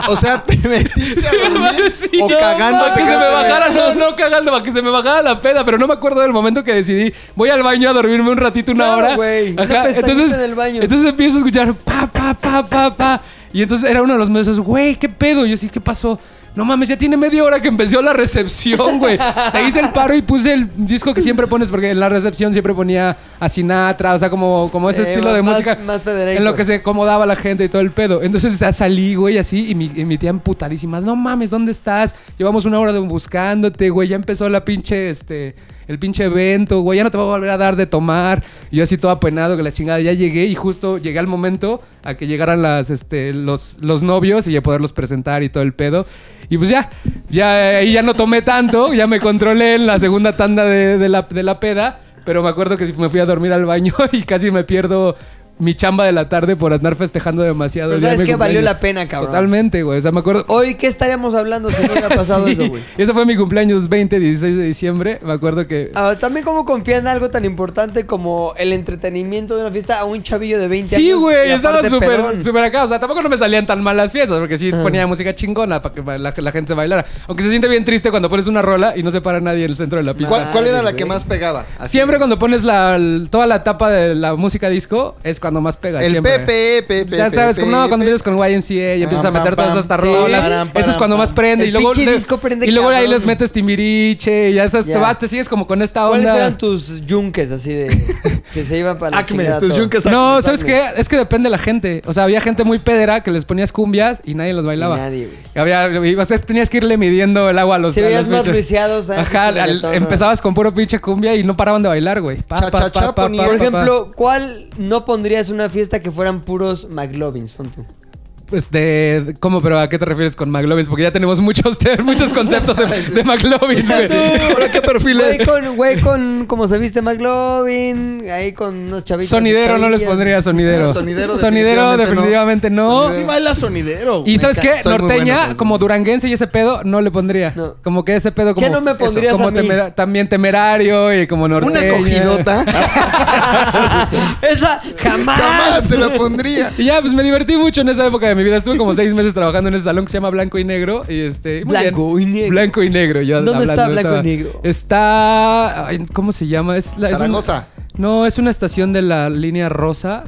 Speaker 3: O sea, te metiste a dormir
Speaker 4: Sí,
Speaker 3: o
Speaker 4: no,
Speaker 3: cagando.
Speaker 4: para
Speaker 3: te
Speaker 4: que se me
Speaker 3: quedaste
Speaker 4: bajara, no, no cagando, para que se me bajara la peda, pero no me acuerdo del momento que decidí, voy al baño a dormirme un ratito, una
Speaker 2: Claro,
Speaker 4: hora.
Speaker 2: güey, una
Speaker 4: Ajá,
Speaker 2: pestañita
Speaker 4: entonces,
Speaker 2: en el baño.
Speaker 4: entonces empiezo a escuchar pa, pa, pa, pa, pa. Y entonces era uno de los meses, güey, ¿qué pedo? Y yo sí, ¿qué pasó? No mames, ya tiene media hora que empezó la recepción, güey. Te hice el paro y puse el disco que siempre pones, porque en la recepción siempre ponía a Sinatra, o sea, como, como ese
Speaker 2: Sí,
Speaker 4: estilo de
Speaker 2: más-
Speaker 4: música.
Speaker 2: más pedereico.
Speaker 4: en lo que se acomodaba la gente y todo el pedo. Entonces ya salí, güey, así, y mi, y mi tía emputadísima. No mames, ¿dónde estás? Llevamos una hora de- buscándote, güey. Ya empezó la pinche, este, el pinche evento, güey. Ya no te va a volver a dar de tomar. Y yo así todo apenado que la chingada. Ya llegué y justo llegué al momento a que llegaran las, este, los, los novios y ya poderlos presentar y todo el pedo. Y pues ya, ya, ahí ya no tomé tanto. Ya me controlé en la segunda tanda de, de la, de la peda. Pero me acuerdo que me fui a dormir al baño y casi me pierdo mi chamba de la tarde por andar festejando demasiado.
Speaker 2: Pero
Speaker 4: el día de
Speaker 2: ¿sabes
Speaker 4: mi
Speaker 2: qué? Valió
Speaker 4: cumpleaños.
Speaker 2: la pena, cabrón.
Speaker 4: Totalmente, güey. O sea, me acuerdo.
Speaker 2: Hoy, ¿qué estaríamos hablando si no hubiera pasado
Speaker 4: Sí.
Speaker 2: eso, güey?
Speaker 4: Ese fue mi cumpleaños 20, 16 de diciembre. Me acuerdo que.
Speaker 2: Ah, también como confía en algo tan importante como el entretenimiento de una fiesta a un chavillo de 20 años.
Speaker 4: Sí, güey,
Speaker 2: y
Speaker 4: estaba
Speaker 2: aparte
Speaker 4: súper
Speaker 2: pedón.
Speaker 4: súper acá. O sea, tampoco no me salían tan mal las fiestas, porque sí ponía música chingona para que la, la gente se bailara. Aunque se siente bien triste cuando pones una rola y no se para nadie en el centro de la pista.
Speaker 3: ¿Cuál, cuál era la
Speaker 2: Madres,
Speaker 3: que
Speaker 2: güey.
Speaker 3: más pegaba? Así.
Speaker 4: Siempre cuando pones la, el- toda la tapa de la música disco es cuando más pega.
Speaker 3: El
Speaker 4: siempre.
Speaker 3: Pepe, Pepe.
Speaker 4: Ya sabes, como no, cuando
Speaker 3: Pepe.
Speaker 4: empiezas con YNCA y empiezas a
Speaker 5: Pam, pam,
Speaker 4: meter todas
Speaker 5: pam.
Speaker 4: estas
Speaker 5: Sí.
Speaker 4: rolas,
Speaker 5: Param,
Speaker 4: eso es
Speaker 5: param,
Speaker 4: cuando más
Speaker 5: pam.
Speaker 4: prende. Y
Speaker 2: El
Speaker 4: luego,
Speaker 2: pinche
Speaker 4: le-
Speaker 2: disco prende
Speaker 4: y luego ahí
Speaker 2: cabrón.
Speaker 4: les metes timbiriche y ya sabes, te,
Speaker 2: Ya.
Speaker 4: vas, te sigues como con esta onda.
Speaker 2: ¿Cuáles eran tus yunques así de Ah, que se iban para la chingada todo?
Speaker 4: No, ¿sabes qué? Es que depende de la gente. O sea, había gente muy pedera que les ponías cumbias y nadie los bailaba.
Speaker 2: Y nadie, güey.
Speaker 4: Y había, y, o sea, tenías que irle midiendo el agua a los
Speaker 2: Si
Speaker 4: a los
Speaker 2: veías más
Speaker 4: pinches-
Speaker 2: luiciados, ¿sabes?
Speaker 4: Ajá,
Speaker 2: Pinche
Speaker 4: al-
Speaker 2: reggaetón, ¿no?
Speaker 4: empezabas con puro pinche cumbia y no paraban de bailar, güey. Pa,
Speaker 3: Cha,
Speaker 4: pa,
Speaker 3: cha, cha,
Speaker 4: pa, pa,
Speaker 3: ponías.
Speaker 4: pa,
Speaker 2: Por
Speaker 4: pa,
Speaker 2: ejemplo, ¿cuál no pondrías en una fiesta que fueran puros McLovins? Pon tú.
Speaker 4: pa. Este, ¿cómo? ¿Pero a qué te refieres con McLovin? Porque ya tenemos muchos, te- muchos conceptos de, de McLovin, güey.
Speaker 2: qué perfiles? Güey con, güey con, como se viste McLovin, ahí con unos chavitos.
Speaker 4: Sonidero no les pondría sonidero.
Speaker 3: Sonidero
Speaker 4: Sonidero
Speaker 3: definitivamente
Speaker 4: definitivamente no.
Speaker 5: Sí baila sonidero. güey.
Speaker 4: Y sabes qué,
Speaker 3: Soy muy
Speaker 4: norteña,
Speaker 3: bueno, pues.
Speaker 4: como duranguense y ese pedo, no le pondría.
Speaker 2: No.
Speaker 4: Como que ese pedo como...
Speaker 2: ¿Qué no me pondrías
Speaker 4: como
Speaker 2: a mí?
Speaker 4: temera- también temerario y como norteña.
Speaker 3: Una cogidota.
Speaker 2: Esa jamás.
Speaker 3: Jamás te la pondría.
Speaker 4: Y ya, pues me divertí mucho en esa época de mi vida. Estuve como seis meses trabajando en ese salón que se llama Blanco y Negro. Y este, muy
Speaker 2: Blanco
Speaker 4: bien.
Speaker 2: y Negro.
Speaker 4: Blanco y Negro. Yo
Speaker 2: ¿Dónde está
Speaker 4: hablando,
Speaker 2: Blanco y
Speaker 4: estaba-
Speaker 2: Negro?
Speaker 4: Está... ay, ¿Cómo se llama? Es la- es un-
Speaker 3: Zaragoza.
Speaker 4: no, es una estación de la línea rosa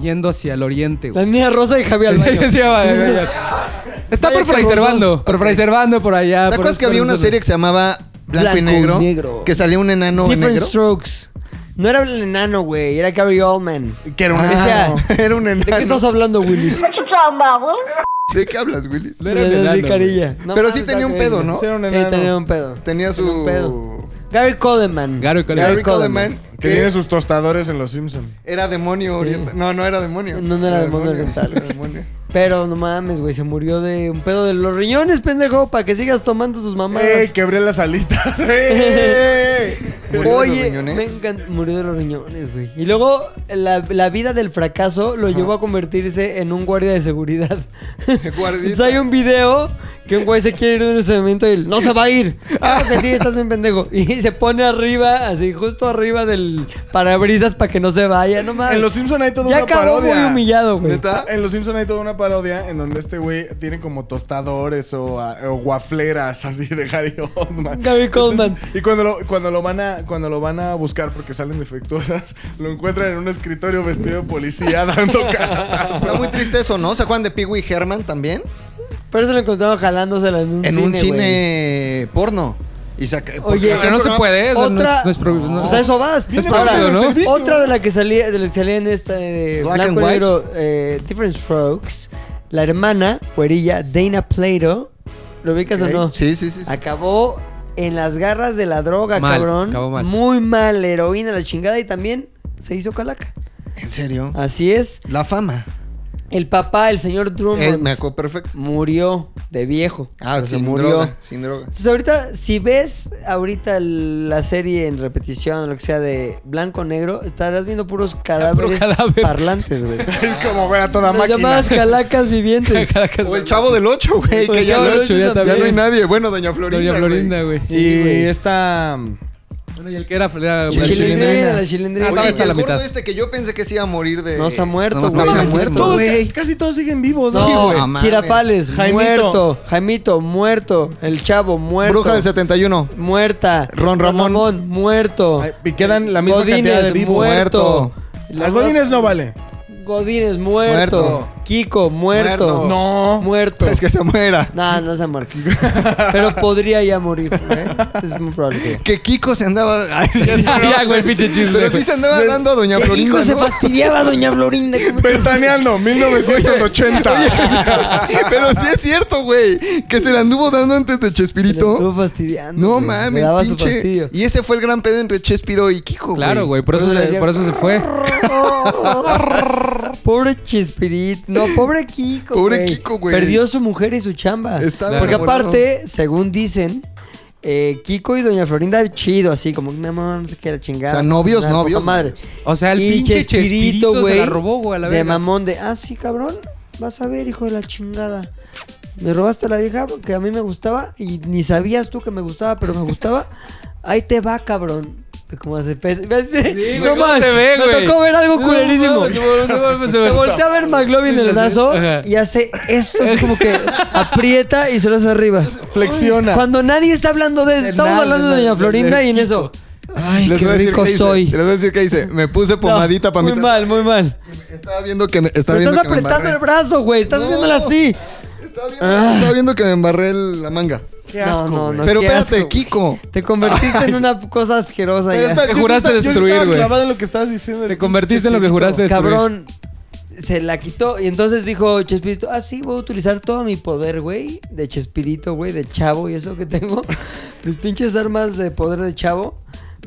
Speaker 4: yendo hacia el oriente. güey.
Speaker 2: La niña rosa y Javier al baño.
Speaker 4: Sí, va, va, va. Está
Speaker 2: Vaya
Speaker 4: por Fray
Speaker 2: carrozón.
Speaker 4: Servando. Por Fray Servando, por allá.
Speaker 3: ¿Te
Speaker 4: por
Speaker 3: acuerdas que había
Speaker 4: por
Speaker 3: una
Speaker 4: esos-
Speaker 3: serie que se llamaba Blanco,
Speaker 2: Blanco
Speaker 3: y negro,
Speaker 2: y negro.
Speaker 3: Que salía un enano
Speaker 2: Different
Speaker 3: negro.
Speaker 2: Strokes. No era el enano, güey. Era Gary Oldman.
Speaker 3: Que era un
Speaker 2: Ah,
Speaker 3: enano. Era un
Speaker 2: ¿De qué
Speaker 3: enano.
Speaker 2: estás hablando, Willis?
Speaker 3: ¿De qué hablas, Willis?
Speaker 4: No era un enano,
Speaker 2: Sí,
Speaker 4: güey.
Speaker 2: carilla.
Speaker 3: Pero
Speaker 2: mames,
Speaker 3: sí tenía un
Speaker 2: está
Speaker 3: pedo,
Speaker 2: increíble.
Speaker 3: ¿no?
Speaker 5: Sí, era Eh, un
Speaker 2: Sí,
Speaker 5: enano.
Speaker 2: tenía un pedo.
Speaker 3: Tenía
Speaker 2: Tenía un
Speaker 3: su...
Speaker 2: pedo. Gary Coleman.
Speaker 4: Gary Coleman.
Speaker 3: Gary Coleman.
Speaker 5: Que tiene sus tostadores en los Simpsons.
Speaker 3: Era demonio oriental. No, no era demonio.
Speaker 2: No, no era demonio oriental.
Speaker 3: Era demonio.
Speaker 2: Pero no mames, güey. Se murió de un pedo de los riñones, pendejo. Para que sigas tomando tus mamadas.
Speaker 3: Eh,
Speaker 5: ¡Ey! Quebré las alitas. ¡Ey!
Speaker 3: ¿Murió de los
Speaker 2: Oye,
Speaker 3: riñones?
Speaker 2: me encan- murió de los riñones, güey. Y luego la, la vida del fracaso lo llevó a convertirse en un guardia de seguridad.
Speaker 3: Guardita.
Speaker 2: Entonces hay un video que un güey se quiere ir de un estacionamiento y él, no se va a ir.
Speaker 3: Ah.
Speaker 2: Claro que sí, estás bien pendejo. Y se pone arriba, así, justo arriba del parabrisas para que no se vaya, no mames.
Speaker 5: En los Simpsons hay toda
Speaker 2: ya
Speaker 5: una
Speaker 2: acabó
Speaker 5: parodia.
Speaker 2: muy humillado, güey.
Speaker 5: ¿Neta? En los Simpsons hay toda una parodia en donde este güey tiene como tostadores o, ah, o guafleras así de Gary Oldman.
Speaker 2: Gary Oldman.
Speaker 5: Entonces, Y cuando lo, cuando lo van a cuando lo van a buscar porque salen defectuosas, lo encuentran en un escritorio vestido de policía dando caras.
Speaker 3: Está muy triste eso, ¿no? ¿Se acuerdan de Pee Wee Herman también?
Speaker 2: Pero se lo encontraron jalándosela en un
Speaker 3: En
Speaker 2: cine,
Speaker 3: un
Speaker 2: güey.
Speaker 3: cine porno. Y saca- porque
Speaker 2: Oye,
Speaker 3: hacía
Speaker 4: Pero
Speaker 3: un
Speaker 4: no se
Speaker 3: programa-
Speaker 4: puede. o sea, no
Speaker 2: Otra.
Speaker 4: es- no es pro- no.
Speaker 2: Pues a eso vas.
Speaker 5: Viene
Speaker 2: Ahora,
Speaker 5: parte del
Speaker 4: ¿no?
Speaker 5: servicio.
Speaker 2: Otra de la que salía, de la que salía en esta de
Speaker 3: Black
Speaker 2: Blanco
Speaker 3: and
Speaker 2: y
Speaker 3: White.
Speaker 2: Negro, eh, Different Strokes, la hermana, cuerilla, Dana Plato, ¿lo ubicas
Speaker 3: Ok.
Speaker 2: o no? Ah,
Speaker 3: Sí, sí, sí. sí.
Speaker 2: Acabó en las garras de la droga,
Speaker 4: Mal,
Speaker 2: cabrón.
Speaker 4: acabó mal.
Speaker 2: Muy mal, heroína, la chingada, y también se hizo calaca.
Speaker 3: En serio.
Speaker 2: Así es.
Speaker 3: Ah, La fama.
Speaker 2: El papá, el señor Drummond,
Speaker 3: Eh, me acuerdo perfecto.
Speaker 2: murió de viejo.
Speaker 3: Ah,
Speaker 2: O sea,
Speaker 3: sin droga. Sin droga.
Speaker 2: entonces ahorita, si ves ahorita el- la serie en repetición, lo que sea de blanco negro, estarás viendo puros cadáveres
Speaker 4: cadáver.
Speaker 2: parlantes, güey.
Speaker 5: Es como ver a toda
Speaker 2: Las
Speaker 5: máquina.
Speaker 2: llamadas calacas vivientes.
Speaker 4: Caracas,
Speaker 3: O el chavo del 8, güey.
Speaker 2: O
Speaker 3: Que
Speaker 2: el
Speaker 3: ya,
Speaker 2: Chavo
Speaker 3: no-
Speaker 2: del Ocho,
Speaker 4: ya
Speaker 3: ya no hay
Speaker 4: también.
Speaker 3: nadie. Bueno, Doña Florinda.
Speaker 4: Doña
Speaker 3: güey.
Speaker 4: Florinda, güey.
Speaker 2: Sí,
Speaker 5: y
Speaker 2: güey.
Speaker 5: esta
Speaker 4: Bueno, y el que era... era
Speaker 3: Chilindrina.
Speaker 2: Chilindrina, la
Speaker 4: Ah,
Speaker 2: chilindrina.
Speaker 3: Oye,
Speaker 4: estaba
Speaker 3: y
Speaker 4: hasta la
Speaker 3: el gordo
Speaker 4: mitad.
Speaker 3: este que yo pensé que se iba a morir de...
Speaker 2: no se ha muerto,
Speaker 4: No,
Speaker 2: güey.
Speaker 4: no se ha
Speaker 2: Sí,
Speaker 4: muerto,
Speaker 2: güey.
Speaker 5: todos,
Speaker 3: güey.
Speaker 5: casi todos siguen vivos.
Speaker 3: No,
Speaker 2: No, güey.
Speaker 3: mames.
Speaker 2: Girafales,
Speaker 5: Jaimito.
Speaker 2: muerto. Jaimito, muerto. El chavo, muerto.
Speaker 3: Bruja del 71.
Speaker 2: Muerta.
Speaker 3: Ron Ramón.
Speaker 2: muerto.
Speaker 5: Ay, Y quedan la misma cantidad de
Speaker 2: Godínez,
Speaker 5: vivos.
Speaker 2: muerto.
Speaker 5: Las Godines no vale.
Speaker 2: Godínez, muerto.
Speaker 3: Muerto.
Speaker 2: Kiko, muerto.
Speaker 5: No.
Speaker 2: Muerto.
Speaker 3: Es que se muera.
Speaker 2: No, no se ha muerto. Pero podría ya morir, ¿eh? Es muy probable que.
Speaker 3: Que Kiko se andaba... Ay, ya sé, pero-
Speaker 4: Ya, güey, pinche chisme.
Speaker 3: Pero
Speaker 4: güey.
Speaker 3: sí se andaba dando a Doña
Speaker 2: Que
Speaker 3: Florinda,
Speaker 2: Kiko se
Speaker 3: ¿no?
Speaker 2: fastidiaba, doña Florinda. ¿cómo te-
Speaker 5: Ventaneando, 1980.
Speaker 3: Pero sí es cierto, güey. Que se la anduvo dando antes de
Speaker 2: Se la estuvo
Speaker 3: Chespirito.
Speaker 2: fastidiando.
Speaker 3: No
Speaker 2: güey. Le
Speaker 3: mames,
Speaker 2: daba su
Speaker 3: pinche.
Speaker 2: fastidio.
Speaker 3: Y ese fue el gran pedo entre Chespiro y Kiko,
Speaker 4: Claro, güey.
Speaker 2: Por
Speaker 4: Por, eso
Speaker 2: eso le
Speaker 4: se-
Speaker 2: decía-
Speaker 4: por eso se fue.
Speaker 2: Pobre Chespirito. No, pobre Kiko.
Speaker 3: Pobre Kiko, güey.
Speaker 2: Perdió su mujer y su chamba.
Speaker 3: Está
Speaker 2: Porque
Speaker 3: enamorado.
Speaker 2: aparte, según dicen, eh, Kiko y Doña Florinda, chido, así como, mi amor, no sé qué, la chingada.
Speaker 3: O sea, novios,
Speaker 2: Nada, poca
Speaker 3: novios,
Speaker 2: madre.
Speaker 4: O sea, el
Speaker 2: Y
Speaker 4: pinche Chespirito se la
Speaker 2: güey,
Speaker 4: robó, güey, a la
Speaker 2: De
Speaker 4: verga.
Speaker 2: mamón de, ah, sí, cabrón, vas a ver, hijo de la chingada. Me robaste a la vieja porque a mí me gustaba y ni sabías tú que me gustaba, pero me gustaba. Ahí te va, cabrón. Como hace pez. ¿Ves?
Speaker 4: güey,
Speaker 2: no
Speaker 4: ¿cómo
Speaker 2: mames,
Speaker 4: te ve,
Speaker 2: me
Speaker 4: güey?
Speaker 2: tocó ver algo
Speaker 4: No,
Speaker 2: culerísimo.
Speaker 4: mames, no, no, no, no,
Speaker 2: se
Speaker 4: no.
Speaker 2: voltea a ver McLovin el
Speaker 4: Ajá.
Speaker 2: brazo y hace esto, así como que aprieta y se lo hace arriba.
Speaker 5: Flexiona.
Speaker 2: Cuando nadie está hablando de eso,
Speaker 4: De
Speaker 2: estamos
Speaker 4: nada,
Speaker 2: hablando de
Speaker 4: de
Speaker 2: Doña
Speaker 4: nada,
Speaker 2: Florinda
Speaker 4: de-
Speaker 2: y en eso. Ay,
Speaker 3: Les
Speaker 2: qué
Speaker 3: voy, a decir
Speaker 2: rico
Speaker 3: qué hice,
Speaker 2: soy.
Speaker 3: les voy a decir qué hice. Me puse pomadita
Speaker 2: No,
Speaker 3: para
Speaker 2: Muy mal, muy mal.
Speaker 3: Estaba viendo que me. Estaba
Speaker 2: Pero
Speaker 3: viendo
Speaker 2: estás
Speaker 3: que me
Speaker 2: apretando
Speaker 3: embarré.
Speaker 2: el brazo, güey. Estás
Speaker 3: No.
Speaker 2: haciéndola así.
Speaker 3: Estaba viendo, estaba viendo que me embarré el- la manga.
Speaker 2: Qué asco, no, no, no,
Speaker 3: Pero
Speaker 2: qué
Speaker 3: espérate,
Speaker 2: asco, güey.
Speaker 3: Kiko.
Speaker 2: Te convertiste en una cosa asquerosa
Speaker 3: Pero
Speaker 2: ya.
Speaker 3: espérate,
Speaker 4: Te
Speaker 3: yo
Speaker 4: juraste
Speaker 3: estaba- yo
Speaker 4: destruir,
Speaker 3: estaba
Speaker 4: güey.
Speaker 5: clavado en lo que estabas diciendo.
Speaker 4: Te convertiste en lo que juraste destruir.
Speaker 2: Cabrón. Se la quitó y entonces dijo Chespirito, ah sí, voy a utilizar todo mi poder, güey, de Chespirito, güey, de chavo y eso que tengo, mis pinches armas de poder de chavo,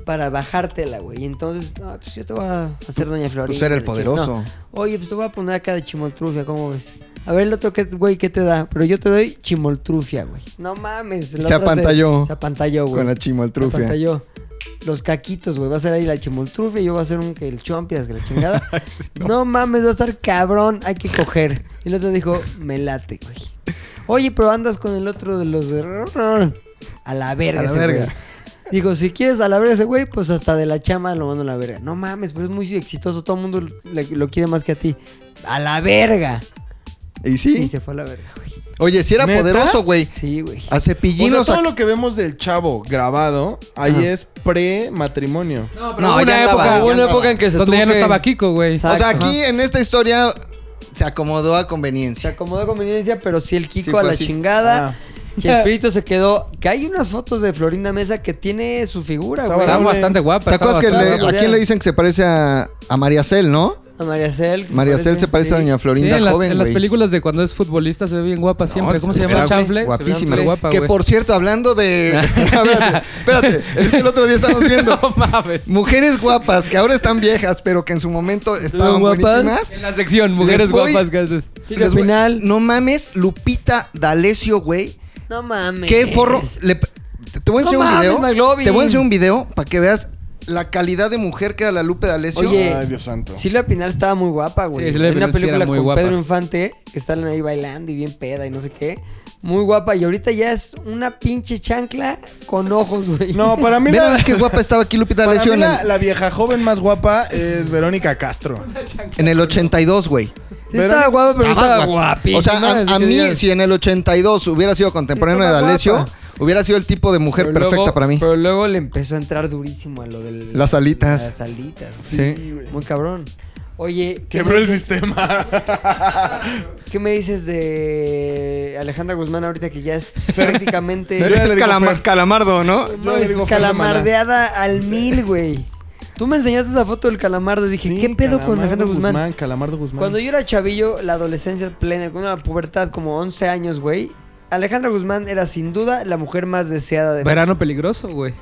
Speaker 2: para bajártela, güey. Y entonces, ah, pues yo te voy a hacer Doña Florinda.
Speaker 3: pues era el
Speaker 2: la chingada".
Speaker 3: poderoso.
Speaker 2: No. Oye, pues te voy a poner acá de chimoltrufia, ¿cómo ves? A ver el otro, que- güey, ¿qué te da? Pero yo te doy chimoltrufia, güey. No mames. la
Speaker 3: Se
Speaker 2: otra
Speaker 3: apantalló.
Speaker 2: Se, apantalló, güey.
Speaker 3: Con la chimoltrufia.
Speaker 2: Aparte yo, Los caquitos, güey. Va a ser ahí la chimoltrufia, yo voy a hacer un que el chompias, que la chingada. no. mames, va a estar cabrón, hay que coger. Y el otro dijo, me late, güey. Oye, pero andas con el otro de los de. A la verga,
Speaker 3: A la
Speaker 2: ese
Speaker 3: verga.
Speaker 2: güey. Digo, si quieres a la verga ese güey, pues hasta de la chama lo mando a la verga. No mames, pero es muy exitoso, todo el mundo le- lo quiere más que a ti. A la verga.
Speaker 3: Y
Speaker 2: Y
Speaker 3: sí.
Speaker 2: se fue a la verga, güey.
Speaker 3: Oye, si era
Speaker 5: ¿Neta?
Speaker 3: poderoso, güey.
Speaker 2: Sí, güey.
Speaker 3: A
Speaker 5: O sea,
Speaker 3: cepillinos.
Speaker 5: todo lo que vemos del chavo grabado, ahí
Speaker 2: Ajá.
Speaker 5: es pre-matrimonio.
Speaker 4: No,
Speaker 3: No,
Speaker 4: hubo
Speaker 3: ya
Speaker 4: una
Speaker 3: andaba,
Speaker 4: época
Speaker 3: ya
Speaker 2: Hubo una
Speaker 3: andaba.
Speaker 2: época en que se
Speaker 4: donde
Speaker 2: tuvo
Speaker 4: ya no
Speaker 2: que-
Speaker 4: estaba Kiko, güey.
Speaker 2: Exacto,
Speaker 3: o sea,
Speaker 2: ajá.
Speaker 3: aquí en esta historia se acomodó a
Speaker 2: Se
Speaker 3: conveniencia.
Speaker 2: acomodó a conveniencia, pero sí el
Speaker 3: Sí,
Speaker 2: Kiko
Speaker 3: fue
Speaker 2: a la
Speaker 3: así.
Speaker 2: chingada.
Speaker 5: Ah.
Speaker 2: Chespirito se quedó. Que hay unas fotos de Florinda Mesa que tiene su figura,
Speaker 5: Está
Speaker 2: güey.
Speaker 4: Estaba
Speaker 5: Estaba
Speaker 4: bastante guapa.
Speaker 3: ¿Te acuerdas que
Speaker 4: estaba
Speaker 3: le-
Speaker 4: bastante-
Speaker 3: a quién le dicen que se parece a, a María Cel, no?
Speaker 2: A María Cel. que
Speaker 3: María Cel se parece a
Speaker 2: sí.
Speaker 3: Doña
Speaker 4: Sí,
Speaker 3: Florinda
Speaker 4: en, las,
Speaker 3: joven,
Speaker 4: en las
Speaker 3: güey.
Speaker 4: películas de cuando es futbolista se ve bien guapa siempre.
Speaker 3: No,
Speaker 4: ¿Cómo se llama?
Speaker 3: era
Speaker 4: el Chanfle.
Speaker 3: Guapísima.
Speaker 4: Se ve guapa,
Speaker 3: que
Speaker 4: güey.
Speaker 3: por cierto, hablando de. espérate, espérate, es que el otro día estábamos viendo.
Speaker 4: No mames.
Speaker 3: Mujeres guapas que ahora están viejas, pero que en su momento estaban
Speaker 2: guapas?
Speaker 3: buenísimas.
Speaker 4: En la sección, mujeres
Speaker 3: Les voy-
Speaker 4: guapas que haces.
Speaker 2: Y al
Speaker 3: Les voy-
Speaker 2: final.
Speaker 3: No mames, Lupita D'Alessio, güey.
Speaker 2: No mames.
Speaker 3: Qué forro. Le- te, te voy a
Speaker 2: No
Speaker 3: enseñar un
Speaker 2: mames,
Speaker 3: video.
Speaker 2: McLovin.
Speaker 3: Te voy a enseñar un video para que veas la calidad de mujer que era la Lupe D'Alessio.
Speaker 2: Oye.
Speaker 5: Ay, Dios santo.
Speaker 2: Silvia Pinal estaba muy guapa, güey.
Speaker 4: Sí, Silvia
Speaker 2: en una
Speaker 4: Pinal sí era
Speaker 2: película
Speaker 4: muy
Speaker 2: con
Speaker 4: guapa.
Speaker 2: Pedro Infante, que están ahí bailando y bien peda y no sé qué. Muy guapa. Y ahorita ya es una pinche chancla con ojos, güey.
Speaker 5: No, para mí,
Speaker 3: Ve nada
Speaker 5: la,
Speaker 3: más qué guapa estaba aquí Lupita
Speaker 5: para
Speaker 3: D'Alessio
Speaker 5: mí
Speaker 3: en,
Speaker 5: la,
Speaker 3: el-
Speaker 5: la vieja joven más guapa es Verónica Castro.
Speaker 3: en el 82, güey.
Speaker 2: Sí estaba
Speaker 5: Verónica-
Speaker 2: guapa, pero
Speaker 3: Estaba
Speaker 2: estaba
Speaker 3: guapa.
Speaker 2: guapísima.
Speaker 3: O sea, a- a,
Speaker 2: así que
Speaker 3: mí,
Speaker 2: digas.
Speaker 3: si en el 82 hubiera sido contemporáneo
Speaker 2: Sí,
Speaker 3: de
Speaker 2: estaba
Speaker 3: D'Alessio,
Speaker 2: guapa.
Speaker 3: hubiera sido el tipo de mujer
Speaker 2: Pero
Speaker 3: perfecta
Speaker 2: luego-
Speaker 3: para mí.
Speaker 2: Pero luego le empezó a entrar durísimo a lo del...
Speaker 3: Las alitas.
Speaker 2: Las alitas.
Speaker 3: Sí.
Speaker 2: Muy cabrón. Oye, ¿qué,
Speaker 5: Quebró el sistema.
Speaker 2: qué me dices de Alejandra Guzmán ahorita que ya es prácticamente...
Speaker 5: Yo ya le
Speaker 3: Es
Speaker 5: digo
Speaker 3: calama-
Speaker 5: Fer.
Speaker 3: calamardo, ¿no?
Speaker 2: No,
Speaker 5: yo le
Speaker 2: es
Speaker 5: digo Fer de Maná.
Speaker 2: calamardeada al mil, güey. Tú me enseñaste esa foto del calamardo y dije, ¿qué pedo con Alejandra Guzmán?
Speaker 5: Calamardo Guzmán.
Speaker 2: Cuando yo era chavillo, la adolescencia plena, con la pubertad como 11 años, güey, Alejandra Guzmán era sin duda la mujer más deseada de
Speaker 4: Verano peligroso, güey.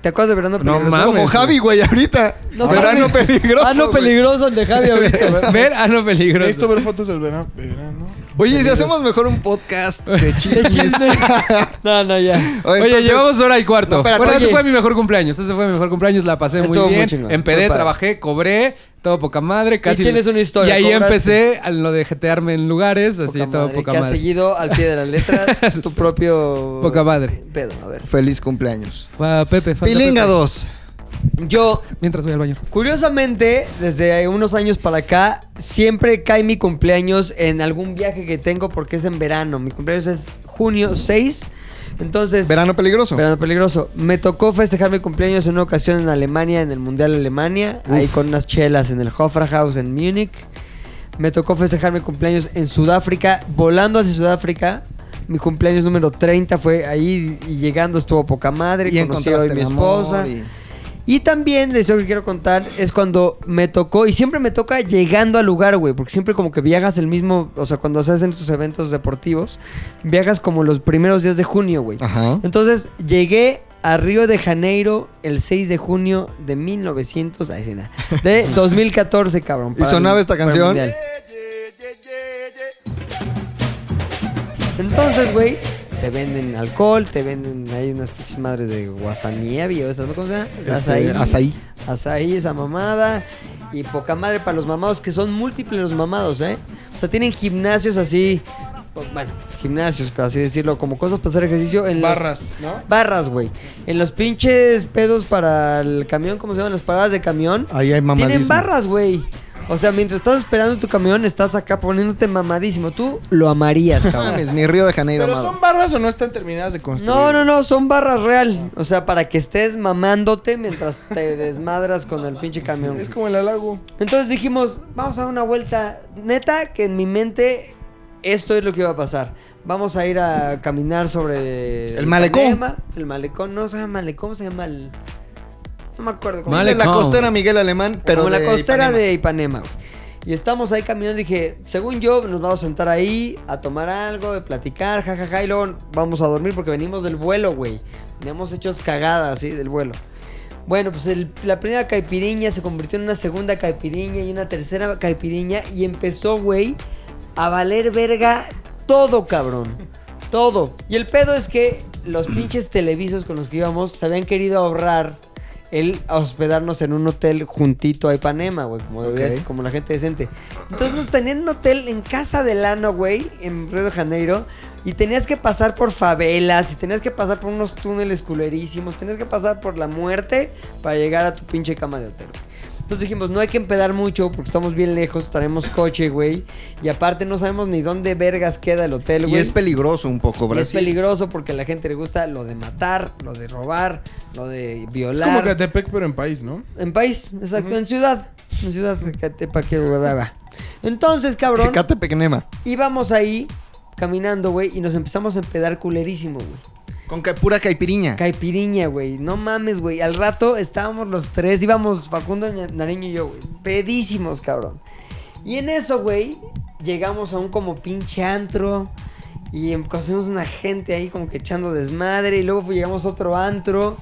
Speaker 2: ¿Te acuerdas de Verano
Speaker 4: No
Speaker 2: Peligroso?
Speaker 4: mames.
Speaker 3: Como Javi, güey, ahorita.
Speaker 2: No,
Speaker 3: Verano
Speaker 2: mames.
Speaker 3: peligroso.
Speaker 2: Ah, no
Speaker 3: güey.
Speaker 2: peligroso el de Javi ahorita.
Speaker 4: Verano
Speaker 5: Necesito
Speaker 4: peligroso.
Speaker 5: ver fotos del verano. verano.
Speaker 3: Oye, si hacemos mejor un podcast de
Speaker 2: Qué
Speaker 3: chismes.
Speaker 2: chiste. No, no, ya.
Speaker 4: Oye,
Speaker 3: entonces-
Speaker 4: llevamos hora y cuarto.
Speaker 3: No, espérate,
Speaker 4: bueno, ese
Speaker 3: oye.
Speaker 4: fue mi mejor cumpleaños. Ese fue mi mejor cumpleaños. La pasé muy
Speaker 2: Estuvo muy
Speaker 4: bien.
Speaker 2: chingón, muy
Speaker 4: Empedé,
Speaker 2: padre.
Speaker 4: trabajé, cobré. Todo poca madre. Casi
Speaker 2: tienes una historia,
Speaker 4: Y ahí
Speaker 2: cobraste.
Speaker 4: empecé a lo de jetearme en lugares. Así,
Speaker 2: Poca
Speaker 4: todo
Speaker 2: madre,
Speaker 4: poca
Speaker 2: que has
Speaker 4: madre.
Speaker 2: seguido al pie de la letra tu propio
Speaker 4: Poca madre.
Speaker 2: pedo, a ver.
Speaker 3: Feliz cumpleaños.
Speaker 4: Fue a Pepe. fue a
Speaker 3: Pilinga
Speaker 4: Pepe.
Speaker 3: 2.
Speaker 2: Yo
Speaker 4: Mientras voy al baño.
Speaker 2: curiosamente desde unos años para acá siempre cae mi cumpleaños en algún viaje que tengo porque es en verano. Mi cumpleaños es junio 6. Entonces,
Speaker 3: Verano peligroso.
Speaker 2: Verano peligroso. Me tocó festejar mi cumpleaños en una ocasión en Alemania, en el Mundial Alemania, ahí con unas chelas en el Hofrahaus en Múnich. Me tocó festejar mi cumpleaños en Sudáfrica, volando hacia Sudáfrica. Mi cumpleaños número 30 fue ahí y llegando estuvo poca madre.
Speaker 3: Y
Speaker 2: conocí a
Speaker 3: encontraste
Speaker 2: hoy mi esposa.
Speaker 3: Y...
Speaker 2: Y también les digo que quiero contar es cuando me tocó, y siempre me toca llegando al lugar, güey, porque siempre como que viajas el mismo, o sea, cuando se hacen estos eventos deportivos, viajas como los primeros días de junio, güey.
Speaker 3: Ajá.
Speaker 2: Entonces llegué a Río de Janeiro el 6 de junio de 1900, ay, sí, nada, de 2014, cabrón. para
Speaker 3: sonaba esta
Speaker 2: para el
Speaker 3: canción?
Speaker 2: Mundial. Entonces, güey, Te venden alcohol, te venden. Hay unas pinches madres de guasanieve o eso, ¿cómo se llama?
Speaker 3: Este, azaí.
Speaker 2: Azaí, esa mamada. Y poca madre para los mamados, que son múltiples los mamados, ¿eh? O sea, tienen gimnasios así. o- Bueno, gimnasios, así decirlo, como cosas para hacer ejercicio. En los-
Speaker 5: Barras, ¿no?
Speaker 2: barras, güey. En los pinches pedos para el camión, ¿cómo se llaman? Las paradas de camión.
Speaker 3: Ahí hay mamadismo.
Speaker 2: Tienen barras, güey. O sea, mientras estás esperando tu camión, estás acá poniéndote mamadísimo. Tú lo amarías, cabrón.
Speaker 3: Mames, mi Río de Janeiro,
Speaker 5: Pero
Speaker 3: amado.
Speaker 5: son barras o no están terminadas de construir.
Speaker 2: No, no, no, son barras real. O sea, para que estés mamándote mientras te desmadras con el pinche camión.
Speaker 5: Es como el halago.
Speaker 2: Entonces dijimos, vamos a dar una vuelta. Neta, que en mi mente esto es lo que iba a pasar. Vamos a ir a caminar sobre
Speaker 3: El malecón.
Speaker 2: Ipanema, El malecón, no se llama malecón, se llama el. No me acuerdo cómo
Speaker 3: Dile la costera Miguel Alemán, pero
Speaker 2: pero como la
Speaker 3: de
Speaker 2: costera
Speaker 3: Ipanema.
Speaker 2: de Ipanema, güey. Y estamos ahí caminando, dije, según yo, nos vamos a sentar ahí a tomar algo, a platicar, jajaja, y luego vamos a dormir porque venimos del vuelo, güey. Veníamos hechos cagadas, sí, del vuelo. Bueno, pues el- la primera caipiriña se convirtió en una segunda caipiriña y una tercera caipiriña y empezó, güey, a valer verga todo, cabrón. Todo. Y el pedo es que los pinches televisos con los que íbamos se habían querido ahorrar el hospedarnos en un hotel juntito a Ipanema, güey, como debería
Speaker 3: Ok.
Speaker 2: ser, como la gente decente. Entonces nos tenían un hotel en Casa de Lano, güey, en Río de Janeiro, y tenías que pasar por favelas, y tenías que pasar por unos túneles culerísimos, tenías que pasar por la muerte para llegar a tu pinche cama de hotel. Entonces dijimos, no hay que empedar mucho porque estamos bien lejos, traemos coche, güey. Y aparte no sabemos ni dónde vergas queda el hotel,
Speaker 3: Y
Speaker 2: güey.
Speaker 3: es peligroso un poco,
Speaker 2: Y es
Speaker 3: Brasil.
Speaker 2: peligroso porque a la gente le gusta lo de matar, lo de robar, lo de
Speaker 5: Es
Speaker 2: violar.
Speaker 5: como Catepec, pero en país, ¿no?
Speaker 2: En país, exacto, en ciudad. En ciudad, Catepa, que huevada. Entonces, cabrón,
Speaker 3: Tecate Pequenema.
Speaker 2: íbamos ahí caminando, güey, y nos empezamos a empedar culerísimo, güey.
Speaker 3: Con ca- pura caipiriña.
Speaker 2: Caipiriña, güey. No mames, güey. Al rato estábamos los tres, íbamos Facundo, Ña- Nariño y yo, güey. Pedísimos, cabrón. Y en eso, güey, llegamos a un como pinche antro. Y em- conocimos una gente ahí como que echando desmadre. Y luego fu- llegamos a otro antro.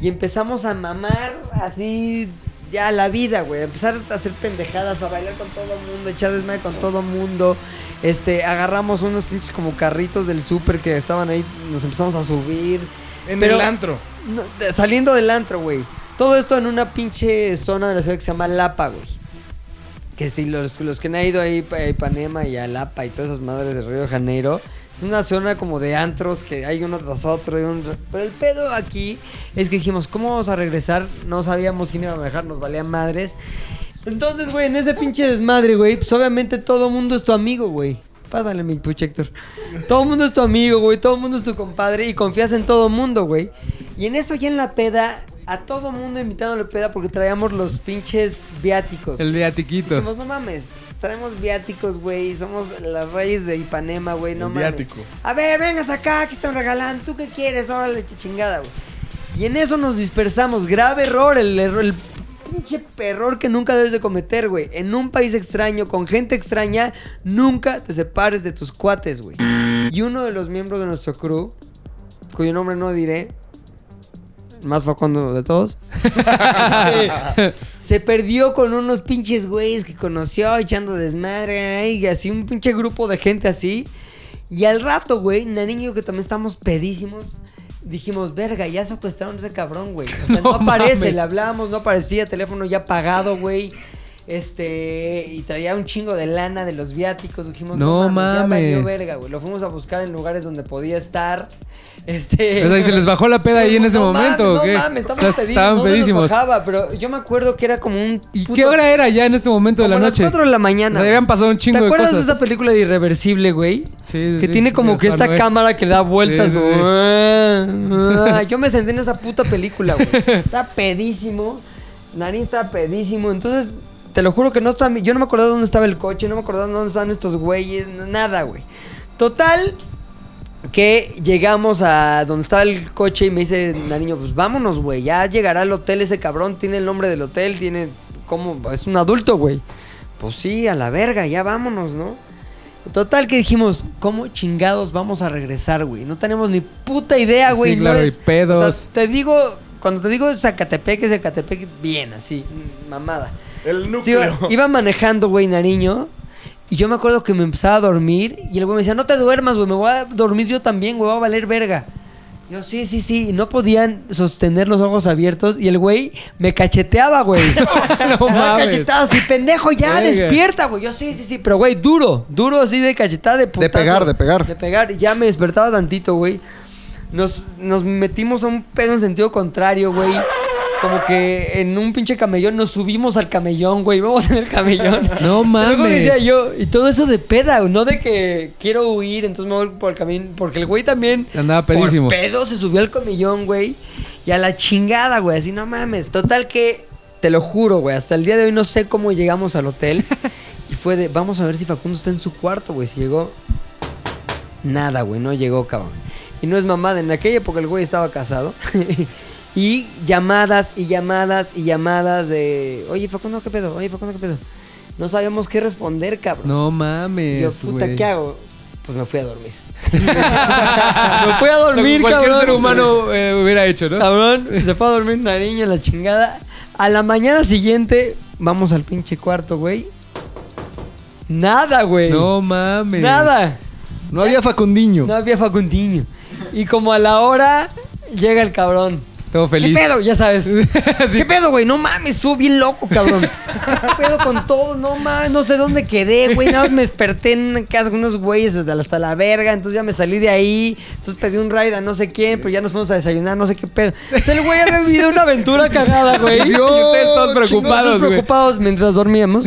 Speaker 2: Y empezamos a mamar así ya la vida, güey. A Empezar a hacer pendejadas, a bailar con todo el mundo, echar desmadre con todo el mundo. Este, agarramos unos pinches como carritos del súper que estaban ahí. Nos empezamos a subir.
Speaker 5: En
Speaker 2: Pero-
Speaker 5: el antro.
Speaker 2: No, de- saliendo del antro, güey. Todo esto en una pinche zona de la ciudad que se llama Lapa, güey. Que si los, los que han ido ahí a Ipanema y a Lapa y todas esas madres de Río de Janeiro, es una zona como de antros que hay uno tras otro. Y uno tras- Pero el pedo aquí es que dijimos, ¿cómo vamos a regresar? No sabíamos quién iba a manejar, nos valían madres. Entonces, güey, en ese pinche desmadre, güey, pues obviamente todo mundo es tu amigo, güey. Pásale mi puchector. Todo el mundo es tu amigo, güey. Todo el mundo es tu compadre y confías en todo el mundo, güey. Y en eso ya en la peda, a todo mundo invitándole peda porque traíamos los pinches viáticos.
Speaker 4: El viatiquito.
Speaker 2: Dijimos, no mames, traemos viáticos, güey. Somos las reyes de Ipanema, güey, no
Speaker 5: El
Speaker 2: mames.
Speaker 5: viático.
Speaker 2: A ver, vengas acá, aquí están regalando. ¿Tú qué quieres? Órale, ch- chingada, güey. Y en eso nos dispersamos. Grave error, el error, el pinche error que nunca debes de cometer, güey. En un país extraño, con gente extraña, nunca te separes de tus cuates, güey. Y uno de los miembros de nuestro crew, cuyo nombre no diré, más facundo de todos, se perdió con unos pinches güeyes que conoció echando desmadre ay, y así un pinche grupo de gente así. Y al rato, güey, Nariño, que también estamos pedísimos, dijimos, verga, ya secuestraron a ese cabrón, güey. O sea, no,
Speaker 4: No
Speaker 2: aparece,
Speaker 4: mames.
Speaker 2: le hablábamos, no aparecía, teléfono ya pagado, güey. Este, y traía un chingo de lana de los viáticos. Dijimos, no,
Speaker 4: No
Speaker 2: mames, ya valió
Speaker 4: mames.
Speaker 2: verga, güey. Lo fuimos a buscar en lugares donde podía estar. Este.
Speaker 4: O sea, ¿y Pues se les bajó la peda ahí en ese
Speaker 2: No mames,
Speaker 4: momento, ¿o qué?
Speaker 2: No mames,
Speaker 4: O
Speaker 2: estaban
Speaker 4: sea,
Speaker 2: pedísimos.
Speaker 4: estaban
Speaker 2: no se nos
Speaker 4: pedísimos.
Speaker 2: bajaba, pero yo me acuerdo que era como un.
Speaker 4: ¿Y
Speaker 2: puto-
Speaker 4: qué hora era ya en este momento de
Speaker 2: como
Speaker 4: la
Speaker 2: las
Speaker 4: noche?
Speaker 2: 4 de la mañana.
Speaker 4: O sea, habían pasado un chingo
Speaker 2: ¿Te
Speaker 4: de
Speaker 2: acuerdas
Speaker 4: cosas.
Speaker 2: de esa película de Irreversible, güey?
Speaker 4: Sí, sí,
Speaker 2: Que
Speaker 4: sí,
Speaker 2: tiene como
Speaker 4: de
Speaker 2: que esa
Speaker 4: Gaspar Noé.
Speaker 2: cámara que da vueltas.
Speaker 4: Sí, sí,
Speaker 2: como,
Speaker 4: sí.
Speaker 2: "Ah, ah". Yo me senté en esa puta película, güey. Está pedísimo. Nariz está pedísimo. Entonces, te lo juro que no estaba. Yo no me acordaba dónde estaba el coche, no me acordaba dónde estaban estos güeyes, n- nada, güey. Total, que llegamos a donde estaba el coche y me dice Nariño, pues vámonos, güey, ya llegará al hotel ese cabrón, tiene el nombre del hotel, tiene como es un adulto, güey. Pues sí, a la verga, ya vámonos, ¿no? Total que dijimos, ¿cómo chingados vamos a regresar, güey? No tenemos ni puta idea,
Speaker 4: Sí,
Speaker 2: güey. no
Speaker 4: claro, y
Speaker 2: es-
Speaker 4: pedos.
Speaker 2: o sea, te digo, cuando te digo Zacatepec, es Zacatepec bien, así, mamada.
Speaker 5: El
Speaker 2: Sí, iba,
Speaker 5: núcleo.
Speaker 2: iba manejando, güey, Nariño. Y yo me acuerdo que me empezaba a dormir y el güey me decía, no te duermas, güey, me voy a dormir yo también, güey, va a valer verga. Yo, sí, sí, sí. Y no podían sostener los ojos abiertos y el güey me cacheteaba, güey.
Speaker 4: No
Speaker 2: Me daba
Speaker 4: mames.
Speaker 2: cachetadas y pendejo, ya,
Speaker 4: Verga.
Speaker 2: despierta, güey. Yo, sí, sí, sí. Pero, güey, duro. Duro así de cachetada, de putazo.
Speaker 3: pegar, de pegar.
Speaker 2: De pegar. Y ya me despertaba tantito, güey. Nos, nos metimos a un pedo en sentido contrario, güey. Como que en un pinche camellón nos subimos al camellón, güey. Vamos en el camellón.
Speaker 4: No
Speaker 2: Pero luego
Speaker 4: mames.
Speaker 2: decía yo, y todo eso de peda, no de que quiero huir, entonces me voy por el camino. Porque el güey también.
Speaker 4: Andaba pedísimo.
Speaker 2: Por pedo se subió al comillón, güey. Y a la chingada, güey. Así no mames. Total que, te lo juro, güey. Hasta el día de hoy no sé cómo llegamos al hotel. y fue de, vamos a ver si Facundo está en su cuarto, güey. Si llegó. Nada, güey. No llegó, cabrón. Y no es mamada. En aquella época el güey estaba casado. y llamadas y llamadas y llamadas de, oye, Facundo, ¿qué pedo? Oye, Facundo, ¿qué pedo? No sabíamos qué responder, cabrón.
Speaker 4: No
Speaker 2: Y yo,
Speaker 4: mames.
Speaker 2: puta,
Speaker 4: güey.
Speaker 2: ¿qué hago? Pues me fui a dormir. me fui a dormir,
Speaker 4: Lo que cualquier
Speaker 2: cabrón. Ah,
Speaker 4: ser humano eh, hubiera hecho, ¿no?
Speaker 2: Cabrón, se fue a dormir una niña, la chingada. A la mañana siguiente, vamos al pinche cuarto, güey. Nada, güey.
Speaker 4: No mames.
Speaker 2: Nada.
Speaker 3: No había Facundiño.
Speaker 2: No había Facundinho. Y como a la hora, llega el cabrón.
Speaker 4: Todo feliz.
Speaker 2: ¿Qué pedo? Ya sabes.
Speaker 4: Sí.
Speaker 2: ¿Qué pedo, güey? No mames, estuvo bien loco, cabrón. ¿Qué pedo con todo? No mames, no sé dónde quedé, güey. Nada más me desperté en una casa con unos güeyes hasta la, hasta la verga. Entonces ya me salí de ahí. Entonces pedí un ride a no sé quién, pero ya nos fuimos a desayunar, no sé qué pedo. Entonces el güey había vivido una aventura cagada, güey.
Speaker 4: Y ustedes todos preocupados,
Speaker 2: Nosotros
Speaker 4: güey.
Speaker 2: preocupados mientras dormíamos.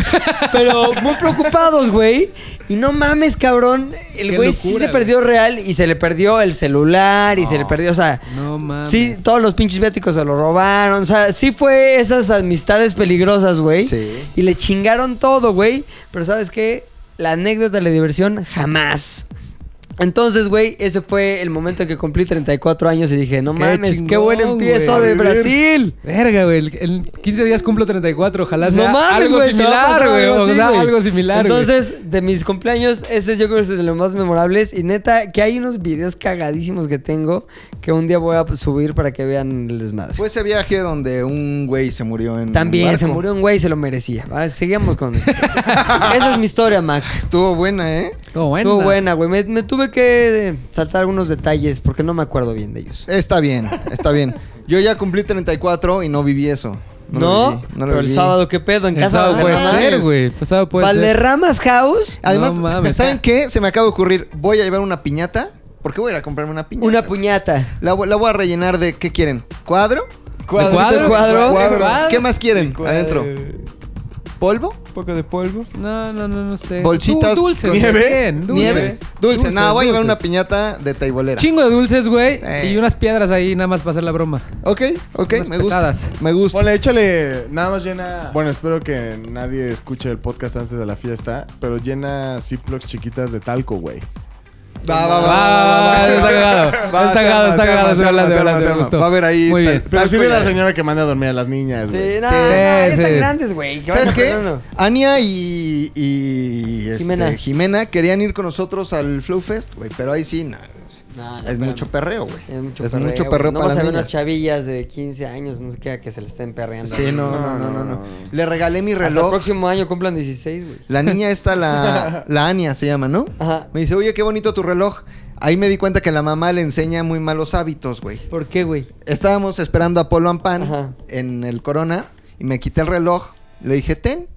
Speaker 2: Pero muy preocupados, güey. Y no mames, cabrón. El
Speaker 4: Qué
Speaker 2: güey sí
Speaker 4: locura,
Speaker 2: se perdió real y se le perdió el celular y se le perdió, o sea.
Speaker 4: No mames.
Speaker 2: Sí, todos los pinches viáticos se lo robaron. O sea, sí fue esas amistades peligrosas, güey.
Speaker 3: Sí.
Speaker 2: Y le chingaron todo, güey. Pero ¿sabes qué? La anécdota de la diversión, jamás. Entonces, güey, ese fue el momento en que cumplí 34 años y dije, no
Speaker 4: Qué
Speaker 2: mames, qué
Speaker 4: chingón,
Speaker 2: buen empiezo
Speaker 4: güey.
Speaker 2: de Brasil.
Speaker 4: Verga, güey. En 15 días cumplo 34. Ojalá sea
Speaker 2: No mames,
Speaker 4: algo
Speaker 2: güey. te va a
Speaker 4: similar,
Speaker 2: pasar
Speaker 4: güey.
Speaker 2: algo
Speaker 4: O
Speaker 2: así,
Speaker 4: sea,
Speaker 2: güey.
Speaker 4: algo similar, güey.
Speaker 2: Entonces, de mis cumpleaños, ese yo creo que es de los más memorables. Y neta, que hay unos videos cagadísimos que tengo que un día voy a subir para que vean el desmadre.
Speaker 3: Fue ese viaje donde un güey se murió en.
Speaker 2: También
Speaker 3: un barco.
Speaker 2: se murió un güey y se lo merecía. Va, Seguimos con esto. Esa es mi historia, Mac.
Speaker 3: Estuvo buena, ¿eh?
Speaker 4: Todo bueno.
Speaker 2: Estuvo buena, güey. Me, me tuve que eh, saltar algunos detalles porque no me acuerdo bien de ellos.
Speaker 3: Está bien, está bien. Yo ya cumplí 34 y no viví eso.
Speaker 2: No,
Speaker 3: lo viví, lo
Speaker 2: pero el
Speaker 3: viví.
Speaker 2: sábado, ¿qué pedo? En
Speaker 4: El
Speaker 2: casa
Speaker 4: sábado
Speaker 2: de
Speaker 4: puede
Speaker 3: pues,
Speaker 2: Valderramas.
Speaker 4: ser, güey. Pasado puede ser.
Speaker 2: Valderramas
Speaker 3: eh.
Speaker 2: House,
Speaker 3: Además,
Speaker 4: No mames.
Speaker 3: ¿saben qué? Se me acaba de ocurrir. Voy a llevar una piñata. ¿Por qué voy a ir a comprarme una piñata?
Speaker 2: una puñata.
Speaker 3: La, voy- la voy a rellenar de. ¿Qué quieren? ¿Cuadro?
Speaker 4: ¿De cuadro?
Speaker 2: cuadro.
Speaker 4: ¿De cuadro?
Speaker 3: ¿Qué más quieren adentro?
Speaker 5: Eh,
Speaker 3: ¿Polvo?
Speaker 6: Un poco de polvo.
Speaker 4: No, no, no, no sé.
Speaker 3: Bolsitas
Speaker 4: Eh, Du- Dulces.
Speaker 3: con-
Speaker 4: ¿de
Speaker 3: nieve,
Speaker 4: quién? Dulces.
Speaker 3: Nieve. Dulce.
Speaker 4: Dulces,
Speaker 3: Nada, voy a llevar
Speaker 4: dulces.
Speaker 3: una piñata de taibolera.
Speaker 4: Chingo de dulces, güey.
Speaker 3: Eh.
Speaker 4: Y unas piedras ahí nada más para hacer la broma.
Speaker 3: Ok, ok,
Speaker 4: Unas
Speaker 3: me gusta.
Speaker 4: pesadas.
Speaker 3: Me gusta.
Speaker 5: Ponle, échale, nada más llena. Bueno, espero que nadie escuche el podcast antes de la fiesta, pero llena Ziplocs chiquitas de talco, güey.
Speaker 3: Va, va, va.
Speaker 4: Ah, está cagado. Está
Speaker 3: se
Speaker 4: cagado,
Speaker 3: arma,
Speaker 4: está
Speaker 3: se
Speaker 4: cagado.
Speaker 3: arma,
Speaker 4: Se
Speaker 3: se
Speaker 4: habla,
Speaker 3: arma,
Speaker 4: se
Speaker 3: se
Speaker 4: habla,
Speaker 3: arma,
Speaker 4: se
Speaker 3: se arma.
Speaker 4: gustó.
Speaker 3: Va a haber ahí
Speaker 4: Muy
Speaker 3: tal-
Speaker 4: bien.
Speaker 5: Pero
Speaker 3: Talco
Speaker 5: sí de la
Speaker 3: ya.
Speaker 5: señora que manda a dormir a las niñas,
Speaker 2: Sí,
Speaker 5: güey.
Speaker 2: no,
Speaker 3: Sí.
Speaker 2: no, están
Speaker 4: Sí.
Speaker 2: grandes, güey. ¿Qué
Speaker 3: ¿Sabes
Speaker 2: van
Speaker 3: qué?
Speaker 2: acordando?
Speaker 3: Ania y, y, este, Jimena.
Speaker 2: Jimena.
Speaker 3: querían ir con nosotros al Flow Fest, güey, pero ahí sí, no, es mucho perreo, güey.
Speaker 2: Es mucho
Speaker 3: Es
Speaker 2: perreo,
Speaker 3: mucho
Speaker 2: güey.
Speaker 3: perreo
Speaker 2: No
Speaker 3: para
Speaker 2: vas a
Speaker 3: las
Speaker 2: ver unas
Speaker 3: niñas.
Speaker 2: chavillas de 15 años, no sé qué, a que se le estén perreando.
Speaker 3: Sí, no, no, no, no, no. Le regalé mi
Speaker 2: Hasta el
Speaker 3: reloj.
Speaker 2: próximo año cumplan 16, güey.
Speaker 3: La niña esta, la, la Ania se llama, ¿no?
Speaker 2: Ajá.
Speaker 3: Me dice, oye, qué bonito tu reloj. Ahí me di cuenta que la mamá le enseña muy malos hábitos, güey.
Speaker 2: ¿Por qué, güey?
Speaker 3: Estábamos esperando a Polo Ampan
Speaker 2: Ajá.
Speaker 3: en el Corona y me quité el reloj. Le dije, ten,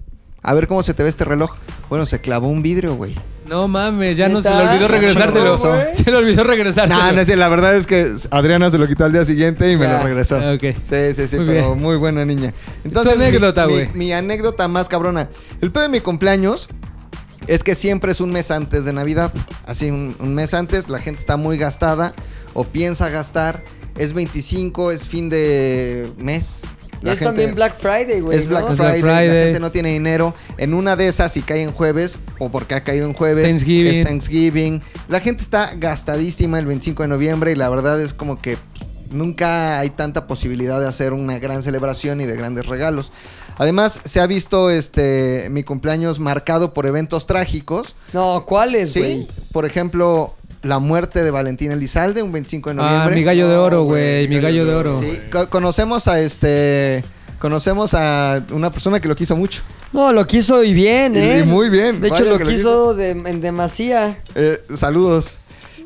Speaker 3: a ver cómo se te ve este reloj. Bueno, se clavó un vidrio, güey.
Speaker 4: No mames, ya no se
Speaker 2: ¿Neta?
Speaker 4: le olvidó
Speaker 2: No,
Speaker 4: regresártelo.
Speaker 3: güey.
Speaker 4: Se le olvidó regresártelo.
Speaker 3: No, no sé, la verdad es que Adriana se lo quitó al día siguiente y me
Speaker 2: Ya.
Speaker 3: lo regresó.
Speaker 4: Ah, ok.
Speaker 3: Sí, sí, sí,
Speaker 4: Muy
Speaker 3: pero
Speaker 4: bien.
Speaker 3: muy buena niña. Entonces,
Speaker 4: Tu
Speaker 3: mi-
Speaker 4: anécdota,
Speaker 3: mi,
Speaker 4: güey.
Speaker 3: Mi, anécdota más cabrona. El pedo de mi cumpleaños es que siempre es un mes antes de Navidad. Así, un, un mes antes, la gente está muy gastada o piensa gastar. Es 25, es fin de mes.
Speaker 2: Y
Speaker 3: La
Speaker 2: es también
Speaker 3: gente-
Speaker 2: Black Friday, güey.
Speaker 3: es Black
Speaker 2: ¿no?
Speaker 4: Black
Speaker 3: Friday, la
Speaker 4: Friday.
Speaker 3: gente no tiene dinero. En una de esas, si cae en jueves, o porque ha caído en jueves,
Speaker 4: Thanksgiving.
Speaker 3: es Thanksgiving. La gente está gastadísima el 25 de noviembre y la verdad es como que nunca hay tanta posibilidad de hacer una gran celebración y de grandes regalos. Además, se ha visto este mi cumpleaños marcado por eventos trágicos.
Speaker 2: No, ¿cuáles, güey?
Speaker 3: Sí, por ejemplo, la muerte de Valentín Elizalde, un 25 de noviembre.
Speaker 4: Ah, mi gallo de oro, güey. Mi gallo de oro.
Speaker 3: Sí, co- conocemos a este Conocemos a una persona que lo quiso mucho.
Speaker 2: No, lo quiso y bien,
Speaker 3: Y-
Speaker 2: ¿eh?
Speaker 3: y muy bien,
Speaker 2: De hecho,
Speaker 3: vaya
Speaker 2: lo
Speaker 3: que lo
Speaker 2: quiso de- en demasía.
Speaker 3: Eh, saludos.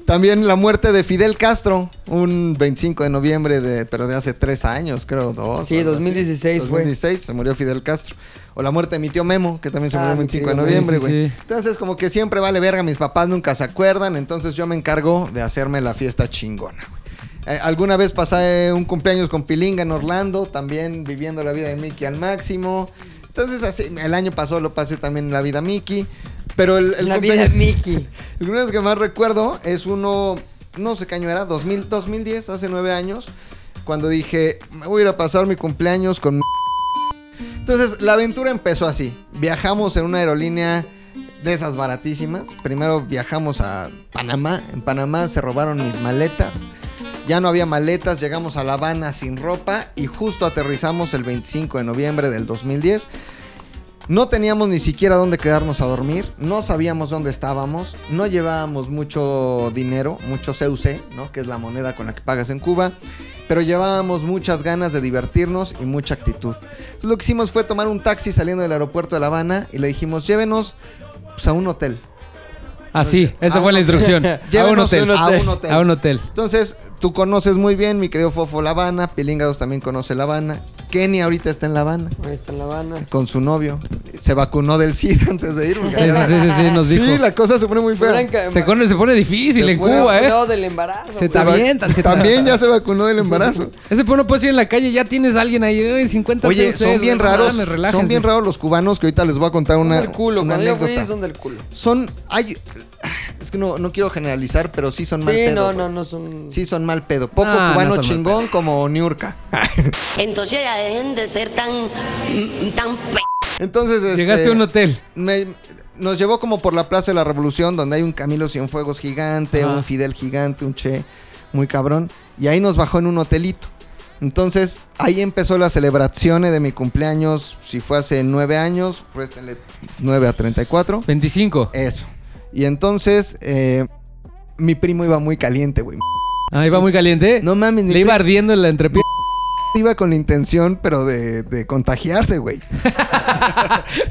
Speaker 3: También la muerte de Fidel Castro, un 25 de noviembre, de, pero de hace tres años, creo, dos.
Speaker 2: Sí,
Speaker 3: algo así.
Speaker 2: 2016 fue.
Speaker 3: 2016 se murió Fidel Castro. O la muerte de mi tío Memo, que también se
Speaker 2: Ah,
Speaker 3: murió el
Speaker 2: mi
Speaker 3: 25 de
Speaker 2: querido
Speaker 3: noviembre,
Speaker 4: Memo, sí,
Speaker 3: güey.
Speaker 4: sí.
Speaker 3: Entonces, como que siempre vale verga, mis papás nunca se acuerdan, entonces yo me encargo de hacerme la fiesta chingona, güey. Eh, alguna vez pasé un cumpleaños con Pilinga en Orlando, también viviendo la vida de Mickey al máximo. Entonces, así, el año pasado lo pasé también la vida Mickey. Pero el, el
Speaker 2: la vida de
Speaker 3: cumpleaños-
Speaker 2: Mickey.
Speaker 3: el cumpleaños que más recuerdo es uno, no sé qué año era, 2000, 2010, hace nueve años, cuando dije, me voy a ir a pasar mi cumpleaños con... Entonces, la aventura empezó así. Viajamos en una aerolínea de esas baratísimas. Primero viajamos a Panamá. En Panamá se robaron mis maletas. Ya no había maletas, llegamos a La Habana sin ropa y justo aterrizamos el 25 de noviembre del 2010. No teníamos ni siquiera dónde quedarnos a dormir, no sabíamos dónde estábamos, no llevábamos mucho dinero, mucho CUC, ¿no? que es la moneda con la que pagas en Cuba, pero llevábamos muchas ganas de divertirnos y mucha actitud. Entonces lo que hicimos fue tomar un taxi saliendo del aeropuerto de La Habana y le dijimos, llévenos pues, a un hotel.
Speaker 4: Así, esa
Speaker 3: A
Speaker 4: fue
Speaker 3: un
Speaker 4: la instrucción. A un
Speaker 3: Llévenos
Speaker 4: hotel.
Speaker 3: a un hotel.
Speaker 4: A un hotel.
Speaker 3: Entonces, tú conoces muy bien, mi querido Fofo, La Habana, Pilingados también conoce La Habana, Kenny ahorita está en La Habana
Speaker 2: Ahí está en La Habana.
Speaker 3: con su novio, se vacunó del SIDA antes de ir. porque-
Speaker 4: Sí, sí, sí, sí, sí, nos
Speaker 3: Sí,
Speaker 4: dijo.
Speaker 3: la cosa se pone muy fea.
Speaker 2: Franca-
Speaker 4: Se, pone, se pone difícil
Speaker 3: Se
Speaker 4: en
Speaker 3: pone-
Speaker 4: Cuba, ¿eh?
Speaker 2: No, del embarazo.
Speaker 4: Se
Speaker 2: güey.
Speaker 4: te avientan, se te-
Speaker 3: También ya se vacunó del embarazo.
Speaker 4: Ese no puedes ir en la calle, ya tienes a alguien ahí, "Ay, 50
Speaker 3: Oye,
Speaker 4: CUCs,
Speaker 3: son bien
Speaker 4: eh, no
Speaker 3: raros.
Speaker 4: mames,
Speaker 3: son
Speaker 4: relájense".
Speaker 3: bien raros los cubanos que ahorita les voy a contar
Speaker 2: Son
Speaker 3: una,
Speaker 2: del culo.
Speaker 3: una
Speaker 2: Cuando yo fui,
Speaker 3: anécdota.
Speaker 2: son del culo.
Speaker 3: Son- hay- es que no, no quiero generalizar, pero sí son mal
Speaker 2: Sí,
Speaker 3: pedo.
Speaker 2: no,
Speaker 3: güey.
Speaker 2: no, no son.
Speaker 3: Sí son mal pedo. Poco
Speaker 4: Ah, no
Speaker 3: cubano
Speaker 4: son mal
Speaker 3: chingón como Niurka.
Speaker 9: Entonces ya dejen de ser tan. tan p.
Speaker 3: Entonces, este,
Speaker 4: Llegaste a un hotel.
Speaker 3: me- nos llevó como por la Plaza de la Revolución, donde hay un Camilo Cienfuegos gigante,
Speaker 4: Ajá.
Speaker 3: un Fidel gigante, un Che muy cabrón. Y ahí nos bajó en un hotelito. Entonces, ahí empezó la celebración de mi cumpleaños. Si fue hace nueve años, préstenle 9 a 34.
Speaker 4: 25.
Speaker 3: Eso. Y entonces, eh, mi primo iba muy caliente, güey.
Speaker 4: Ahí va muy caliente.
Speaker 3: No mames, mi
Speaker 4: Le iba
Speaker 3: primo-
Speaker 4: ardiendo en la entrepierna.
Speaker 3: Iba con la intención, pero de, de contagiarse, güey.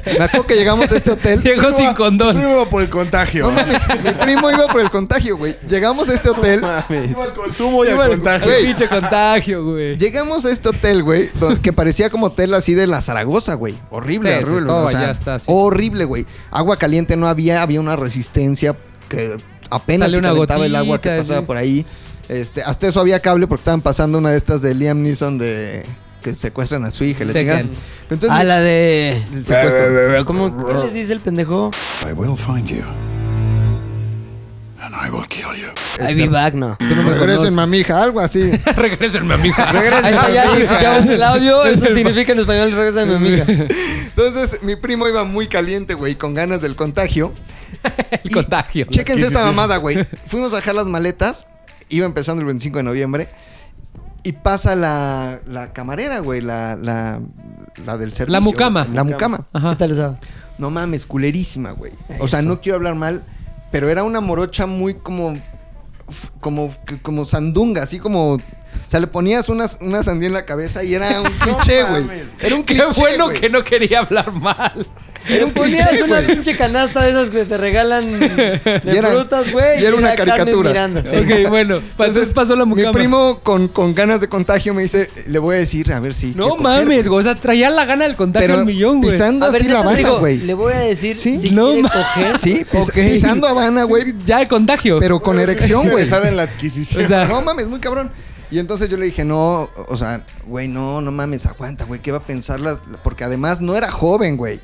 Speaker 3: Me acuerdo que llegamos a este hotel.
Speaker 4: Llegó sin condón.
Speaker 5: Primero por el contagio.
Speaker 3: No mames, mi primo iba por el contagio, güey. Llegamos a este hotel.
Speaker 5: Iba al consumo y
Speaker 4: Iba
Speaker 5: al
Speaker 4: al-
Speaker 5: contagio.
Speaker 4: al pinche contagio, güey.
Speaker 3: Llegamos a este hotel, güey, do- que parecía como hotel así de la Zaragoza, güey. Horrible,
Speaker 4: Sí, sí,
Speaker 3: horrible.
Speaker 4: todo
Speaker 3: o sea,
Speaker 4: allá está así.
Speaker 3: Horrible, güey. Agua caliente no había, había una resistencia que apenas
Speaker 4: Sale
Speaker 3: se
Speaker 4: una
Speaker 3: calentaba el agua que
Speaker 4: gotita,
Speaker 3: pasaba
Speaker 4: sí.
Speaker 3: por ahí. Este, hasta eso había cable porque estaban pasando una de estas de Liam Neeson de que secuestran a su hija, le
Speaker 4: Tekken.
Speaker 3: chingan. Entonces,
Speaker 2: a la de.
Speaker 3: el secuestro.
Speaker 2: ¿Cómo ¿Qué les dice el pendejo?
Speaker 8: I will find you. And I will kill you.
Speaker 2: I be back, no.
Speaker 4: Tú no me conoces.
Speaker 3: Regresen, mamija, algo así.
Speaker 4: Regrésenme a mi
Speaker 2: Ahí
Speaker 3: Regresen,
Speaker 2: está, ya
Speaker 3: mamija.
Speaker 2: escuchamos el audio. Eso significa en español regresa de mi amiga.
Speaker 3: Entonces, mi primo iba muy caliente, güey, con ganas del contagio.
Speaker 4: El contagio.
Speaker 3: Chéquense esta mamada, güey. Fuimos a dejar las maletas. Iba empezando el 25 de noviembre. Y pasa la, la camarera, güey. La, la, la del servicio.
Speaker 4: La mucama.
Speaker 3: La mucama.
Speaker 2: ¿Qué
Speaker 4: Ajá.
Speaker 2: tal esa?
Speaker 3: No mames, culerísima, güey. O
Speaker 2: Eso.
Speaker 3: sea, no quiero hablar mal. Pero era una morocha muy como... Como, como sandunga, así como... O sea, le ponías una, una sandía en la cabeza y era un cliché, güey. Era un
Speaker 4: Qué
Speaker 3: cliché,
Speaker 4: bueno
Speaker 3: güey.
Speaker 4: que no quería hablar mal.
Speaker 3: Era un
Speaker 2: Ponías
Speaker 3: cliché,
Speaker 2: una
Speaker 3: güey.
Speaker 2: pinche canasta de esas que te regalan de
Speaker 3: Y era-
Speaker 2: frutas, güey.
Speaker 3: y era una
Speaker 2: la Carmen
Speaker 3: caricatura.
Speaker 2: Miranda, sí.
Speaker 4: Ok, bueno. Entonces pasó la mucama.
Speaker 3: Mi primo con, con ganas de contagio me dice, le voy a decir, a ver si...
Speaker 4: No
Speaker 3: quiero
Speaker 4: mames,
Speaker 3: coger,
Speaker 4: güey. O sea, traía la gana del contagio
Speaker 3: Pero
Speaker 4: al millón, güey.
Speaker 3: pisando
Speaker 2: A ver,
Speaker 3: así la
Speaker 2: neta,
Speaker 3: Habana,
Speaker 2: digo,
Speaker 3: güey.
Speaker 2: Le voy a decir
Speaker 3: Sí.
Speaker 2: si
Speaker 4: No
Speaker 2: quiere
Speaker 4: ma-
Speaker 2: coger.
Speaker 3: Sí, pis-
Speaker 4: Ok.
Speaker 3: pisando Habana, güey,
Speaker 4: Ya de contagio.
Speaker 3: pero con erección, güey.
Speaker 5: Saben la
Speaker 4: o
Speaker 5: adquisición.
Speaker 4: sea,
Speaker 3: No mames, muy cabrón. Y entonces yo le dije, no, o sea, güey, no, no mames, aguanta, güey, ¿qué va a pensar las...? Porque además no era joven, güey.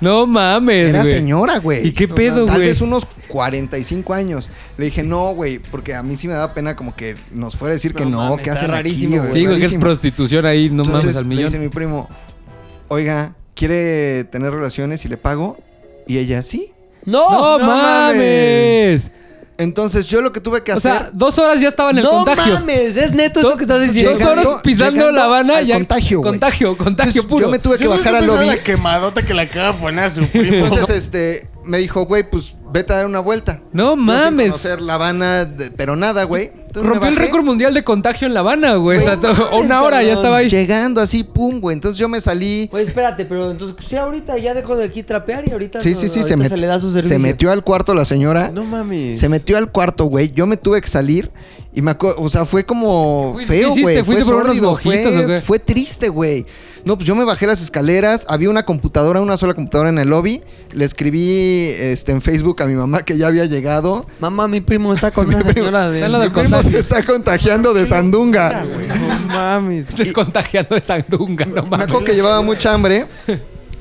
Speaker 4: no mames,
Speaker 3: Era
Speaker 4: güey.
Speaker 3: señora, güey.
Speaker 4: ¿Y qué
Speaker 3: No
Speaker 4: pedo,
Speaker 3: Tal
Speaker 4: güey?
Speaker 3: vez unos 45 años. Le dije, no, güey, porque a mí sí me daba pena como que nos fuera a decir que no, que hacen rarísimo, aquí, güey,
Speaker 4: Sí, güey, que es
Speaker 3: rarísimo.
Speaker 4: prostitución ahí, no
Speaker 3: Entonces,
Speaker 4: mames al
Speaker 3: le
Speaker 4: millón.
Speaker 3: dice mi primo, oiga, ¿quiere tener relaciones y le pago? Y ella, sí.
Speaker 4: ¡No, mames!
Speaker 3: Entonces yo lo que tuve que
Speaker 4: O
Speaker 3: hacer...
Speaker 4: sea, dos horas ya estaba en el
Speaker 2: No
Speaker 4: contagio.
Speaker 2: mames, es neto eso
Speaker 4: Dos-
Speaker 2: que estás diciendo.
Speaker 4: Dos horas pisando
Speaker 3: llegando
Speaker 4: la Habana
Speaker 3: al
Speaker 4: ya.
Speaker 3: contagio, güey.
Speaker 4: contagio, contagio
Speaker 3: entonces,
Speaker 4: puro.
Speaker 3: Yo me tuve que bajar al lobby.
Speaker 5: la quemadota que le acaba de poner a su primo.
Speaker 3: Entonces, este, me dijo, güey, pues vete a dar una vuelta.
Speaker 4: No
Speaker 3: Yo sin
Speaker 4: mames.
Speaker 3: conocer La Habana, de- pero nada, güey. Entonces me
Speaker 4: Rompió el
Speaker 3: bajé,
Speaker 4: récord mundial de contagio en La Habana, güey. O sea,
Speaker 3: Güey,
Speaker 4: to- una
Speaker 2: mames,
Speaker 4: hora ya
Speaker 2: cabrón.
Speaker 4: estaba ahí.
Speaker 3: Llegando así, pum, güey. Entonces yo me salí.
Speaker 2: Oye, espérate, pero entonces, pues, sí, ahorita ya dejo de aquí trapear y ahorita,
Speaker 3: Sí,
Speaker 2: no-
Speaker 3: sí, sí.
Speaker 2: ahorita
Speaker 3: Se, met-
Speaker 2: le da su
Speaker 3: se
Speaker 2: servicio.
Speaker 3: metió al cuarto la señora.
Speaker 6: No mames.
Speaker 3: Se metió al cuarto, güey. Yo me tuve que salir. Y me acuerdo, o sea, fue como
Speaker 4: Fuiste-
Speaker 3: feo,
Speaker 4: ¿qué
Speaker 3: güey. Fue
Speaker 4: hiciste? ¿Fuiste por unos
Speaker 3: sórdido,
Speaker 4: mojitos o
Speaker 3: fue,
Speaker 4: qué?
Speaker 3: fue triste, güey. No, pues yo me bajé las escaleras, había una computadora, una sola computadora en el lobby. Le escribí este, en Facebook a mi mamá que ya había llegado.
Speaker 2: Mamá, mi primo está con una señora de...
Speaker 4: Está en la del
Speaker 3: Mi primo se
Speaker 4: contagio.
Speaker 3: está contagiando de sandunga.
Speaker 6: mames.
Speaker 4: Estoy contagiando de sandunga,
Speaker 3: Me
Speaker 4: no mames.
Speaker 3: acuerdo que llevaba mucha hambre.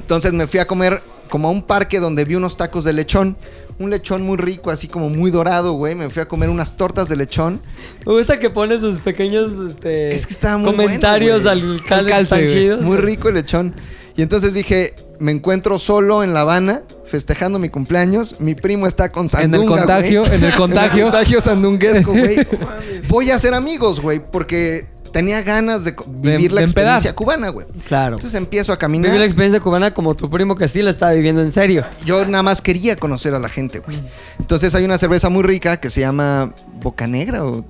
Speaker 3: Entonces me fui a comer como a un parque donde vi unos tacos de lechón. Un lechón muy rico, así como muy dorado, güey. Me fui a comer unas tortas de lechón.
Speaker 2: Me gusta que pone sus pequeños este,
Speaker 3: Es que estaba muy
Speaker 2: comentarios
Speaker 3: bueno, güey.
Speaker 2: al calce,
Speaker 4: Al calce,
Speaker 2: están
Speaker 4: güey.
Speaker 2: chidos.
Speaker 3: Muy rico el lechón. Y entonces dije, me encuentro solo en La Habana, festejando mi cumpleaños. Mi primo está con
Speaker 4: En
Speaker 3: sandunga,
Speaker 4: el contagio,
Speaker 3: güey.
Speaker 4: en el contagio.
Speaker 3: contagio sandunguesco, güey. Voy a hacer amigos, güey, porque tenía ganas de co- vivir la
Speaker 4: de empedar.
Speaker 3: experiencia cubana, güey.
Speaker 2: Claro.
Speaker 3: Entonces empiezo a caminar.
Speaker 2: Viví la experiencia cubana como tu primo que sí la estaba viviendo en serio.
Speaker 3: Yo nada más quería conocer a la gente, güey.
Speaker 4: Mm.
Speaker 3: Entonces hay una cerveza muy rica que se llama Boca Negra o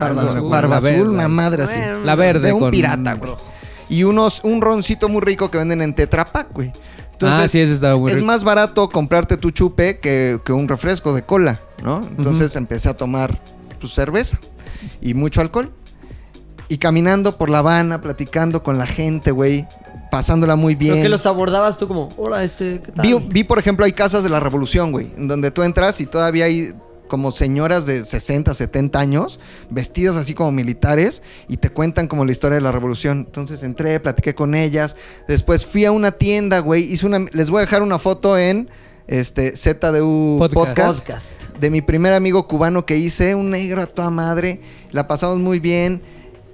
Speaker 3: Barba,
Speaker 4: Barba Azul.
Speaker 3: Barba
Speaker 4: La
Speaker 3: Azul,
Speaker 4: verde.
Speaker 3: una madre así.
Speaker 4: La verde
Speaker 3: De un
Speaker 4: con-
Speaker 3: pirata, güey. Y unos, un roncito muy rico que venden en Tetra Pak, güey.
Speaker 4: Ah, sí, ese estaba muy
Speaker 3: Es
Speaker 4: rico.
Speaker 3: más barato comprarte tu chupe que, que un refresco de cola, ¿no? Entonces empecé a tomar tu cerveza y mucho alcohol. Y caminando por La Habana, platicando con la gente, güey. Pasándola muy bien.
Speaker 2: Lo que los abordabas tú como, hola, este, ¿qué tal?
Speaker 3: Vi, vi, por ejemplo, hay casas de la revolución, güey, en donde tú entras y todavía hay como señoras de 60, 70 años, vestidas así como militares, y te cuentan como la historia de la revolución. Entonces entré, platiqué con ellas, después fui a una tienda, güey, hice una... Les voy a dejar una foto en este ZDU
Speaker 4: Podcast.
Speaker 3: Podcast
Speaker 2: Podcast.
Speaker 3: de mi primer amigo cubano que hice, un negro a toda madre. La pasamos muy bien.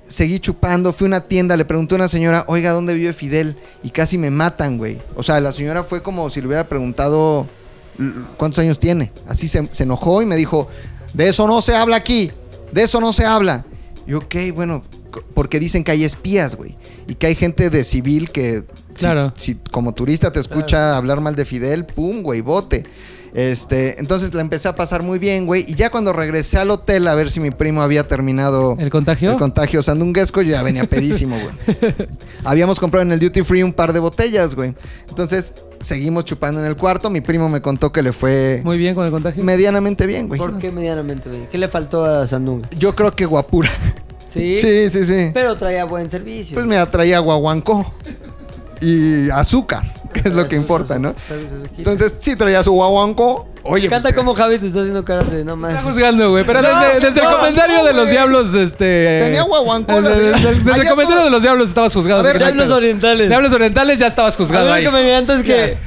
Speaker 3: Seguí chupando, fui a una tienda, le pregunté a una señora, oiga, ¿dónde vive Fidel? Y casi me matan, güey. O sea, la señora fue como si le hubiera preguntado "L- cuántos años tiene. Así se, se enojó y me dijo, de eso no se habla aquí, de eso no se habla. Y ok, bueno, c- porque dicen que hay espías, güey. Y que hay gente de civil que si-
Speaker 4: Claro.
Speaker 3: si como turista te escucha hablar mal de Fidel, pum, güey, bote. Este, entonces la empecé a pasar muy bien, güey. Y ya cuando regresé al hotel a ver si mi primo había terminado
Speaker 4: ¿El contagio?
Speaker 3: el contagio sandunguesco, yo ya venía pedísimo, güey. Habíamos comprado en el duty free un par de botellas, güey. Entonces seguimos chupando en el cuarto. Mi primo me contó que le fue
Speaker 4: Muy bien con el contagio.
Speaker 3: medianamente bien, güey.
Speaker 2: ¿Por qué medianamente bien? ¿Qué le faltó a Sandunga?
Speaker 3: Yo creo que guapura.
Speaker 2: Sí.
Speaker 3: sí, sí. sí.
Speaker 2: Pero traía buen servicio.
Speaker 3: Pues me atraía guaguancó y azúcar, que es lo que importa, ¿no? Entonces, sí traía su guaguancó. Oye,
Speaker 2: Me encanta
Speaker 3: pues,
Speaker 2: cómo Javi te está haciendo caras de no
Speaker 4: Está
Speaker 2: más.
Speaker 4: juzgando, güey. Pero desde, desde el
Speaker 3: no,
Speaker 4: comentario
Speaker 3: no,
Speaker 4: de los
Speaker 3: güey.
Speaker 4: diablos, este.
Speaker 3: Tenía guaguancó la
Speaker 4: Desde,
Speaker 3: señora.
Speaker 4: desde- desde
Speaker 3: Allá
Speaker 4: el comentario
Speaker 3: todo-
Speaker 4: de los diablos estabas juzgado.
Speaker 3: A ver,
Speaker 4: Diablos-
Speaker 2: Diablos orientales.
Speaker 4: diablos orientales ya estabas
Speaker 2: A
Speaker 4: juzgado
Speaker 2: mí
Speaker 4: ahí.
Speaker 2: lo que me encanta es que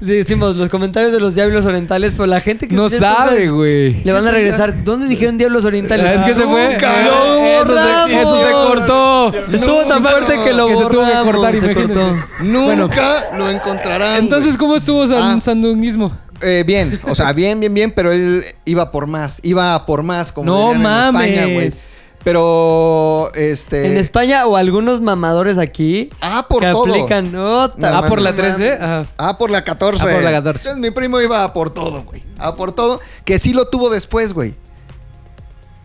Speaker 2: decimos los comentarios de los diablos orientales, pero la gente que
Speaker 4: No
Speaker 2: escucha el podcast
Speaker 4: sabe, güey.
Speaker 2: Le van a regresar. ¿Dónde dijeron diablos orientales?
Speaker 4: Ah, Es que se fue.
Speaker 2: Nunca
Speaker 4: Eh,
Speaker 2: lo
Speaker 4: eso, se,
Speaker 2: borramos.
Speaker 4: eso se cortó.
Speaker 2: Estuvo tan
Speaker 4: Ima-
Speaker 2: fuerte que lo
Speaker 4: se tuvo que
Speaker 2: borramos,
Speaker 4: cortar,
Speaker 2: se
Speaker 4: imagínense.
Speaker 2: cortó.
Speaker 3: Nunca lo encontrarán.
Speaker 4: Entonces, ¿cómo estuvo
Speaker 3: Ah.
Speaker 4: San, sandunguismo?
Speaker 3: güey. Eh, bien, o sea, bien, bien, bien, pero él iba por más, iba a por más, como
Speaker 4: No
Speaker 3: dirían en España, güey.
Speaker 4: mames.
Speaker 3: Pero, este...
Speaker 2: Ah, En España o algunos mamadores aquí
Speaker 3: Ah, por
Speaker 2: que
Speaker 3: todo.
Speaker 2: aplican nota.
Speaker 4: Ah, por la
Speaker 3: mames.
Speaker 4: 13. Ah.
Speaker 3: Ah, por la 14.
Speaker 4: Ah, por la 14.
Speaker 3: Entonces mi primo iba a por todo, güey. A por todo. Que sí lo tuvo después, güey.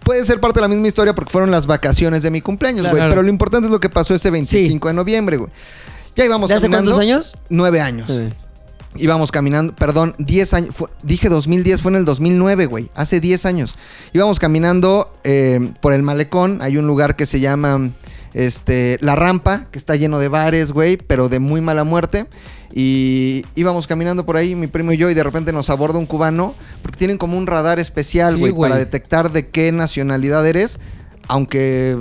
Speaker 3: Puede ser parte de la misma historia porque fueron las vacaciones de mi cumpleaños,
Speaker 4: Claro.
Speaker 3: güey. Pero lo importante es lo que pasó ese 25 de noviembre, güey. Ya íbamos
Speaker 2: ¿De hace
Speaker 3: caminando.
Speaker 2: cuántos años?
Speaker 3: Nueve años. Íbamos caminando, perdón, 10 años. fue- dije 2010, fue en el 2009, güey. Hace 10 años. Íbamos caminando eh, por el malecón. Hay un lugar que se llama este, La Rampa, que está lleno de bares, güey, pero de muy mala muerte. Y íbamos caminando por ahí, mi primo y yo, y de repente nos aborda un cubano, porque tienen como un radar especial,
Speaker 4: Sí,
Speaker 3: güey,
Speaker 4: güey.
Speaker 3: para detectar de qué nacionalidad eres, aunque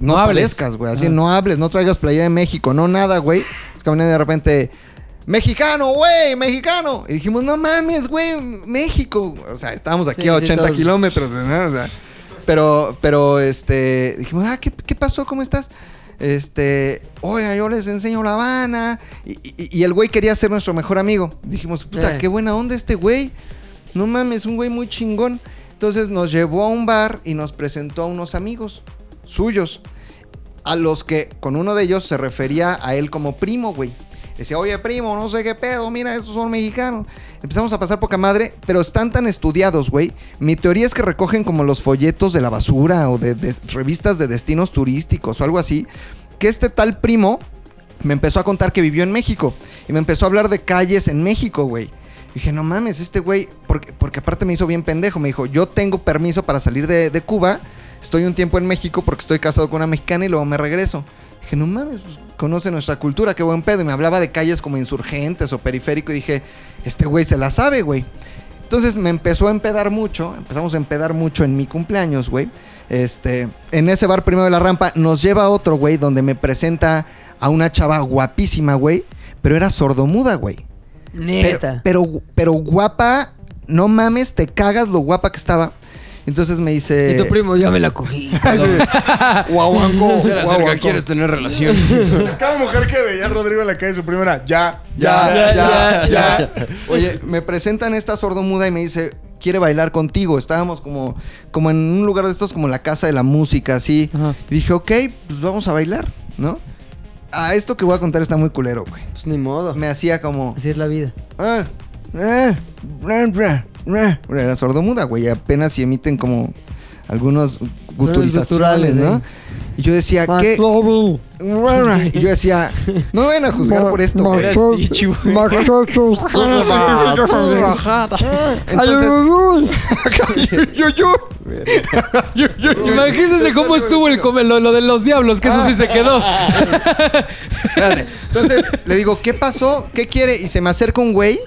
Speaker 3: no,
Speaker 4: No hables.
Speaker 3: parezcas, güey. Así
Speaker 4: Ah.
Speaker 3: no hables, no traigas playa de México, no nada, güey. Es caminan y de repente. Mexicano, güey, mexicano. Y dijimos, no mames, güey, México. O sea, estábamos aquí
Speaker 2: Sí,
Speaker 3: a
Speaker 2: sí,
Speaker 3: 80
Speaker 2: todos.
Speaker 3: kilómetros, ¿no? O sea, pero, pero, este, dijimos, ah, ¿qué, qué pasó? ¿Cómo estás? Este, oiga, yo les enseño La Habana. Y, y- y el güey quería ser nuestro mejor amigo. Dijimos, puta,
Speaker 2: Eh.
Speaker 3: qué buena onda este güey. No mames, un güey muy chingón. Entonces nos llevó a un bar y nos presentó a unos amigos suyos. A los que con uno de ellos se refería a él como primo, güey. Le decía, oye, primo, no sé qué pedo, mira, estos son mexicanos. Empezamos a pasar poca madre, pero están tan estudiados, güey. Mi teoría es que recogen como los folletos de la basura o de, de revistas de destinos turísticos o algo así. Que este tal primo me empezó a contar que vivió en México. Y me empezó a hablar de calles en México, güey. Y dije, no mames, este güey, porque, porque aparte me hizo bien pendejo. Me dijo, yo tengo permiso para salir de, de Cuba. Estoy un tiempo en México porque estoy casado con una mexicana y luego me regreso. Dije, no mames, pues, conoce nuestra cultura, qué buen pedo. Y me hablaba de calles como insurgentes o periférico. Y dije, este güey se la sabe, güey. Entonces me empezó a empedar mucho, empezamos a empedar mucho en mi cumpleaños, güey. Este, en ese bar primero de la rampa nos lleva a otro, güey, donde me presenta a una chava guapísima, güey, pero era sordomuda, güey. Pero,
Speaker 2: Neta.
Speaker 3: pero, pero guapa, no mames, te cagas lo guapa que estaba. Entonces me dice.
Speaker 2: y tu primo, ya me la cogí.
Speaker 3: Guauanco,
Speaker 6: Se le acerca,
Speaker 3: guauanco.
Speaker 6: ¿Quieres tener relaciones?
Speaker 5: Cada mujer que veía a Rodrigo en la calle, su primera, ya,
Speaker 3: Ya,
Speaker 5: ya,
Speaker 3: ya,
Speaker 5: ya, ya.
Speaker 3: Oye, me presentan esta sordomuda y me dice, quiere bailar contigo. Estábamos como, como en un lugar de estos, como la casa de la música, así.
Speaker 4: Ajá.
Speaker 3: Y dije, ok, pues vamos a bailar, ¿no? Ah, esto que voy a contar está muy culero, güey.
Speaker 2: Pues ni modo.
Speaker 3: Me hacía como...
Speaker 2: Así es la vida.
Speaker 3: "Ah, ah, bra, bra, bra". Era sordomuda, güey. Apenas si emiten como algunos guturizaciones,
Speaker 2: guturales,
Speaker 3: ¿no?
Speaker 2: ¿eh?
Speaker 3: Y yo decía, ¿qué? Y yo decía, no me van a juzgar por esto, güey.
Speaker 4: Imagínense cómo estuvo el come- lo, lo de los diablos, que eso sí se quedó.
Speaker 3: Ah, Espérate. Entonces le digo, ¿qué pasó? ¿Qué quiere? Y se me acerca un güey,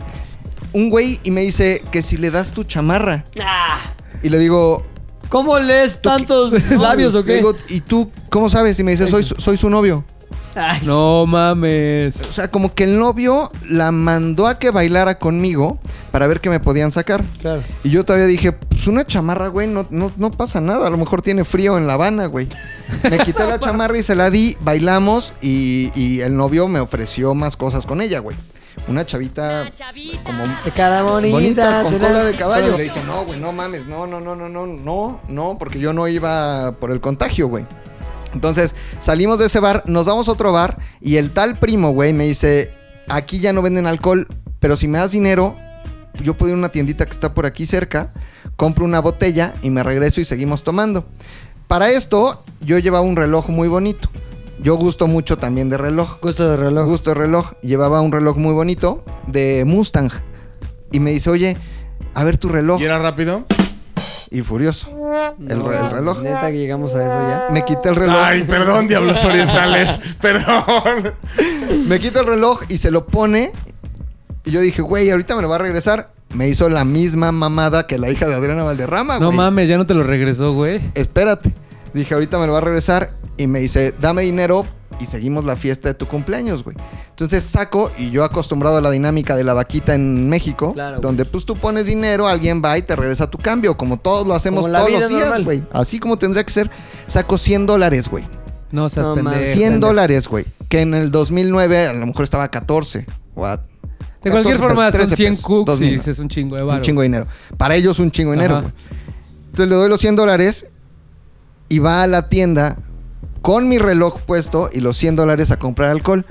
Speaker 3: un güey, y me dice que si le das tu chamarra.
Speaker 9: Ah.
Speaker 3: Y le digo,
Speaker 2: ¿Cómo lees tantos labios o
Speaker 3: le
Speaker 2: qué?
Speaker 3: pues, digo, ¿y tú cómo sabes? Y me dice, soy, su- soy su novio.
Speaker 2: Ay,
Speaker 4: No mames.
Speaker 3: O sea, como que el novio la mandó a que bailara conmigo para ver qué me podían sacar.
Speaker 2: Claro.
Speaker 3: Y yo todavía dije, pues una chamarra, güey, no, no, no pasa nada. A lo mejor tiene frío en La Habana, güey. Me quité la chamarra y se la di, bailamos y, y el novio me ofreció más cosas con ella, güey. Una chavita como
Speaker 2: De cara bonita.
Speaker 3: bonita, con
Speaker 2: tela-
Speaker 3: cola de caballo.
Speaker 2: Pero-
Speaker 3: Le dije, no, güey, no mames, no, no, no, no, no, no, no, porque yo no iba por el contagio, güey. Entonces salimos de ese bar, nos damos a otro bar y el tal primo, güey, me dice, aquí ya no venden alcohol, pero si me das dinero, yo puedo ir a una tiendita que está por aquí cerca, compro una botella y me regreso y seguimos tomando. Para esto yo llevaba un reloj muy bonito. Yo gusto mucho también de reloj.
Speaker 2: Gusto de reloj.
Speaker 3: Gusto de reloj. Llevaba un reloj muy bonito de Mustang. Y me dice, oye, a ver tu reloj.
Speaker 2: Oh.
Speaker 5: ¿Y era rápido?
Speaker 3: Y furioso. El, re- el reloj.
Speaker 2: Neta que llegamos a eso ya.
Speaker 3: Me quité el reloj.
Speaker 5: Ay, perdón, diablos orientales. Perdón.
Speaker 3: Me quita el reloj y se lo pone. Y yo dije, güey, ahorita me lo va a regresar. Me hizo la misma mamada que la hija de Adriana Valderrama, Ah,
Speaker 4: No
Speaker 3: güey.
Speaker 4: mames, ya no te lo regresó, güey.
Speaker 3: Espérate. Dije, ahorita me lo va a regresar. Y me dice, dame dinero y seguimos la fiesta de tu cumpleaños, güey. Entonces saco, y yo acostumbrado a la dinámica de la vaquita en México,
Speaker 2: Claro, güey.
Speaker 3: donde pues tú pones dinero, alguien va y te regresa tu cambio, como todos lo hacemos
Speaker 2: Como la
Speaker 3: todos
Speaker 2: vida
Speaker 3: los días,
Speaker 2: normal.
Speaker 3: güey. Así como tendría que ser, saco 100 dólares, güey.
Speaker 4: No seas
Speaker 2: No
Speaker 4: pendejo.
Speaker 2: mames.
Speaker 3: 100 dólares, güey. Que en el 2009 a lo mejor estaba 14. What?
Speaker 4: De cualquier
Speaker 3: 14
Speaker 4: forma,
Speaker 3: pesos,
Speaker 4: son
Speaker 3: 13
Speaker 4: 100
Speaker 3: pesos,
Speaker 4: cookies,
Speaker 3: 2000,
Speaker 4: es un chingo de varo.
Speaker 3: un chingo de dinero. Para ellos un chingo de dinero,
Speaker 4: Ajá.
Speaker 3: güey. Entonces le doy los 100 dólares y va a la tienda con mi reloj puesto y los 100 dólares a comprar alcohol.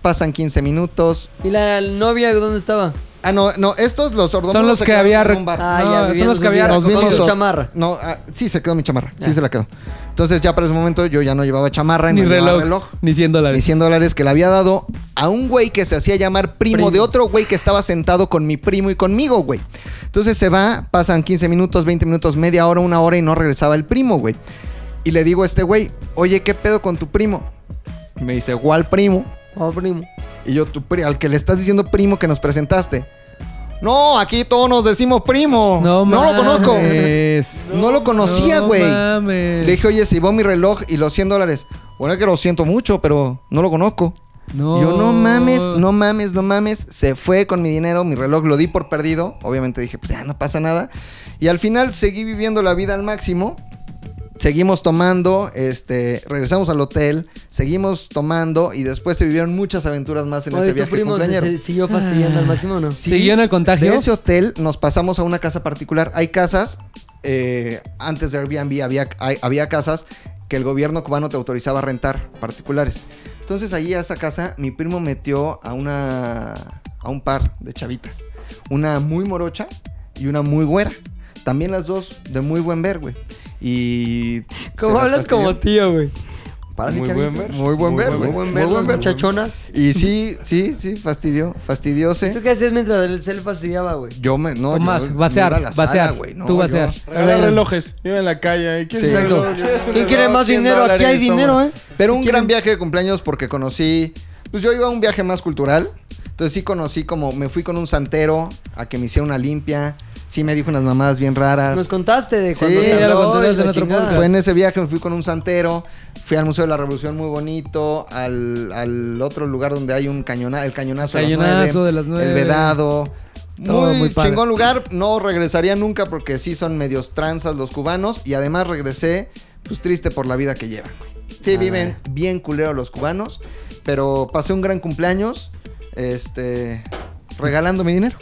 Speaker 3: Pasan 15 minutos.
Speaker 2: ¿Y la novia dónde estaba?
Speaker 3: Ah, no, no, estos los sordos.
Speaker 4: Son los que había...
Speaker 3: en
Speaker 4: rec-
Speaker 3: un bar.
Speaker 2: Ah,
Speaker 4: No,
Speaker 2: ya,
Speaker 4: son
Speaker 2: vivían
Speaker 4: los que
Speaker 2: los
Speaker 4: había...
Speaker 2: videos.
Speaker 3: Nos
Speaker 2: recogido
Speaker 3: vimos
Speaker 2: tu
Speaker 3: so-
Speaker 2: chamarra.
Speaker 3: No, ah, sí se quedó mi chamarra. Sí
Speaker 2: Ya.
Speaker 3: se la quedó. Entonces ya para ese momento yo ya no llevaba chamarra y
Speaker 4: Ni
Speaker 3: no llevaba
Speaker 4: reloj, Ni 100
Speaker 3: mis
Speaker 4: dólares.
Speaker 3: 100 dólares que le había dado a un güey que se hacía llamar primo,
Speaker 2: Primo.
Speaker 3: de otro güey que estaba sentado con mi primo y conmigo, güey. Entonces se va, pasan 15 minutos, 20 minutos, media hora, una hora y no regresaba el primo, güey. Y le digo a este güey, oye, ¿qué pedo con tu primo? Y me dice, ¿cuál primo?
Speaker 2: Oh, primo.
Speaker 3: Y yo, tu pri- al que le estás diciendo primo que nos presentaste. No, aquí todos nos decimos primo. No, lo conozco.
Speaker 4: mames.
Speaker 3: No, lo conocía,
Speaker 4: No
Speaker 3: güey.
Speaker 4: mames.
Speaker 3: Le dije, oye, si vos mi reloj y los 100 dólares. Bueno, es que lo siento mucho, pero no lo conozco.
Speaker 4: No.
Speaker 3: Yo no mames, no mames, no mames. Se fue con mi dinero, mi reloj lo di por perdido. Obviamente dije, pues ya no pasa nada. Y al final seguí viviendo la vida al máximo. Seguimos tomando, este, regresamos al hotel, seguimos tomando y después se vivieron muchas aventuras más en
Speaker 2: Oye,
Speaker 3: ese
Speaker 2: tu
Speaker 3: viaje
Speaker 2: primo se-
Speaker 3: cumpleañero.
Speaker 2: se siguió fastidiando al máximo, ¿o ¿no?
Speaker 3: Sí,
Speaker 4: ¿Siguió en el contagio?
Speaker 3: De ese hotel nos pasamos a una casa particular. Hay casas, eh, antes de Airbnb había, hay- había casas que el gobierno cubano te autorizaba a rentar particulares. Entonces ahí a esa casa mi primo metió a una a un par de chavitas, una muy morocha y una muy güera. También las dos de muy buen ver, güey. Y se
Speaker 2: Como
Speaker 3: las
Speaker 2: hablas
Speaker 3: fastidió.
Speaker 2: como tío, güey. Para
Speaker 6: Muy buen ver.
Speaker 3: muy buen ver,
Speaker 2: Muy
Speaker 3: güey.
Speaker 2: buen ver, las muchachonas.
Speaker 3: Y sí, sí, sí, fastidió,
Speaker 2: ¿Tú
Speaker 3: fastidióse.
Speaker 2: qué hacías mientras el cel fastidiaba, güey?
Speaker 3: Yo me no,
Speaker 4: Tomás,
Speaker 3: yo,
Speaker 4: vaciar,
Speaker 3: yo era la sala,
Speaker 4: vaciar.
Speaker 3: güey, no,
Speaker 4: Tú
Speaker 3: yo-
Speaker 4: vaciar.
Speaker 5: Regalar relojes. Iba en la calle. ¿y ¿Quieres
Speaker 3: Sí.
Speaker 5: un reloj?
Speaker 3: Exacto.
Speaker 5: ¿Quieres un
Speaker 2: ¿Quién quiere
Speaker 5: reloj?
Speaker 2: más
Speaker 5: 100
Speaker 2: dinero? Aquí hay
Speaker 5: dólares, toma.
Speaker 2: dinero, ¿eh?
Speaker 3: Pero un gran viaje de cumpleaños porque conocí. Pues yo iba a un viaje más cultural. Entonces sí conocí como. Me fui con un santero a que me hiciera una limpia. Sí me dijo unas mamadas bien raras.
Speaker 2: Nos contaste de cuando
Speaker 3: Sí,
Speaker 2: te
Speaker 3: ya lo
Speaker 2: habló
Speaker 4: contaste
Speaker 2: y la
Speaker 4: en otro
Speaker 2: chingada.
Speaker 4: podcast.
Speaker 3: Fue en ese viaje, me fui con un santero, fui al Museo de la Revolución muy bonito, al, al otro lugar donde hay un cañonazo, el cañonazo,
Speaker 4: Cañonazo
Speaker 3: de,
Speaker 4: de
Speaker 3: las
Speaker 4: las
Speaker 3: nueve,
Speaker 4: nueve.
Speaker 3: el vedado.
Speaker 4: Todo
Speaker 3: Muy,
Speaker 4: muy padre.
Speaker 3: chingón lugar, no regresaría nunca porque sí son medios tranzas los cubanos y además regresé pues triste por la vida que llevan. Sí viven bien culero los cubanos, pero pasé un gran cumpleaños este regalando mi dinero.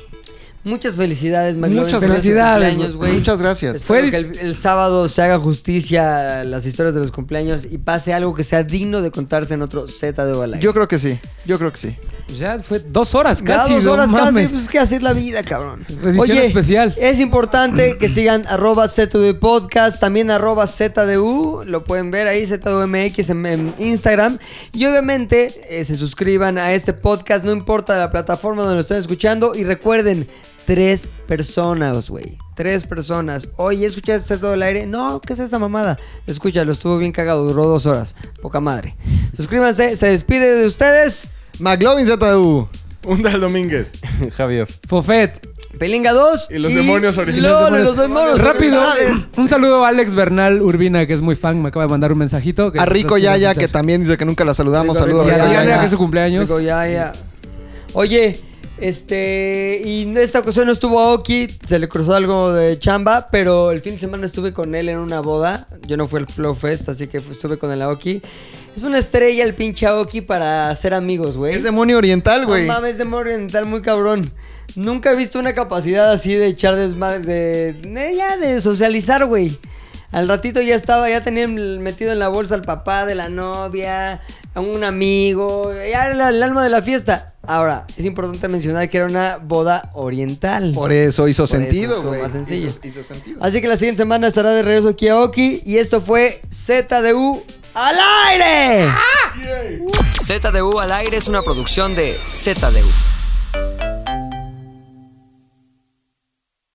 Speaker 2: Muchas felicidades, McLovin.
Speaker 3: Muchas
Speaker 2: por ese
Speaker 4: felicidades,
Speaker 2: cumpleaños,
Speaker 3: güey. Muchas gracias.
Speaker 2: Espero
Speaker 4: Fue-
Speaker 2: que el, el sábado se haga justicia a las historias de los cumpleaños y pase algo que sea digno de contarse en otro Z de Ovalay.
Speaker 3: Yo creo que sí, yo creo que sí.
Speaker 4: Pues ya fue dos horas
Speaker 2: casi
Speaker 4: casi.
Speaker 2: dos
Speaker 4: no
Speaker 2: horas casi,
Speaker 4: mames.
Speaker 2: pues qué hacer la vida, cabrón.
Speaker 4: Edición especial.
Speaker 2: Es importante que sigan arroba ZDU Podcast, también arroba ZDU, lo pueden ver ahí, ZDUMX en, en Instagram. Y obviamente eh, se suscriban a este podcast, no importa la plataforma donde lo estén escuchando. Y recuerden, tres personas, güey. Tres personas. Oye, ¿escuchaste todo el aire? No, ¿qué es esa mamada? Escúchalo, estuvo bien cagado, duró dos horas. Poca madre. Suscríbanse, se despide de ustedes.
Speaker 3: McLovin ZU.
Speaker 5: Un Dal Domínguez.
Speaker 6: Javier.
Speaker 4: Fofet.
Speaker 2: Pelinga 2
Speaker 5: Y los demonios originales.
Speaker 2: Lolo,
Speaker 4: Demonios.
Speaker 2: los demonios
Speaker 4: Rápido.
Speaker 2: originales.
Speaker 4: Un saludo a Alex Bernal Urbina, que es muy fan, me acaba de mandar un mensajito. que-
Speaker 3: A Rico Yaya, que también dice que nunca la saludamos.
Speaker 2: Rico,
Speaker 3: Saludos
Speaker 4: Y
Speaker 3: a
Speaker 4: a
Speaker 3: Rico
Speaker 4: Diana,
Speaker 3: Yaya.
Speaker 4: que es su cumpleaños.
Speaker 2: Digo, ya, ya. Oye, este. Y en esta ocasión no estuvo Aoki, se le cruzó algo de chamba, pero el fin de semana estuve con él en una boda. Yo no fui al Flow Fest, así que fu- estuve con el Aoki. Es una estrella el pinche Aoki para ser amigos, güey.
Speaker 3: Es demonio oriental, güey.
Speaker 2: No mames, demonio oriental muy cabrón. Nunca he visto una capacidad así de echar desmadre, de, de- ya de socializar, güey. Al ratito ya estaba, ya tenían metido en la bolsa al papá de la novia, a un amigo, ya era el alma de la fiesta. Ahora, es importante mencionar que era una boda oriental.
Speaker 3: Por eso hizo
Speaker 2: Por eso
Speaker 3: sentido,
Speaker 2: estuvo
Speaker 3: güey.
Speaker 2: más sencillo.
Speaker 3: Hizo, hizo sentido.
Speaker 2: Así que la siguiente semana estará de regreso aquí a Oki y esto fue ZDU al aire. ZDU al aire es una producción de ZDU.